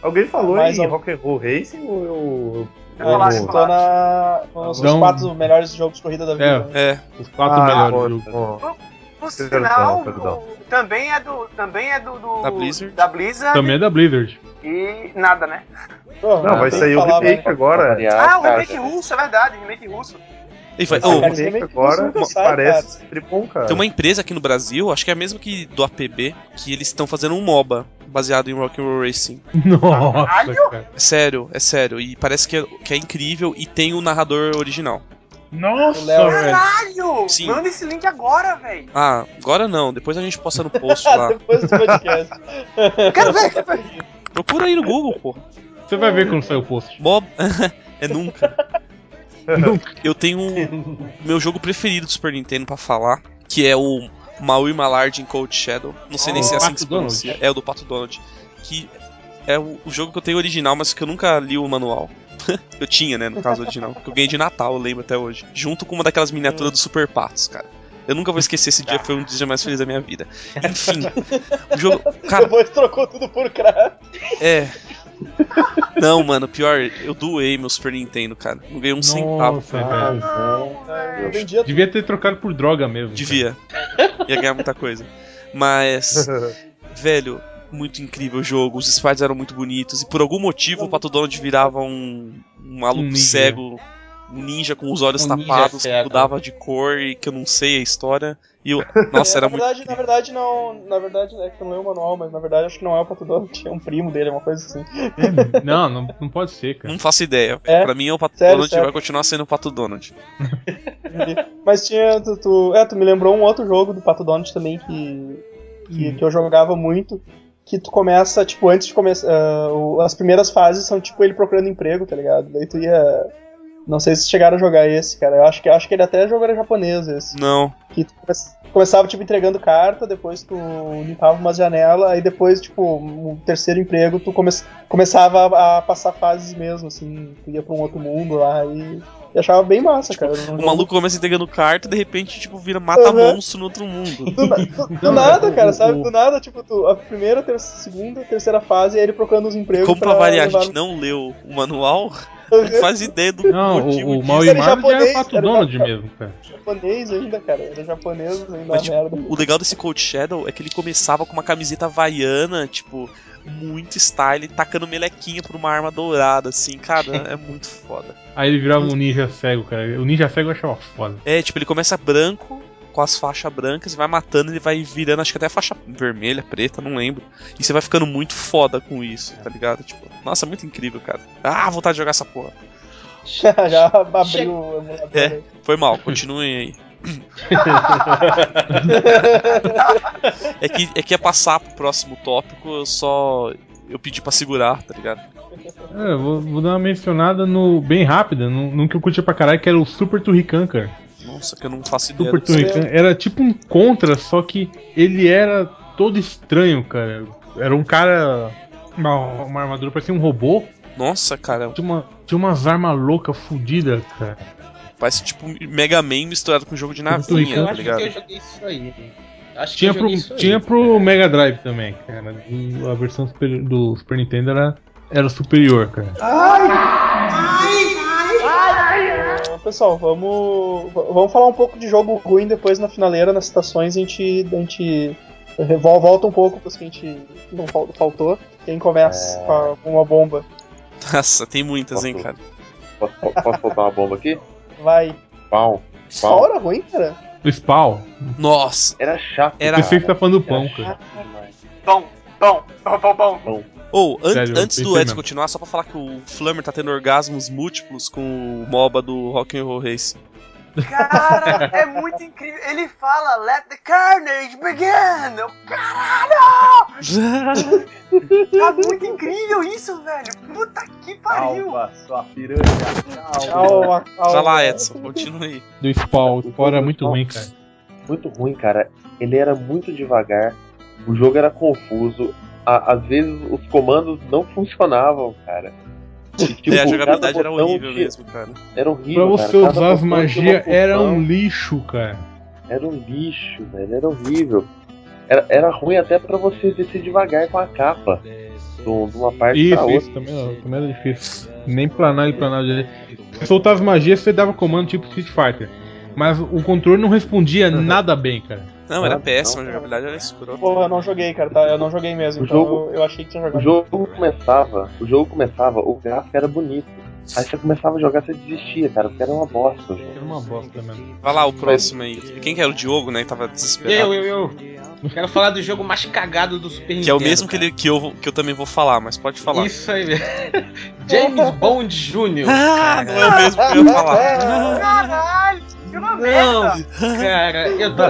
M: Alguém falou
D: Mas
M: em
D: al-
M: Rock'n'Roll Racing ou eu...
D: Eu tô na, nos
M: Então-
D: quatro melhores jogos de corrida da vida.
B: É.
C: Os quatro
M: Ah,
C: melhores
M: jogos.
H: Por
M: Perdão,
H: sinal,
M: perdão.
H: o- também é do. Também é do. do-
B: Da Blizzard.
H: da Blizzard
C: Também é da Blizzard. <laughs>
H: E nada, né?
M: É. Não, vai sair o remake agora.
H: Ah, o remake russo, é verdade, remake russo.
B: E vai,
D: é
M: Vai sair
B: ô,
M: o remake agora,
H: nunca sai,
M: parece ser bom, cara.
B: Tem uma empresa aqui no Brasil, acho que é a mesma que do APB, que eles estão fazendo um MOBA baseado em Rock'n'Roll Racing.
C: Nossa, cara.
B: É sério, é sério. E parece que é, que é incrível e tem o narrador original.
C: Nossa, velho.
H: Caralho!
B: Sim.
H: Manda esse link agora, velho!
B: Ah, agora não, depois a gente posta no post lá.
H: <laughs>
D: Ah, Depois do podcast.
H: Quero ver!
B: Procura aí no Google, porra.
C: Você vai ver quando sair o post.
B: Mob. <laughs> é nunca. nunca. Eu
H: <laughs>
B: tenho um- o meu jogo preferido do Super Nintendo pra falar, que é o Maui Malard em Cold Shadow. Não sei nem se é
C: Oh,
B: assim
C: Pato
B: que se
C: Donald.
B: pronuncia. É o do Pato Donald. Que é o, o jogo que eu tenho original, mas que eu nunca li o manual. <laughs> eu tinha, né, no caso original. Porque eu ganhei de Natal, eu lembro até hoje. Junto com uma daquelas
H: Hum.
B: miniaturas dos Super Patos, cara. Eu nunca vou esquecer esse
H: Tá.
B: dia, foi um dos dias mais felizes da minha vida. Enfim, o jogo. Cara,
D: Depois trocou tudo por crack.
B: é. Não, mano, pior, eu doei meu Super Nintendo, cara. Não ganhei um centavo.
C: Nossa, velho. Devia ter trocado por droga mesmo.
B: Devia. Ia ganhar muita coisa. Mas, velho, muito incrível o jogo. Os sprites eram muito bonitos. E por algum motivo o Pato Donald virava um, um maluco
C: Um ninja.
B: cego, um ninja com os olhos
G: Um ninja
B: tapados, que
G: cego.
B: mudava de cor e que eu não sei a história. E eu, nossa, era
D: na <laughs>
B: muito.
D: verdade, na verdade não, na verdade é que eu não leio o manual, mas na verdade acho que não é o Pato Donald, <laughs> é um primo dele, é uma coisa assim.
C: cara. É, Não, não, não pode ser, cara.
B: Não faço ideia.
D: É?
B: Pra mim é o Pato
D: Sério,
B: Donald e
D: sério.
B: vai continuar sendo o Pato Donald.
D: Mas tinha tu, tu- é, tu me lembrou um outro jogo do Pato Donald também que que,
B: Uhum.
D: que eu jogava muito, que tu começa tipo antes de começar, ah, o- as primeiras fases são tipo ele procurando emprego, tá ligado? Daí tu ia não sei se chegaram a jogar esse, cara. Eu acho que acho que ele até jogou era japonês esse.
B: Não.
D: que tu come- começava, tipo, entregando carta, depois tu limpava uma janela, aí depois, tipo, o terceiro emprego, tu come começava a, a passar fases mesmo, assim, tu ia pra um outro mundo lá e, e achava bem massa, cara. Era um
B: O
D: jogo-
B: Tipo, maluco começa entregando carta e de repente, tipo, vira mata-monstro no outro mundo.
D: Do,
B: <laughs>
D: na- do- do nada, cara, sabe? Do nada, tipo, tu, a primeira, ter segunda, terceira fase, aí ele procurando os empregos.
B: Como pra variar, a
D: levar-
B: gente não leu o manual, não faz ideia do
C: Não,
B: motivo
C: o, o
B: disso.
C: Maui
D: Era
C: Marvel já era
D: japonês,
C: Pato
D: era
C: Donald mesmo, cara.
D: japonês ainda, cara. Era japonês ainda,
B: Mas, tipo,
D: merda.
B: o legal desse Cold Shadow é que ele começava com uma camiseta havaiana, tipo, muito style, tacando melequinha por uma arma dourada,
C: <laughs>
B: assim, cara, é muito foda.
C: Aí ele virava um ninja cego, cara. O ninja cego eu achava foda.
B: É, tipo, ele começa branco, com as faixas brancas, e vai matando, ele vai virando, acho que até a faixa vermelha, preta, não lembro. E você vai ficando muito foda com isso, tá ligado? Tipo, nossa, muito incrível, cara. Ah, vontade de jogar essa porra.
D: <laughs> Já abriu o emulador.
B: É, foi mal, continuem aí. é, que, é que ia passar pro próximo tópico, eu só. Eu pedi pra segurar, tá ligado?
C: É, eu vou, vou dar uma mencionada no bem rápida, num, num que eu curti pra caralho, que era o Super Turrican, cara.
B: Nossa, que eu não faço ideia.
C: Super
B: do que seja.
C: Turrican era tipo um contra, só que ele era todo estranho, cara. Era um cara. Uma, uma armadura parecia um robô.
B: é. Nossa, cara.
C: Tinha, uma, tinha umas armas loucas fodidas, cara.
B: Parece tipo Mega Man misturado com jogo de
C: Turrican. Eu
B: navinha, tá
C: acho que
B: ligado?
G: Eu joguei isso aí. Acho
C: Tinha
G: que eu
C: pro,
G: joguei isso aí.
C: tinha pro Mega Drive também, cara. E a versão super- do Super Nintendo era, era superior, cara.
D: Ai! Então, Pessoal, vamos, v- vamos falar um pouco de jogo ruim depois na finaleira, nas citações, a gente, a gente revol- volta um pouco pros que a gente não fal- faltou. Quem começa
E: É.
D: com a- com uma bomba?
B: Nossa, tem muitas, hein, cara.
E: Posso, posso botar uma bomba aqui?
D: Vai.
E: Pau.
D: Só era ruim, cara?
C: O Spawn.
B: Nossa.
E: Era chato.
B: Era
C: Pensei que tá falando do pão, cara.
H: Bom, É bom, bom, bom, bom.
B: Ou, an-
C: Sério, eu
B: antes
C: pensei
B: do Edson
C: mesmo.
B: continuar, só pra falar que o Flammer tá tendo orgasmos múltiplos com o MOBA do Rock'n'Roll Race.
H: Cara, é muito incrível. Ele fala, let the carnage begin. Eu, Caralho! Tá
D: Uhum.
H: muito incrível isso, velho. Puta que pariu.
M: Calma, sua piranha.
D: Calma, calma.
B: Vai lá, Edson, continua aí.
C: Do Spawn. O Spawn era muito ruim, cara.
E: Muito ruim, cara. Ele era muito devagar. O jogo era confuso. a- às vezes os comandos não funcionavam, cara. E, tipo,
B: <laughs> É, a
E: cada
B: jogabilidade era
E: botão
B: horrível
E: tinha-
B: mesmo, cara.
E: Era horrível.
C: Pra você
E: cara. Cada
C: usar as
E: botão tinha uma
C: magias
E: função.
C: era um lixo, cara.
E: Era um lixo, velho. Era horrível. Era, era ruim até pra você descer devagar com a capa. De um- de uma parte pra
C: Isso,
E: outra.
C: isso também, era- também era difícil. Nem planar e planar direito. Se soltar as magias, você dava comando tipo Street Fighter. Mas o controle não respondia nada bem, cara.
B: Não, era péssima, a jogabilidade era escrota.
D: Porra, eu não joguei, cara, tá? Eu não joguei mesmo,
E: O
D: então
E: jogo-
D: eu, eu achei que tinha
E: O
D: jogado.
E: jogo começava, o jogo começava, o gráfico era bonito. Aí você começava a jogar, você desistia, cara, porque era uma bosta.
C: Era uma bosta mesmo.
B: Vai lá, o próximo aí. Quem que era o Diogo, né? Que tava
G: Eu,
B: desesperado.
G: eu, eu. Quero falar do jogo mais cagado do Super Nintendo.
B: Que é o mesmo que, ele, que, eu, que eu também vou falar, mas pode falar.
G: Isso aí, velho. <laughs> James Bond Jr.
B: Ah,
G: cara.
B: não é o mesmo que eu ia
D: É, <laughs>
B: falar.
H: Caralho, que uma merda.
G: Não, cara, eu tô.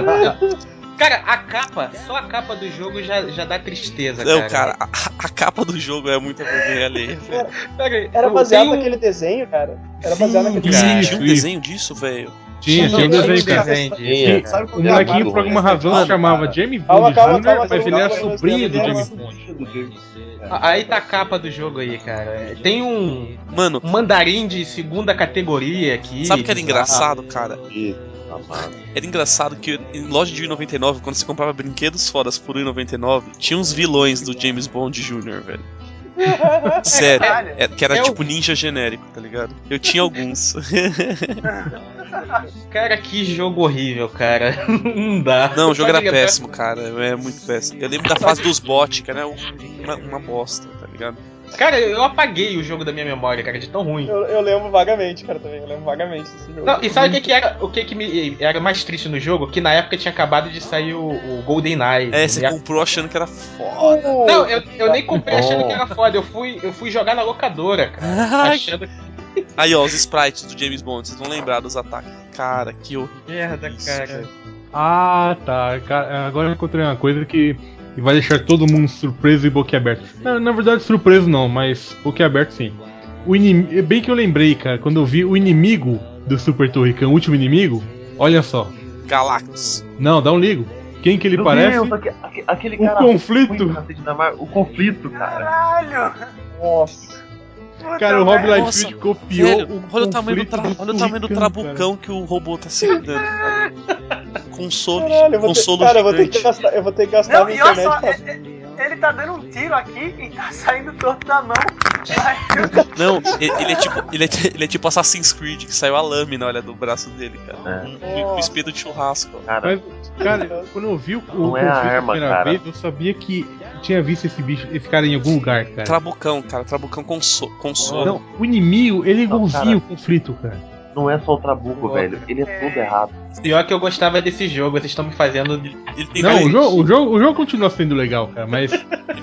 G: eu- Cara, a capa, só a capa do jogo já, já dá tristeza, cara.
B: Não, cara, a, a capa do jogo é muita vergonha alheia, velho.
G: Pera aí,
D: Era
G: eu
D: baseado
G: tenho- um
D: naquele desenho, cara? Era baseado naquele
C: cara.
D: desenho.
B: Tinha um
C: isso.
B: desenho disso, velho?
C: Tinha,
G: Não,
C: tinha um
G: tinha um
C: desenho, cara.
G: desenho disso.
E: Tinha,
C: Sim,
E: cara.
C: O molequinho, por alguma razão,
B: Mano,
C: chamava James
D: Calma,
C: Bond
D: calma,
C: Jr.,
D: calma,
C: mas ele era
D: calma,
C: sobrinho do
D: calma.
C: James Bond.
G: Aí tá a capa do jogo aí, cara. Tem um
B: Mano,
G: mandarim de segunda categoria aqui.
B: sabe o que era
G: Ah,
B: engraçado, cara?
E: Ih, amado.
B: Era engraçado que em loja de 1,99, quando você comprava brinquedos fodas por 1,99, tinha uns vilões do James Bond Jr., velho. Sério, é- que era
G: É o-
B: tipo ninja genérico, tá ligado? Eu tinha alguns. <laughs>
G: Cara, que jogo horrível, cara. <laughs> Não dá.
B: Não, o jogo era
G: Sabe,
B: péssimo, cara. É muito péssimo. Eu lembro da fase dos bots, que era uma, uma bosta, tá ligado?
G: Cara, eu apaguei o jogo da minha memória, cara, de tão ruim.
D: Eu, eu lembro vagamente, cara, também. Eu lembro vagamente desse jogo.
G: Não, e sabe o que, que era? O que, que me era mais triste no jogo? Que na época tinha acabado de sair o, o Golden Knight.
B: É, você
G: E a-
B: comprou achando que era foda.
G: Não, eu, eu nem comprei achando que era foda. Eu fui, eu fui jogar na locadora, cara.
B: Ai.
G: achando que
B: Aí, ó, os sprites do James Bond, vocês vão lembrar dos ataques. Cara, que horrível.
G: merda, cara.
C: Ah, tá. Cara, agora eu encontrei uma coisa que que vai deixar todo mundo surpreso e boquiaberto. Na, na verdade, surpreso não, mas boquiaberto sim. O inimi- Bem que eu lembrei, cara, quando eu vi o inimigo do Super Turrican, o último inimigo, olha só.
B: Galactus.
C: Não, dá um ligo. Quem um, que ele
E: Meu
C: parece?
E: Deus, aque- aque- aquele
C: O
E: cara
C: conflito.
E: ruim, cacete da Mar- O conflito, cara.
H: Caralho.
D: Nossa.
H: Puta
C: Cara, o Rob
H: merda.
B: Nossa,
C: Liefeld copiou
B: Velho,
C: o
B: olha o tamanho do,
C: conflito
B: tra- olha o tamanho do
C: Turrican, cara.
B: trabucão que o robô tá segurando. cara. Console,
D: Caralho, eu vou ter,
B: consolo
D: cara, eu vou ter
B: gigante.
D: que gastar, eu vou ter que gastar
H: Não,
D: minha
H: e olha
D: tá internet
H: só,
D: pra
H: é- é- ele tá dando um tiro aqui e tá saindo torto da mão. Aí,
B: Não, e- ele é, tipo, ele, é, ele é tipo Assassin's Creed, que saiu a lâmina, olha, do braço dele, cara.
E: É.
B: Um, um, um espeto de churrasco. ó.
E: Cara,
C: Mas, cara, quando eu vi o, o
E: Não é a
C: conflito
E: arma, cara.
C: vez, eu sabia que tinha visto esse bicho, esse cara em algum lugar,
E: Tá.
C: cara.
B: Trabucão, cara, Trabucão console. console.
C: Não, o inimigo, ele é
E: Não,
C: igualzinho o conflito, cara.
E: não é só o Trabuco,
G: Não.
E: velho. Ele é tudo errado.
G: Pior que eu gostava desse jogo, vocês estão me fazendo.
C: Não, o jogo, o, jogo, o jogo continua sendo legal, cara,
D: <laughs>
C: mas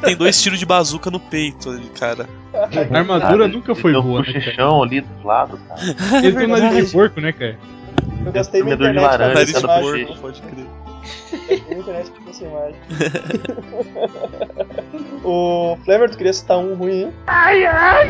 B: Tem dois tiros de bazuca no peito ali, cara.
C: a armadura nunca foi boa. <laughs> Né,
E: Chão um ali dos lados, cara.
C: cara? Ele tem um nariz de porco, né, cara?
D: Eu gastei minha
E: Comedor de
D: internet pra
E: laranja, tá
D: ver essa
E: cada
D: imagem.
E: porco,
B: pode crer.
D: Gastei minha internet pra ver essa imagem. <laughs> o Flavor, tu queria citar um ruim, né?
J: Ai, ai!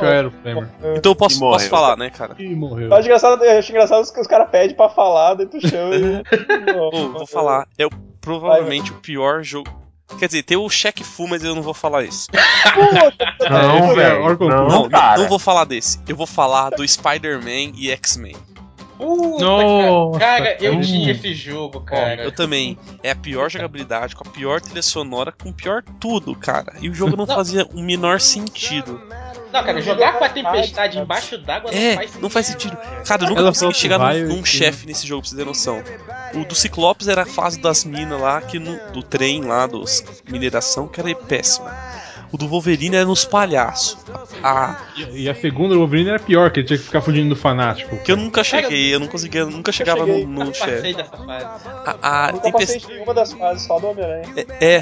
C: Já era o Flamer.
B: Então eu posso,
D: E morreu.
B: posso falar, né, cara?
C: Ih, morreu.
D: Eu acho engraçado, eu acho engraçado que os caras pedem pra falar, daí tu chama e...
B: <laughs> Pô, vou falar. É o- provavelmente o pior jogo. Quer dizer, tem o cheque full, mas eu não vou falar esse.
C: Não, velho, Orgon
B: Não,
C: Fu.
B: não,
C: cara.
B: não vou falar desse. Eu vou falar do Spider-Man e X-Men.
G: Puta,
C: Nossa,
G: cara, cara, eu
C: cara.
G: tinha esse jogo, cara.
B: Eu também. É a pior jogabilidade, com a pior trilha sonora, com o pior tudo, cara. E o jogo não, fazia o menor sentido.
G: Não, cara, jogar com a tempestade embaixo d'água não
B: É,
G: faz
B: não faz sentido. Cara, eu nunca
C: Ela falou
B: consegui
C: que
B: chegar
C: vai,
B: num,
C: eu
B: num
C: entendo.
B: chefe nesse jogo, pra você ter noção. O do Ciclopes era a fase das minas lá, que no- do trem lá, dos mineração, que era péssima. O do Wolverine era nos palhaços. Ah,
C: E, e a segunda, o Wolverine era pior, que ele tinha que ficar fugindo do fanático.
B: que eu nunca cheguei, eu não conseguia, nunca chegava no,
D: cheguei.
B: no chefe.
G: dessa fase.
B: A, a
D: Nunca passei
B: tempestade.
D: de nenhuma das fases, só do Homem-Aranha.
B: É,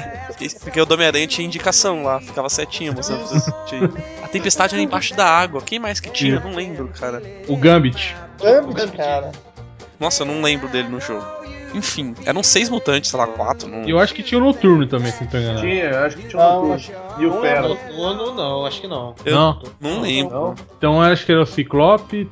B: porque o do Homem-Aranha tinha indicação lá, ficava setinha mostrando pra você assistir. A tempestade era embaixo da água, quem mais que tinha? Eu não lembro, cara.
C: O Gambit.
D: Gambit, cara.
C: é
B: Nossa, eu não lembro dele no jogo. Enfim, eram seis mutantes, sei lá, quatro. Não...
C: E eu acho que tinha o Noturno também, se não tô enganado.
M: Tinha, acho que tinha
D: Não,
M: um
D: acho-
M: E o Pera.
G: Noturno, não, acho que não.
B: Eu
C: Não.
B: não lembro.
C: Então eu acho que era o Ciclope,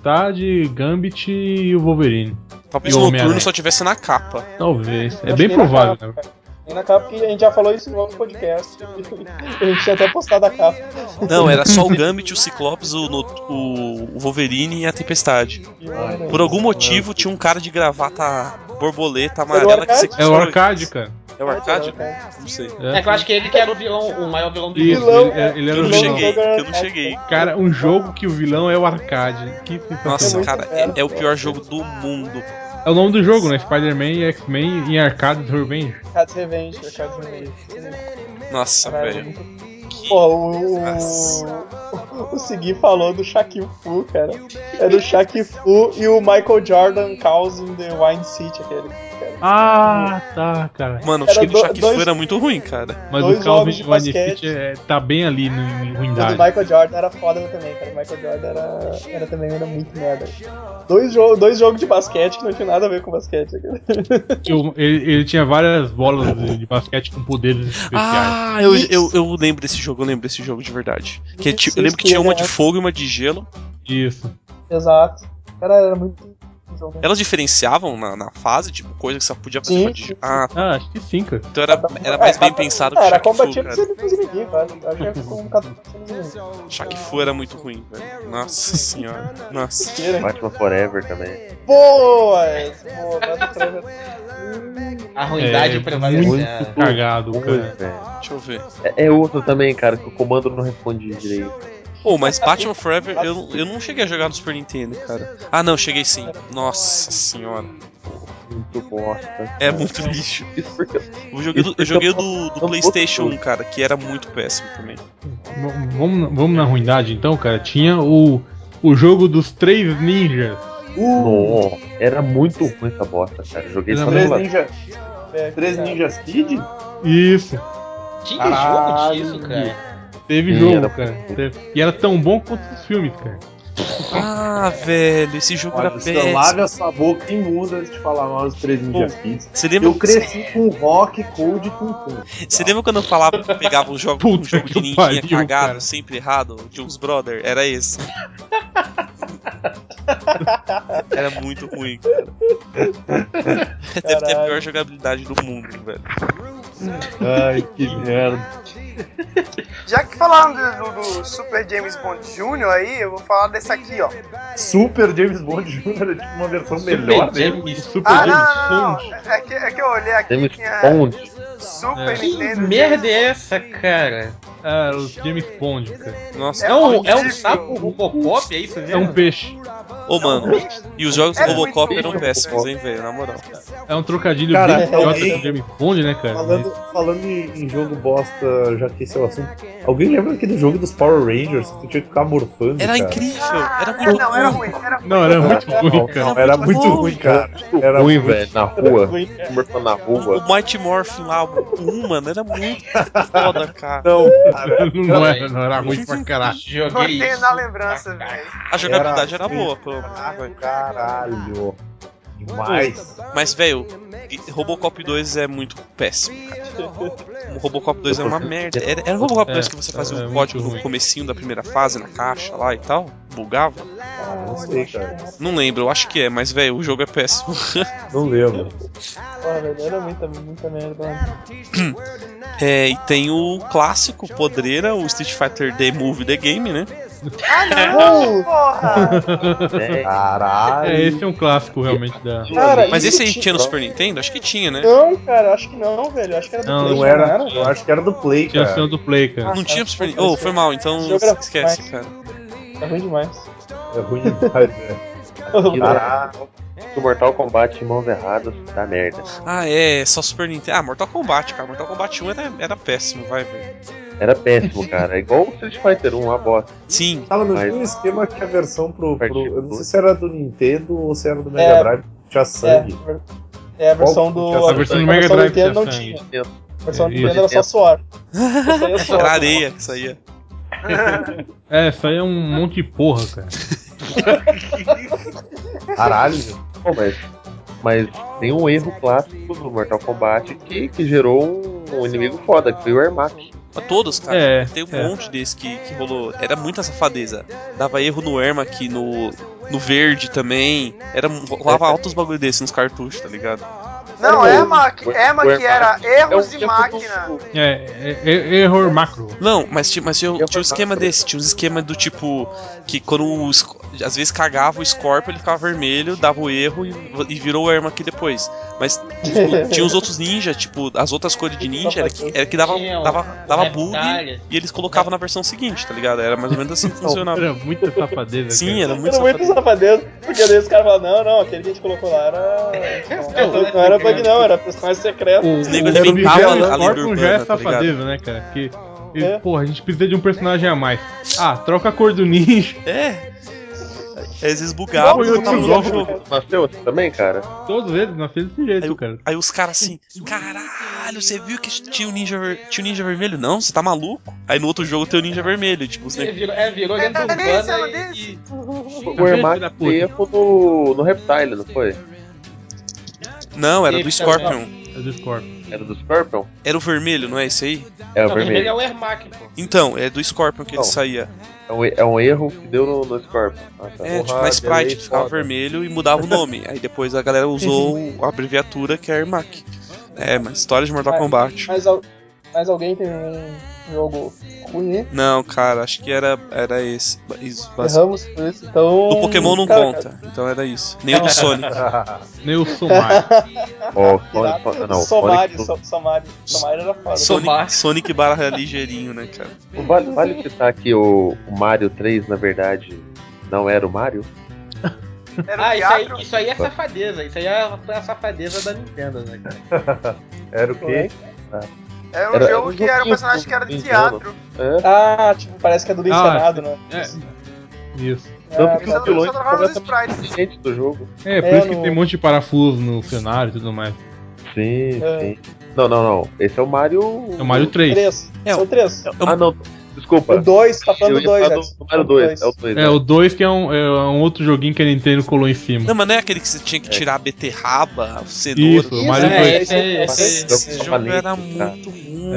C: Tempestade, Gambit e o Wolverine.
B: Talvez
C: E
B: o
C: o
B: Noturno
C: Homem-Aranha.
B: só tivesse na capa.
C: Talvez. É bem
D: Acho que nem na
C: provável,
D: capa,
C: né?
D: cara. Nem na capa, porque a gente já falou isso em outro podcast. <laughs> a gente tinha até postado a capa.
B: Não, era só o Gambit, o Ciclopes, o, Not- o- o Wolverine e a Tempestade.
D: né?
B: Por algum motivo tinha um cara de gravata borboleta amarela que
C: É o Arcade, cara.
B: É o Arcade? Não sei.
G: É que eu acho que ele que era o vilão, o maior vilão do
C: Isso,
G: jogo.
C: ele, é- ele era
B: Eu
C: o
B: não
C: vilão.
B: cheguei, eu não cheguei.
C: Cara, um jogo que o vilão é o Arcade. Que sensacional.
B: Nossa, cara, é, é o pior jogo do mundo.
C: É o nome do jogo, né? Spider-Man e X-Men em Arcade Revenge.
D: Arcade Revenge, Arcade Revenge.
B: Nossa, velho.
D: Pô, o, o, o Segui falou do Shaq Fu, cara. Era o Shaq Fu e o Michael Jordan Calls in the Wine City, aquele. cara.
C: Ah, tá, cara.
B: Mano, o
D: Era
B: time do
D: do-
B: Shaq
D: dois-
B: Fu era muito ruim, cara.
C: Mas
D: dois
C: o Calvin
D: jogos de
C: One Fit
D: basquete.
C: é, tá bem ali no, em
D: O do
C: ruindade.
D: Michael Jordan era foda também, cara. O Michael Jordan era, era também era muito merda. Dois, jo dois jogos de basquete que não tinha nada a ver com basquete. cara.
C: Tinha- Ele, ele tinha várias bolas de, de basquete com poderes especiais.
B: Ah, eu, eu, eu lembro desse jogo, eu lembro desse jogo de verdade. Que é ti- eu lembro que tinha uma de fogo e uma de gelo.
C: Isso.
D: Exato. Cara, era muito. jogo.
B: Elas diferenciavam na, na fase, tipo, coisa que só podia fazer com a de... Ah,
C: Ah, acho que sim, cara.
B: então era, era mais bem pensado que
D: Ah, era
B: Shaq Fu,
D: combatível
B: cara.
D: sempre com os inimigos, cara. Eu já ficou um cadu- com os inimigos.
B: Shaq Fu era muito ruim, velho. Nossa senhora. Nossa.
E: Batman Forever também.
D: Boa! Boa, mas o Trevor- Hum,
G: A ruindade
C: É,
G: prevaleceu.
E: muito
C: Cagado,
E: Pois,
C: cara.
E: velho.
B: Deixa eu ver.
E: É, é outro também, cara, que o comando não responde direito.
B: Pô, mas Batman Forever, eu, eu não cheguei a jogar no Super Nintendo, cara. Ah, não, cheguei sim. Nossa senhora.
E: Muito bosta.
B: É muito lixo.
E: Isso porque
B: Eu joguei do, eu joguei do, do PlayStation 1, cara, que era muito péssimo também.
C: V- Vamos, na- vamos na ruindade então, cara. Tinha o, o jogo dos três ninjas.
E: Uh! Não, era muito ruim essa bosta, cara. Joguei
C: Era
E: só no
C: muito-
E: emulador.
M: Ninja,
D: é,
M: Três
D: cara.
M: Ninjas Kid?
C: Isso.
G: Tinha
M: Caralho.
G: jogo disso, cara.
C: Teve
E: Sim,
C: jogo,
E: era-
C: cara. Teve- E era tão bom quanto os filmes, cara.
B: Ah, velho, esse jogo
M: Olha,
B: era
M: você lave
B: péssimo.
M: essa boca imunda antes de falar mal dos Três Ninjas
H: é
M: Kids.
B: Você lembra,
M: Eu cresci com rock, cold e com tudo.
B: um você lembra quando eu falava que eu pegava um jogo, um
C: Puta
B: jogo de
C: que
B: ninjinha
C: pariu,
B: cagado,
C: cara.
B: sempre errado, de uns brother? Era esse. era muito ruim, cara. Deve ter a pior jogabilidade do mundo, velho.
M: Ai,
C: <laughs>
M: que merda.
H: Já que falaram do, do- do Super James Bond Jr. aí, eu vou falar desse aqui, ó.
M: Super James Bond <laughs> Jr. é tipo uma versão melhor
G: Super
M: dele.
G: James.
C: Super
H: Ah,
C: James
H: não, não,
C: Bond.
H: não. É que, é que eu olhei aqui
E: James
H: tinha
E: Bond.
D: É.
H: Super
G: Que
H: Nintendo.
G: merda é essa, cara?
C: É, o James Bond, cara.
B: Nossa,
G: É um, é um sapo Robocop, é isso
C: É
G: mesmo?
C: um peixe.
B: Ô, mano, e os jogos
G: É
B: Robocop
G: muito
B: eram
G: bom.
B: péssimos, hein, velho, na moral.
C: É um trocadilho
L: Cara,
C: bem idiota
L: alguém-
C: do James Bond, né, cara?
L: Falando, falando em, em jogo bosta, já que esse é o assunto. Alguém lembra aquele jogo dos Power Rangers que tu tinha que ficar morfando?
B: Era
L: cara?
B: incrível, Ah, era muito
H: não,
B: bom.
H: era ruim, era ruim.
C: Não, era muito ruim,
L: Não,
C: cara.
L: era muito
B: bom.
L: ruim, cara.
E: Era
L: Era
E: ruim,
L: muito-
E: velho, na rua.
L: ruim.
E: Morto na
B: O
E: rua.
B: Mighty Morphin lá, o 1, mano, era muito foda, cara.
L: Não, cara.
C: Não era, não era ruim pra caralho.
G: Joguei
H: Botei
G: isso.
H: na lembrança, velho.
B: A jogabilidade era, boa, pelo menos.
L: Ah, Caralho. Demais.
B: Mas, velho, e- Robocop 2 é muito péssimo, cara. O Robocop 2 é uma merda. Era, era Robocop 2 que você fazia
C: é
B: um
C: muito
B: código
C: ruim.
B: no comecinho da primeira fase, na caixa lá e tal? Bugava?
L: Ah, não sei, cara.
B: Não lembro, eu acho que é, mas, velho, o jogo é péssimo.
L: Não lembro.
D: Porra, velho, era muita, muita merda.
B: É, e tem o clássico podreira, o Street Fighter The Movie The Game, né?
H: Porra!
E: É,
C: É,
L: Caralho.
C: esse é um clássico realmente da.
D: Cara,
B: Mas
D: isso
B: esse aí
D: ti-
B: tinha no Super Nintendo? Acho que tinha, né?
D: Não, cara, acho que não, velho. Acho que era do
C: Não,
D: Play,
L: Não era, eu acho que era do Play,
C: Tinha
L: cara.
C: ação do Play, cara.
B: Não tinha no Super
D: pode
B: Nintendo. Oh,
D: ser.
B: foi mal, então
D: Geografia,
B: esquece,
D: vai.
B: cara.
D: É ruim demais.
L: É ruim demais, né?
C: <laughs>
L: velho.
E: Caralho. O Mortal Kombat em mãos erradas, dá merda.
B: Ah, é, só Super Nintendo. Ah, Mortal Kombat, cara. Mortal Kombat 1 era, era péssimo, vai, velho.
E: Era péssimo, cara. É igual o Street Fighter 1, a bosta.
B: Sim,
L: Tava no
E: Mas-
L: mesmo esquema que a versão pro, pro. Eu não sei
E: Partido.
L: se era do Nintendo ou se era do Mega
D: É.
L: Drive. Tinha
D: É,
L: sangue.
D: é a versão
L: Qual-
D: do.
L: a
C: A versão do
D: a
C: Mega
D: versão
C: Drive tinha
D: Nintendo não
C: sangue.
D: tinha. A versão do
C: Isso.
D: Nintendo era só suor. Isso aí é
B: era
D: suor.
B: areia que saía.
C: É, isso aí é um monte de porra, cara.
L: Caralho.
E: Pô, mas, mas tem um erro clássico do Mortal Kombat que, que gerou um, um inimigo foda, que foi o Ermac.
B: Pra todos, cara.
C: É,
B: Tem um
C: é.
B: monte desse que, que rolou. Era muita safadeza. Dava erro no Ermac, no, no verde também. Era, rolava altos bagulho desse nos cartuchos, tá ligado?
H: Não, é Mac, é Mac
E: Foi-
H: que era erros de
E: É tempo
H: máquina.
E: do-
C: É, é, é- erro macro.
B: Não, mas tinha, mas tinha, tinha um esquema desse. Tinha um esquema do tipo. Que quando o, Sc- às vezes cagava o Scorpion, ele ficava vermelho, dava o erro e, e virou o Ermac depois. Mas <laughs> tinha os outros ninjas, tipo, as outras cores de ninja era que, era que dava,
G: Tinha é o-
B: dava, dava bug
G: Reptalha.
B: e eles colocavam na versão seguinte, tá ligado? Era mais ou menos assim que funcionava.
C: Era muita safadeza.
B: Sim, era muito
D: Era muito
B: safado.
D: safadeza, porque daí os caras falavam, não, não, aquele que a gente colocou lá era.
G: <laughs> tá
D: Não, não era bug, não, era personagem secreto.
C: O,
B: Os nego
C: o
B: alimentavam
C: Miguel
B: a lenda
C: Scorpion já é
B: urbana, tá ligado?
C: safadeza, né, cara? Porque, ele,
D: É.
C: porra, a gente precisa de um personagem a mais. Ah, troca a cor do ninja.
B: É. Aí, Às vezes bugava
C: Foi
B: e botava no
C: outro
B: novo
C: jogo.
B: jogo.
E: Nasceu assim também, cara?
C: <laughs> Todos eles nós fizemos desse jeito, cara.
B: Aí os caras assim, caralho, você viu que tinha o ninja, ver- tinha o ninja vermelho? Não, você tá maluco? Aí no outro jogo tem o ninja vermelho, tipo, os
G: É,
B: negros.
G: virou, é, virou
H: É,
G: dentro
H: tá delícia,
G: urbana
H: meu
G: e, e
E: O Ermac tem erro no, no Reptile, não foi?
B: Não, era do
G: Eita,
B: Scorpion.
C: É do Scorpion.
E: Era do Scorpion?
B: Era o vermelho, não é esse aí?
E: Era
G: não,
E: o
G: vermelho é
E: vermelho.
G: o Ermac, pô.
B: Então, é do Scorpion que ele
E: Não.
B: saía.
E: É um, é um erro que deu no, no Scorpion. Ah, tá.
B: É, tipo,
L: Porra,
B: na Sprite
L: delay
B: ficava
L: foda.
B: vermelho e mudava o nome. Aí depois a galera usou a abreviatura que é Ermac. É, mas história de Mortal
D: Mas-
B: Kombat.
D: Mas, al- mas alguém tem um jogo ruim,
B: Não, cara, acho que era, era esse. isso, basic-
D: erramos por isso, então.
B: Do Pokémon não
D: Cara,
B: conta, então era isso. Nem o do Sonic.
C: Nelson
D: <laughs>
C: Maia.
E: Ó,
D: cara,
E: Sonic- não,
D: Somari,
E: Sonic-
D: so- Somari, Somari era foda.
B: Sonic, Sonic barra ligeirinho, né, cara?
E: Vale, vale citar que o, o Mario 3, na verdade, não era o Mario?
H: Era um
G: Ah, isso aí,
H: teatro.
G: isso aí é safadeza. Isso aí é a, a safadeza da Nintendo, né, cara?
L: Era o quê?
H: Era um
E: Era-
H: jogo
E: era um
H: que era um
E: joguinho
H: personagem que era de
E: bem
H: teatro.
E: É.
D: Ah, tipo, parece que é do Senado, né?
C: É. Isso.
D: Ah,
E: Tanto
H: Só,
E: que
D: tá.
E: os
H: só
E: vilões
H: trocava os
E: completamente
H: sprites.
E: diferentes do jogo.
C: É, por
D: É,
C: isso que
D: no-
C: tem um monte de parafuso no cenário e tudo mais.
E: Sim,
D: É.
E: sim. Não, não, não. Esse é o Mario.
C: É o Mario 3.
D: Três.
B: É,
D: São três.
E: Ah, não.
D: O
E: Desculpa.
D: dois, tá
E: Eu
D: falando do
E: ia falar
D: dois,
E: do,
D: Edson.
E: do Mario 2. É o 2.
C: É, o 2 que é um, é um outro joguinho que a Nintendo colou em cima.
B: Não, mas não é aquele que você tinha que tirar a beterraba, o cenoura.
C: Isso, o
D: Isso,
C: Mario
D: é,
C: 2.
D: isso aí,
G: Esse-
B: Esse,
D: safadeza,
E: esse
B: esse jogo
E: jogo
B: era
E: tá.
B: muito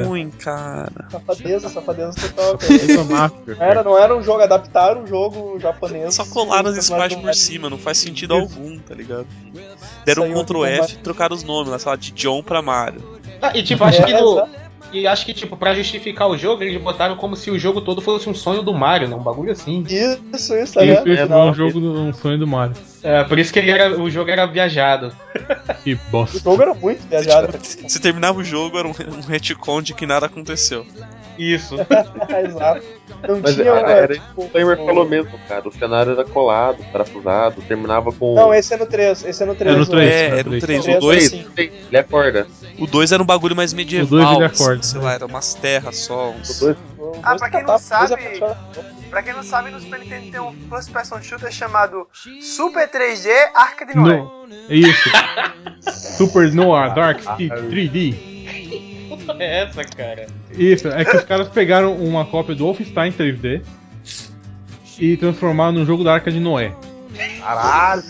B: ruim, cara.
D: Safadeza, safadeza
C: <laughs>
D: total, cara.
C: Nelson Maia.
D: Não Era, não era um jogo, adaptaram um jogo japonês.
B: Só colaram os
D: Mas
B: sprites
D: não é.
B: por
D: era-
B: cima, não faz sentido
C: Isso.
B: algum, tá ligado? Deram um
D: Saiu
B: Ctrl
D: aqui no
B: F e trocaram os nomes lá, sei lá, de John pra Mario.
G: Ah, e tipo, acho que
D: É,
G: no,
D: exato.
G: e acho que, tipo, pra justificar o jogo, eles botaram como se o jogo todo fosse um sonho do Mario, né? Um bagulho assim.
D: Isso, isso,
C: Isso,
D: né?
C: isso
E: não,
C: não é um
E: não.
C: jogo, do- um sonho do Mario.
G: É, por isso que ele era, o jogo era viajado.
C: Que
D: O
C: bosta.
E: <laughs>
D: jogo era muito viajado.
B: Você terminava o jogo, era um, um retcon de que nada aconteceu.
G: Isso.
D: Exato. Não
E: Mas
D: tinha
E: era,
D: uma,
E: era
D: tipo,
E: o Kramer falou mesmo, cara. O cenário era colado, parafusado, terminava com.
D: Não, esse é no 3. Esse é no 3.
B: É no três, é, é no três. O dois-
E: Ele acorda.
B: O 2 era um bagulho mais medieval.
E: O dois ele
B: assim,
E: acorda.
B: Sei lá, era umas terras só. Uns...
H: Ah, pra quem não sabe, pra quem não sabe, no Super Nintendo tem um first person shooter chamado Super 3D Arca de Noé.
C: No... É Isso. Super Noah Dark City 3D.
G: porra é essa, cara?
C: Isso, é que os caras pegaram uma cópia do Wolfenstein 3D e transformaram num jogo da Arca de Noé.
E: Caralho!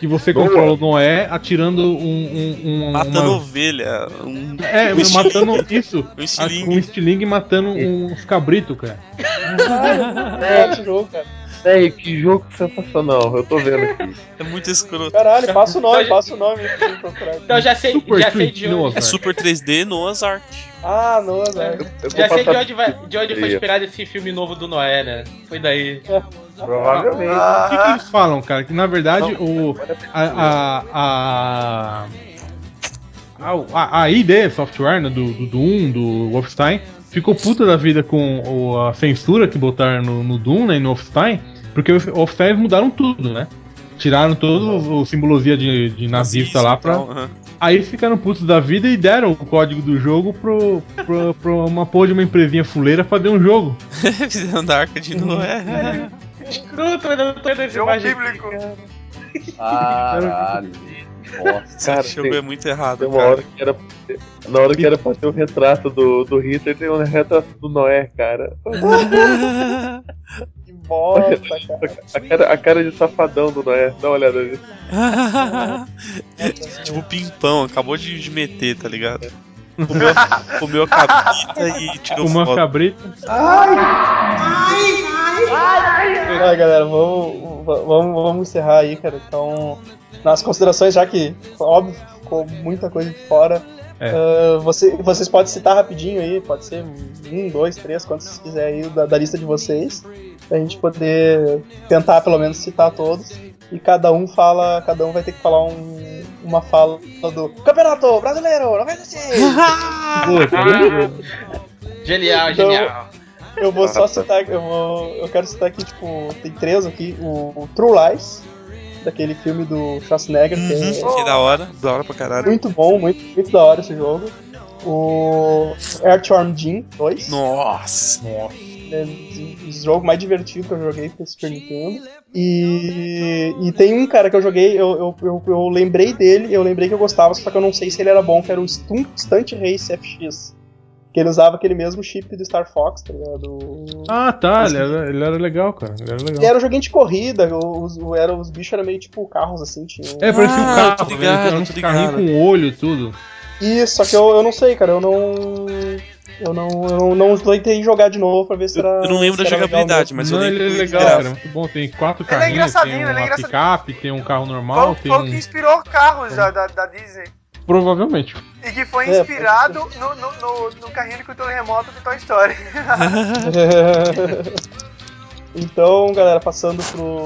C: Que você
B: Boa.
C: controla o Noé atirando um. um, um
B: Matando
C: uma-
B: ovelha. Um...
C: É,
B: um
C: matando isso.
B: Um
C: a-
B: estilingue.
C: Um estilingue matando uns cabritos, cara.
D: É, esse jogo, cara.
E: Véi, que jogo sensacional. Eu tô vendo aqui.
B: É muito escroto.
D: Caralho, passa o
B: <laughs>
D: nome, passa o nome.
G: Então já sei,
B: Super
G: já sei de onde.
B: É Super 3D Noah's Ark.
D: Ah, não, né?
G: Já sei de onde, vai, de onde foi inspirado esse filme novo do Noé, né? Foi daí.
E: Provavelmente.
C: O que, que eles falam, cara? Que na verdade o. A. A. A, a, a ID Software, né, do, do Doom, do Wolfenstein, ficou puta da vida com o- a censura que botaram no, no Doom, né? E no Wolfenstein, porque o Wolfenstein eles mudaram tudo, né? Tiraram toda a simbologia de, de nazista tá lá pra.
B: Então,
D: <laughs>
C: Aí eles ficaram putos da vida e deram o código do jogo pro, pro, pro uma porra de uma empresinha fuleira fazer um jogo.
B: <laughs> Fizeram da Arca de É, Noé.
G: Escroto, mas eu não tô nesse
H: Jogo
G: imagem.
H: bíblico.
E: Caralho. Nossa,
B: Esse jogo é muito errado,
E: Tem uma
B: cara.
E: hora que era. Na hora que era pra ter o retrato do, do Hitler, tem um retrato do Noé, cara.
D: Que bosta, cara.
E: A cara, a cara de safadão do Noé, dá uma olhada nisso.
D: <laughs>
B: tipo pimpão, acabou de, de meter, tá ligado? Comeu, a- comeu a cabrita e tirou
C: Comeu a
B: foto.
C: cabrita.
D: Vai, galera, vamos, va- vamos, vamos encerrar aí, cara. Então, nas considerações, já que, óbvio, ficou muita coisa de fora.
C: É.
D: ah, você- vocês podem citar rapidinho aí, pode ser um, dois, três, quantos vocês quiserem aí da, da lista de vocês, pra gente poder tentar pelo menos citar todos. E cada um fala, cada um vai ter que falar um- uma fala do Campeonato Brasileiro, não vai
C: tá
G: Genial,
D: Então,
G: genial.
D: Eu vou só citar, eu vou. Eu quero citar aqui, tipo, tem três aqui, o True Lies, daquele filme do Schwarzenegger, que é-
B: Uhum, que da hora, da hora pra caralho.
D: muito bom, muito, muito da hora esse jogo. O Earthworm Jim 2.
B: Nossa!
D: É o o jogo mais divertido que eu joguei pro Super Nintendo. E, e tem um cara que eu joguei, eu, eu, eu, eu lembrei dele, eu lembrei que eu gostava, só que eu não sei se ele era bom, que era o Stunt, Stunt Race FX. Que ele usava aquele mesmo chip do Star Fox, tá ligado? Do-
C: Ah, tá, ele era, ele era legal, cara. Ele era legal.
D: E era um joguinho de corrida, os, os, era, os bichos eram meio tipo carros assim, tinha.
C: É, parecia um
D: Ah,
C: carro,
D: tô
C: né?
D: ligado,
C: Era um
D: tô
C: carrinho
D: ligado.
C: com olho e tudo.
D: Isso, só que eu, eu não sei, cara, eu não. Eu não, eu não, não tentei jogar de novo pra ver se era.
B: Eu não lembro da
D: se era legal
B: jogabilidade, mas eu
C: Não, ele
B: lembro
C: é
B: que
C: legal,
B: era-
C: cara. Muito bom. Tem quatro carrinhos,
H: engraçadinho,
C: tem
H: ele é
C: uma
H: engraçadinho.
C: picape, tem um carro normal, tem
H: Foi o que é
C: um.
H: inspirou
D: É.
H: carros da, da, da Disney.
C: Provavelmente.
H: E que foi
C: É, pode
H: inspirado no, no, no, no carrinho de controle remoto de Toy Story.
D: <laughs> então, galera, passando pro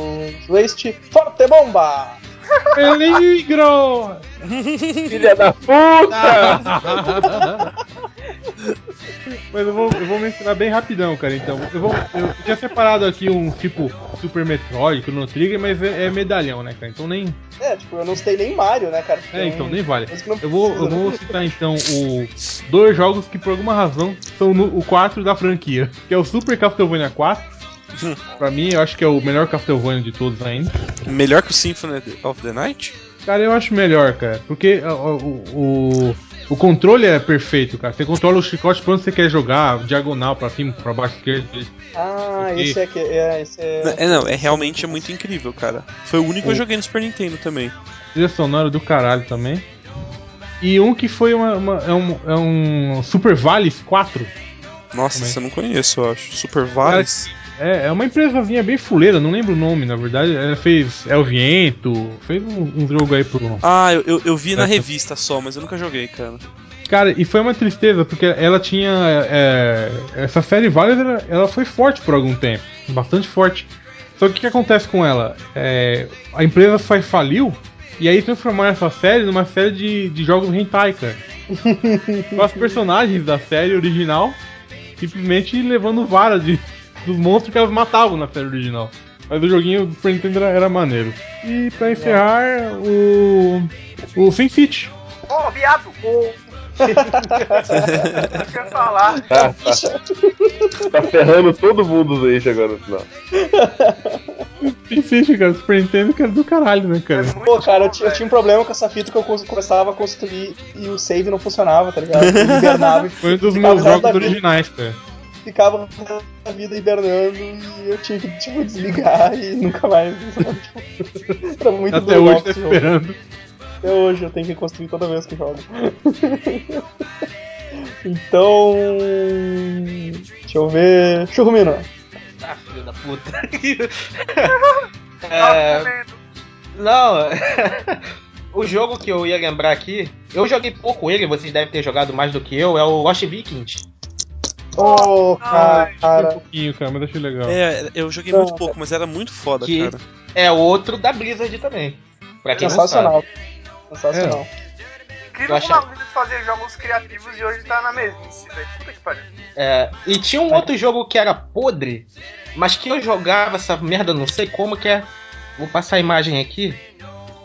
D: Waste Forte Bomba!
C: é
H: <laughs>
C: Peligro!
E: Filha da
C: puta! <laughs> Mas eu vou, eu vou mencionar bem rapidão, cara. Então, eu, vou, eu tinha separado aqui um tipo Super Metroid, Chrono Trigger, mas é, é medalhão, né, cara? Então nem.
D: É, tipo, eu não citei nem Mario, né, cara?
C: É, então, nem vale.
D: Mas que não
C: Eu vou, eu
D: precisa,
C: vou
D: né?
C: citar então o dois jogos que por alguma razão são no- o 4 da franquia, que é o Super Castlevania
D: <laughs>
C: 4. pra mim, eu acho que é o melhor Castlevania de todos ainda.
B: Melhor que o Symphony of the Night?
C: Cara, eu acho melhor, cara. Porque ó, ó, o, o, o controle é perfeito, cara. Você controla o chicote pra onde você quer jogar, diagonal, pra cima, pra baixo, esquerda. direita.
D: Ah,
C: Porque-
D: esse é que. É, esse é.
B: É, não, é realmente é muito incrível, cara. Foi o único que eu joguei no Super Nintendo também.
C: Trilha sonora do caralho também. E um que foi uma, uma- é, um, é um Super Vales 4.
B: Nossa,
C: Também.
B: você não conheço, eu acho. Super Vales?
C: É, é uma empresazinha bem fuleira, não lembro o nome, na verdade. Ela fez El Viento, fez um, um jogo aí pro.
B: Ah, eu, eu, eu vi na
C: Essa-
B: revista só, mas eu nunca joguei, cara.
C: Cara, e foi uma tristeza, porque ela tinha. é, essa série Valiant, ela, ela foi forte por algum tempo. Bastante forte. Só que o que acontece com ela? É, a empresa sai faliu, e aí transformaram essa série numa série de, de jogos hentai, cara. Com as personagens da série original, simplesmente levando vara de, dos monstros que elas matavam na série original. Mas o joguinho do Super Nintendo era, era maneiro. E pra encerrar, o. O Sin City.
H: Ô, viado! Quer falar?
E: Tá, tá. tá ferrando todo mundo aí agora no final.
C: Sin City, cara, Super Nintendo que era do caralho, né, cara?
D: Pô, cara, eu, ti- eu tinha um problema com essa fita que eu cons- começava a construir e o save não funcionava,
C: <laughs>
D: tá ligado? Eu hibernava e
C: Foi um dos
D: ficava
C: meus
D: o resto da
C: jogos
D: vida-
C: originais, cara.
D: Ficava o resto da vida hibernando e eu tinha que, tipo, desligar e nunca mais. tipo, <laughs> Era muito
C: Até
D: legal
C: hoje tá
D: esse jogo.
C: esperando.
D: Até hoje eu tenho que construir toda vez que jogo. <laughs> então. Deixa eu ver. Churrumino.
G: Ah, filho da puta. é... Não, <laughs> o jogo que eu ia lembrar aqui, eu joguei pouco ele, vocês devem ter jogado mais do que eu, é o Lost Vikings.
D: Ô,
H: Ah,
C: Um
D: cara.
C: pouquinho, cara, mas achei legal.
B: É, eu joguei
D: Não,
B: muito pouco, mas era muito foda,
G: Que
B: cara.
G: é outro da Blizzard também. Pra quem não sabe.
D: Sensacional. Sensacional.
C: É.
G: Eu
H: Incrível
G: achei-
H: como a Blizzard fazia jogos criativos e hoje tá na mesmice, velho. Puta que pariu.
G: É, e tinha um outro jogo que era podre, mas que eu jogava essa merda, não sei como que é. Vou passar a imagem aqui.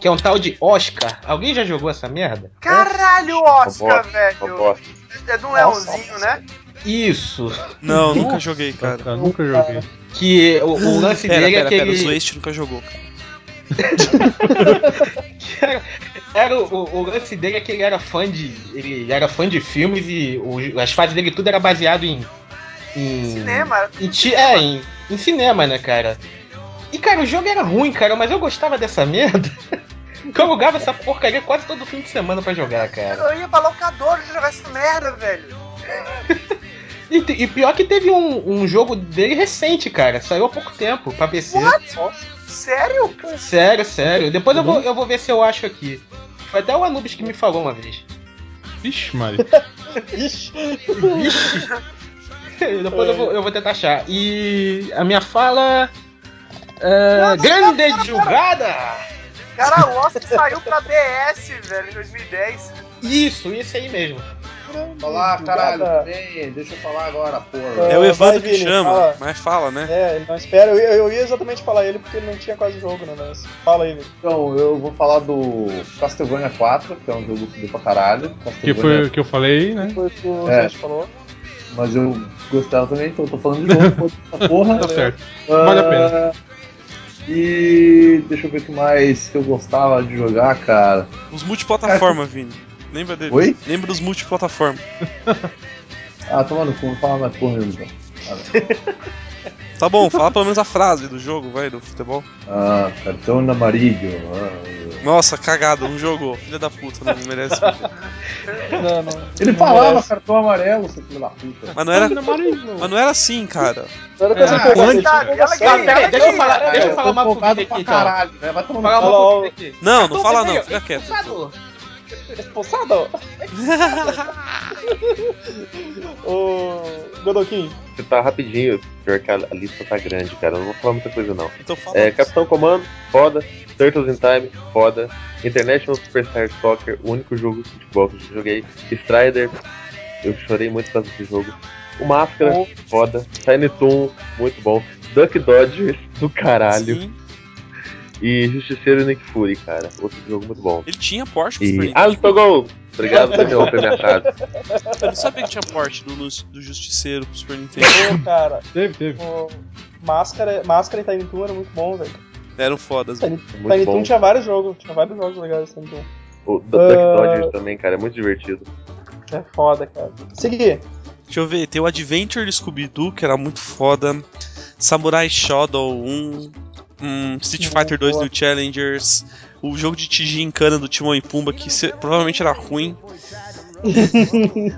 G: Que é um tal de Oscar. Alguém já jogou essa merda?
H: Caralho, Oscar, velho. É do leãozinho, né?
G: Isso.
B: Não, nunca joguei, cara.
C: Eu Tá, nunca joguei.
G: Que o, o lance
B: pera,
G: dele
B: pera,
G: é que
B: pera, o
G: ele-
B: Zwast nunca jogou. cara.
G: era o, o- o lance dele é que ele era fã de. Ele era fã de filmes e o- as fases dele tudo era baseado em. em
H: Cinema, era
G: Em, ti- é, em, em cinema, né, cara? E cara, o jogo era ruim, cara, mas eu gostava dessa <laughs> merda. Que eu alugava essa porcaria quase todo fim de semana pra jogar, cara.
H: Eu ia pra locadora jogar essa merda, velho.
G: <laughs> E, te- e pior que teve um, um jogo dele recente, cara. Saiu há pouco tempo pra PC.
H: Sério?
G: Sério, sério. Depois eu vou, eu vou ver se eu acho aqui. Foi até o Anubis que me falou uma vez. <laughs>
C: Vixe, Mari.
D: Ixi.
G: Depois eu vou, eu vou tentar achar. E a minha fala. é,
H: Não, não,
G: grande
H: não, não, não.
G: julgada!
H: Cara, o Oscar saiu pra DS, velho, em 2010.
G: Isso, isso aí mesmo.
N: Olá, caralho,
D: Obrigada.
N: vem, deixa eu falar agora, porra.
B: É o
D: Ah, vai,
B: Evandro que
D: Vini,
B: chama,
D: fala.
B: mas fala, né?
D: É, ele não espera. Eu, eu- eu ia exatamente falar ele porque ele não tinha quase jogo, né? Mas fala aí, velho.
L: Então, eu vou falar do Castlevania 4, que é um jogo fudido pra caralho.
C: Que foi o que eu falei, né?
D: Foi o que o
L: É.
D: Zé falou.
L: Mas eu gostava também, então eu tô falando de novo. <laughs> pô, essa porra.
C: Tá certo.
L: Ah,
C: Vale a pena.
L: E deixa eu ver o que mais que eu gostava de jogar, cara.
B: Os multiplataforma, Vini. Lembra dele?
L: Oi?
B: Lembra dos multiplataforma.
L: Ah, toma no cu, não fala mais porra mesmo. então.
B: Tá bom, fala pelo menos a frase do jogo, vai, do futebol.
L: Ah, cartão na Marídio. Ah,
B: Nossa, cagada, não jogou. Filha da puta, não merece.
D: Não, não.
L: Ele falava cartão amarelo, seu filho da puta.
B: Mas não era, mas não era assim, cara.
D: Agora que eu
L: Ah,
D: sei que eu gostei,
L: antes,
H: cara.
D: eu
G: Não,
D: gostei.
G: peraí, deixa eu falar, deixa eu
L: Eu
G: falar
L: tô
G: uma
L: folgado
G: coisa
L: pra
G: aqui, então.
L: caralho, né? Vai tomar
G: Falar
L: no
G: uma
L: cu.
D: Fala,
G: coisa aqui.
B: Não,
D: Então,
B: não fala não,
G: Cartão
B: fica
G: vermelho,
B: quieto.
G: expulsado.
D: é
H: <laughs>
D: Expulsado? Ô. Godokin.
E: Você tá rapidinho, pior que a a lista tá grande, cara. Eu não vou falar muita coisa, não.
B: Então fala.
E: É, Capitão Comando, foda. Turtles in Time, foda. International Superstar Soccer, o único jogo de futebol que eu joguei. Strider, eu chorei muito por causa desse jogo. O Máscara,
D: Bom.
E: foda. Tiny Toon, muito bom. Duck Dodgers, do caralho.
B: Sim.
E: E Justiceiro e Nick Fury, cara. Outro jogo muito bom.
B: Ele tinha Porsche pro Super
E: E Ah,
B: Nintendo.
E: Alto Gol! Obrigado, Daniel, por me achar.
B: Eu não sabia que tinha Porsche do, do Justiceiro pro Super Nintendo.
D: Ô, cara.
C: Teve, teve.
D: ô, Máscara, Máscara e Tiny Toon era muito bom, velho.
B: Eram fodas.
D: Tiny,
E: Muito
D: Tiny
E: bom.
D: Toon tinha vários jogos. Tinha vários jogos legais Tiny Toon.
E: O D- Duck
D: Ah.
E: Dodgers também, cara, é muito divertido.
D: É foda, cara. Seguir.
B: Deixa eu ver, tem o Adventure de Scooby-Doo, que era muito foda. Samurai Shodown 1. hum, Street
D: Boa,
B: Fighter 2
D: boa.
B: New Challengers. O jogo de Tigincana do Timon e Pumba, que se- provavelmente era ruim.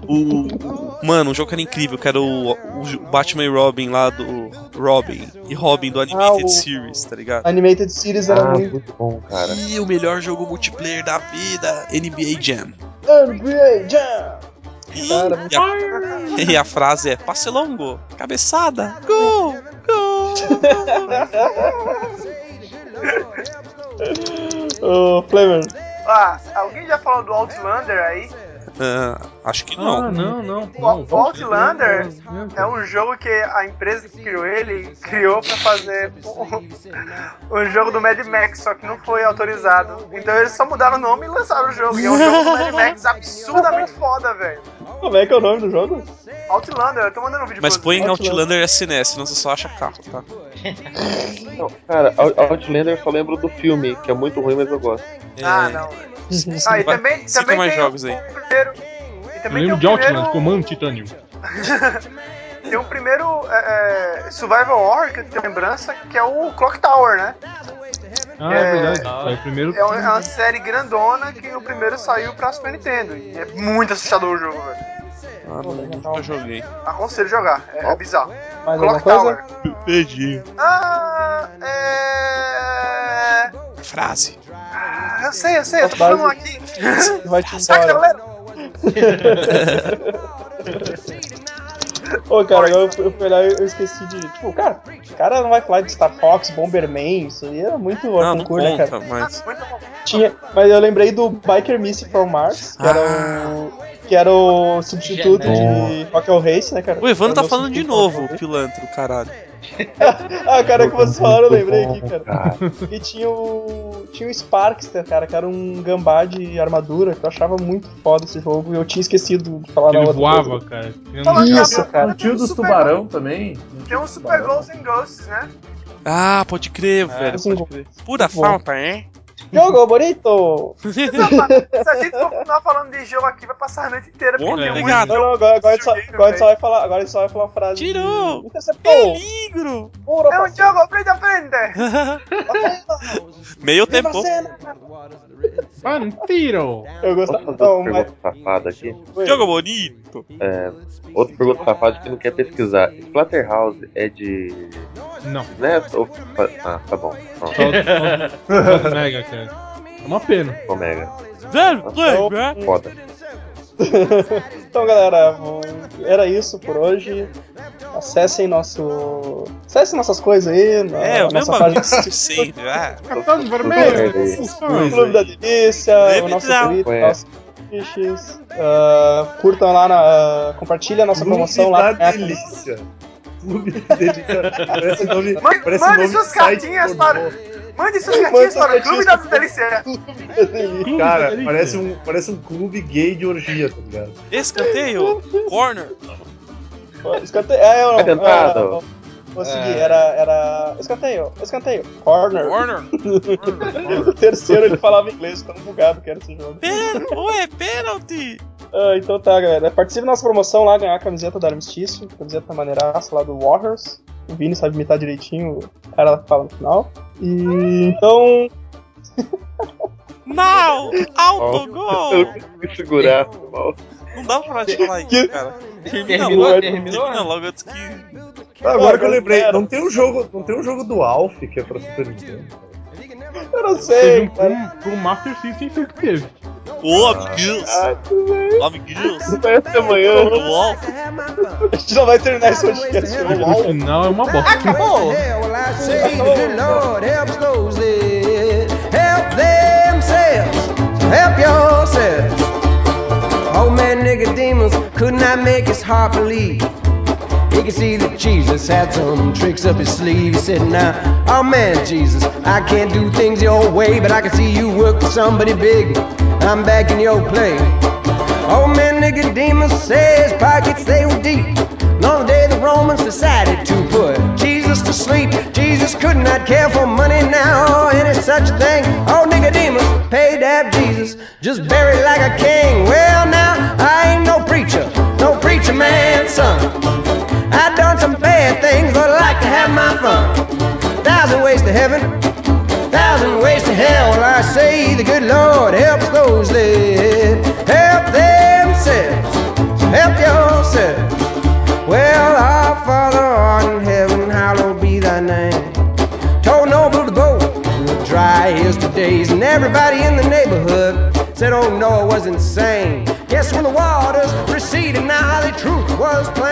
B: o, o- mano, um jogo que era incrível, que era o, o Ju- Batman e Robin lá do. Robin. E Robin do Animated
D: Ah, o-
B: Series, tá ligado?
D: Animated Series era
E: Ah,
D: muito.
E: muito bom, cara.
B: E o melhor jogo multiplayer da vida, NBA Jam.
D: NBA Jam! Cara, muito
B: E a, <laughs> e a frase é passe longo, cabeçada, gol, gol.
D: Ô, Flamer.
H: Ah, alguém já falou do Outlander aí?
B: Ah, acho que não.
C: Ah, não, não.
H: O o Outlander é um jogo que a empresa que criou ele criou pra fazer <laughs> um, um jogo do Mad Max, só que não foi autorizado. Então eles só mudaram o nome e lançaram o jogo. E é um jogo do Mad Max absurdamente foda, velho.
D: Como é que é o nome do jogo?
H: Outlander, eu tô mandando um vídeo
B: Mas
H: pra
B: põe
H: vocês.
B: Outlander SNS, senão você só acha carro, tá?
E: Não, cara, Out- Outlander eu só lembro do filme, que é muito ruim, mas eu gosto.
H: Ah, não. Ah, e também,
B: Cita
H: também
B: é, mais
H: tem
B: jogos aí.
H: o primeiro. E
C: Eu
H: também tem
C: lembro
H: o
C: de Outland,
H: primeiro-
C: Comando Titânio.
H: <laughs> tem um primeiro é, é, Survival Horror que eu tenho lembrança, que é o Clock Tower, né?
C: Ah, é, verdade. Foi o primeiro.
D: um
H: É uma, é uma série grandona que o primeiro saiu pra Super Nintendo. E é muito assustador o jogo, velho.
B: Ah, não,
H: tá
B: nunca joguei.
H: Aconselho jogar, é, é bizarro.
D: Mais
H: Clock
D: alguma coisa?
H: Tower.
B: Perdi.
H: Ah, é.
B: Frase.
H: Ah, eu sei, eu sei, eu tô
D: Frase.
H: falando aqui. tá
D: Vai te
H: Saca,
D: embora.
H: galera?
D: Ô, cara, eu, eu fui olhar e eu esqueci de. Tipo, cara, o cara não vai falar de Star Fox, Bomberman, isso aí era muito
B: Ah, não
D: orcon né,
B: conta,
D: cara?
B: mas.
D: Tinha, mas eu lembrei do Biker Missy from Mars, que
B: Ah.
D: era o. Que era o substituto de Rocket Race, né, cara?
B: O Evandro
D: Era
B: tá falando de
D: substituto.
B: novo, pilantro, caralho.
D: Ah, cara, que vocês falaram, eu lembrei aqui, cara. E tinha o. Tinha o Sparkster, cara, que era um gambá de armadura, que eu achava muito foda esse jogo, e eu tinha esquecido de falar
C: Que
D: na
C: ele
D: outra.
C: voava, cara. Eu não-
H: Fala,
D: Isso, cara.
L: O tio dos tubarão também.
H: Tem um Super Ghosts and Ghosts, né?
B: Ah, pode crer,
H: É.
B: velho.
D: assim,
B: Pode crer. Pura
D: bom.
B: falta, hein?
D: Jogo bonito!
H: Se a gente continuar falando de jogo aqui, vai passar a noite inteira. um
B: Bom,
H: porque tem muito
B: obrigado.
D: Não, não, agora, agora, a gente só, agora, a gente só vai falar, agora a gente só vai falar a frase.
B: Tirou!
D: de- Interceptou!
B: Peligro!
D: Pura
H: É um
D: passada!
H: jogo frente a frente!
B: Meio
D: Viva a
B: tempo.
D: cena!
C: Ah, Pantiro!
D: Eu
E: Posso
D: gostava.
E: fazer outra
D: Não, mas.
E: pergunta safada aqui?
D: Oi.
B: Jogo bonito.
E: É, outra pergunta safada que não quer pesquisar. Splatterhouse é de
C: Não,
E: NES ou... Ah, tá bom.
C: só,
E: Pronto,
C: só, só do Mega, cara. É uma pena.
E: Omega.
B: Velho,
D: né?
B: pega!
E: Foda.
D: Então, galera, vou- era isso por hoje. Acessem nosso. Acessem nossas coisas aí. Na,
B: É, o mesmo
D: nossa
B: bagulho
D: página
B: de <laughs> sempre. ah.
C: Capitão
E: Vermelho,
C: Vermelho!
D: do Clube da Delícia, o nosso
B: Lembra-
D: Twitter,
E: É.
D: nossos fiches. Ah, curtam lá, na, ah, compartilha a nossa promoção lá. É.
L: da delícia. é Clube da delícia. Parece nome.
H: Mande-
L: parece
H: mande
L: nome
H: suas
L: de site
H: cartinhas
L: pornô.
H: para- Mande suas
D: Mande
H: cartinhas
D: suas
H: para o Clube da
D: cartinhas.
H: Delícia.
L: Cara, parece um, parece um clube gay de orgia, tá ligado?
B: Escanteio! Corner!
D: Escanteio. É, eu não.
E: Atentado.
D: eu- eu- Consegui, era, era. Escanteio, escanteio. Corner.
B: Corner!
D: O terceiro ele falava inglês, tão bugado que era esse jogo.
B: Pênalti! Ué, pênalti!
D: Ah, então tá, galera. Participe da nossa promoção lá, ganhar a camiseta do Armistício, camiseta maneiraça lá do Warriors. O Vini sabe imitar direitinho, o cara lá que fala no final. E então.
B: Mal!
E: <laughs>
B: Autogol!
E: Me segurar. tá mal.
B: Não dá pra te falar isso, cara. Termina
G: Terminou,
B: logo,
G: terminou?
B: termina logo antes que.
L: Ah, agora que eu
D: Ah,
L: lembrei,
D: galera.
L: não tem um jogo, não tem um jogo do Alf que é pra Super Nintendo.
D: Eu não
C: Teve
D: sei,
C: um
D: cara.
C: pro, pro Master System sempre teve.
B: Ô, amiguinhos! Amiguinhos!
E: Até amanhã.
B: O Alf!
D: A gente não vai terminar esse podcast hoje.
C: No final é uma bosta.
K: Acabou! Good Lord, help those that help themselves, help yourselves. Old man Nicodemus could not make his heart believe. He could see that Jesus had some tricks up his sleeve. He said, Now, oh man, Jesus, I can't do things your way, but I can see you work for somebody big. I'm back in your place. Old man Nicodemus says pockets they were deep. Long day the Romans decided to put Jesus to sleep. Jesus could not care for money now or any such thing. Old Nicodemus paid to have Jesus just buried like a king. Well now I ain't no preacher, no preacher man son. I done some bad things but I like to have my fun. Thousand ways to heaven, thousand ways to hell. I say the good Lord helps those that help themselves. Help yourself. Well, our Father art in heaven, hallowed be thy name. Told né? Noble to go and try his days, and everybody in the neighborhood said, Oh, Noah was insane. Yes, when the waters receded, now the truth was plain.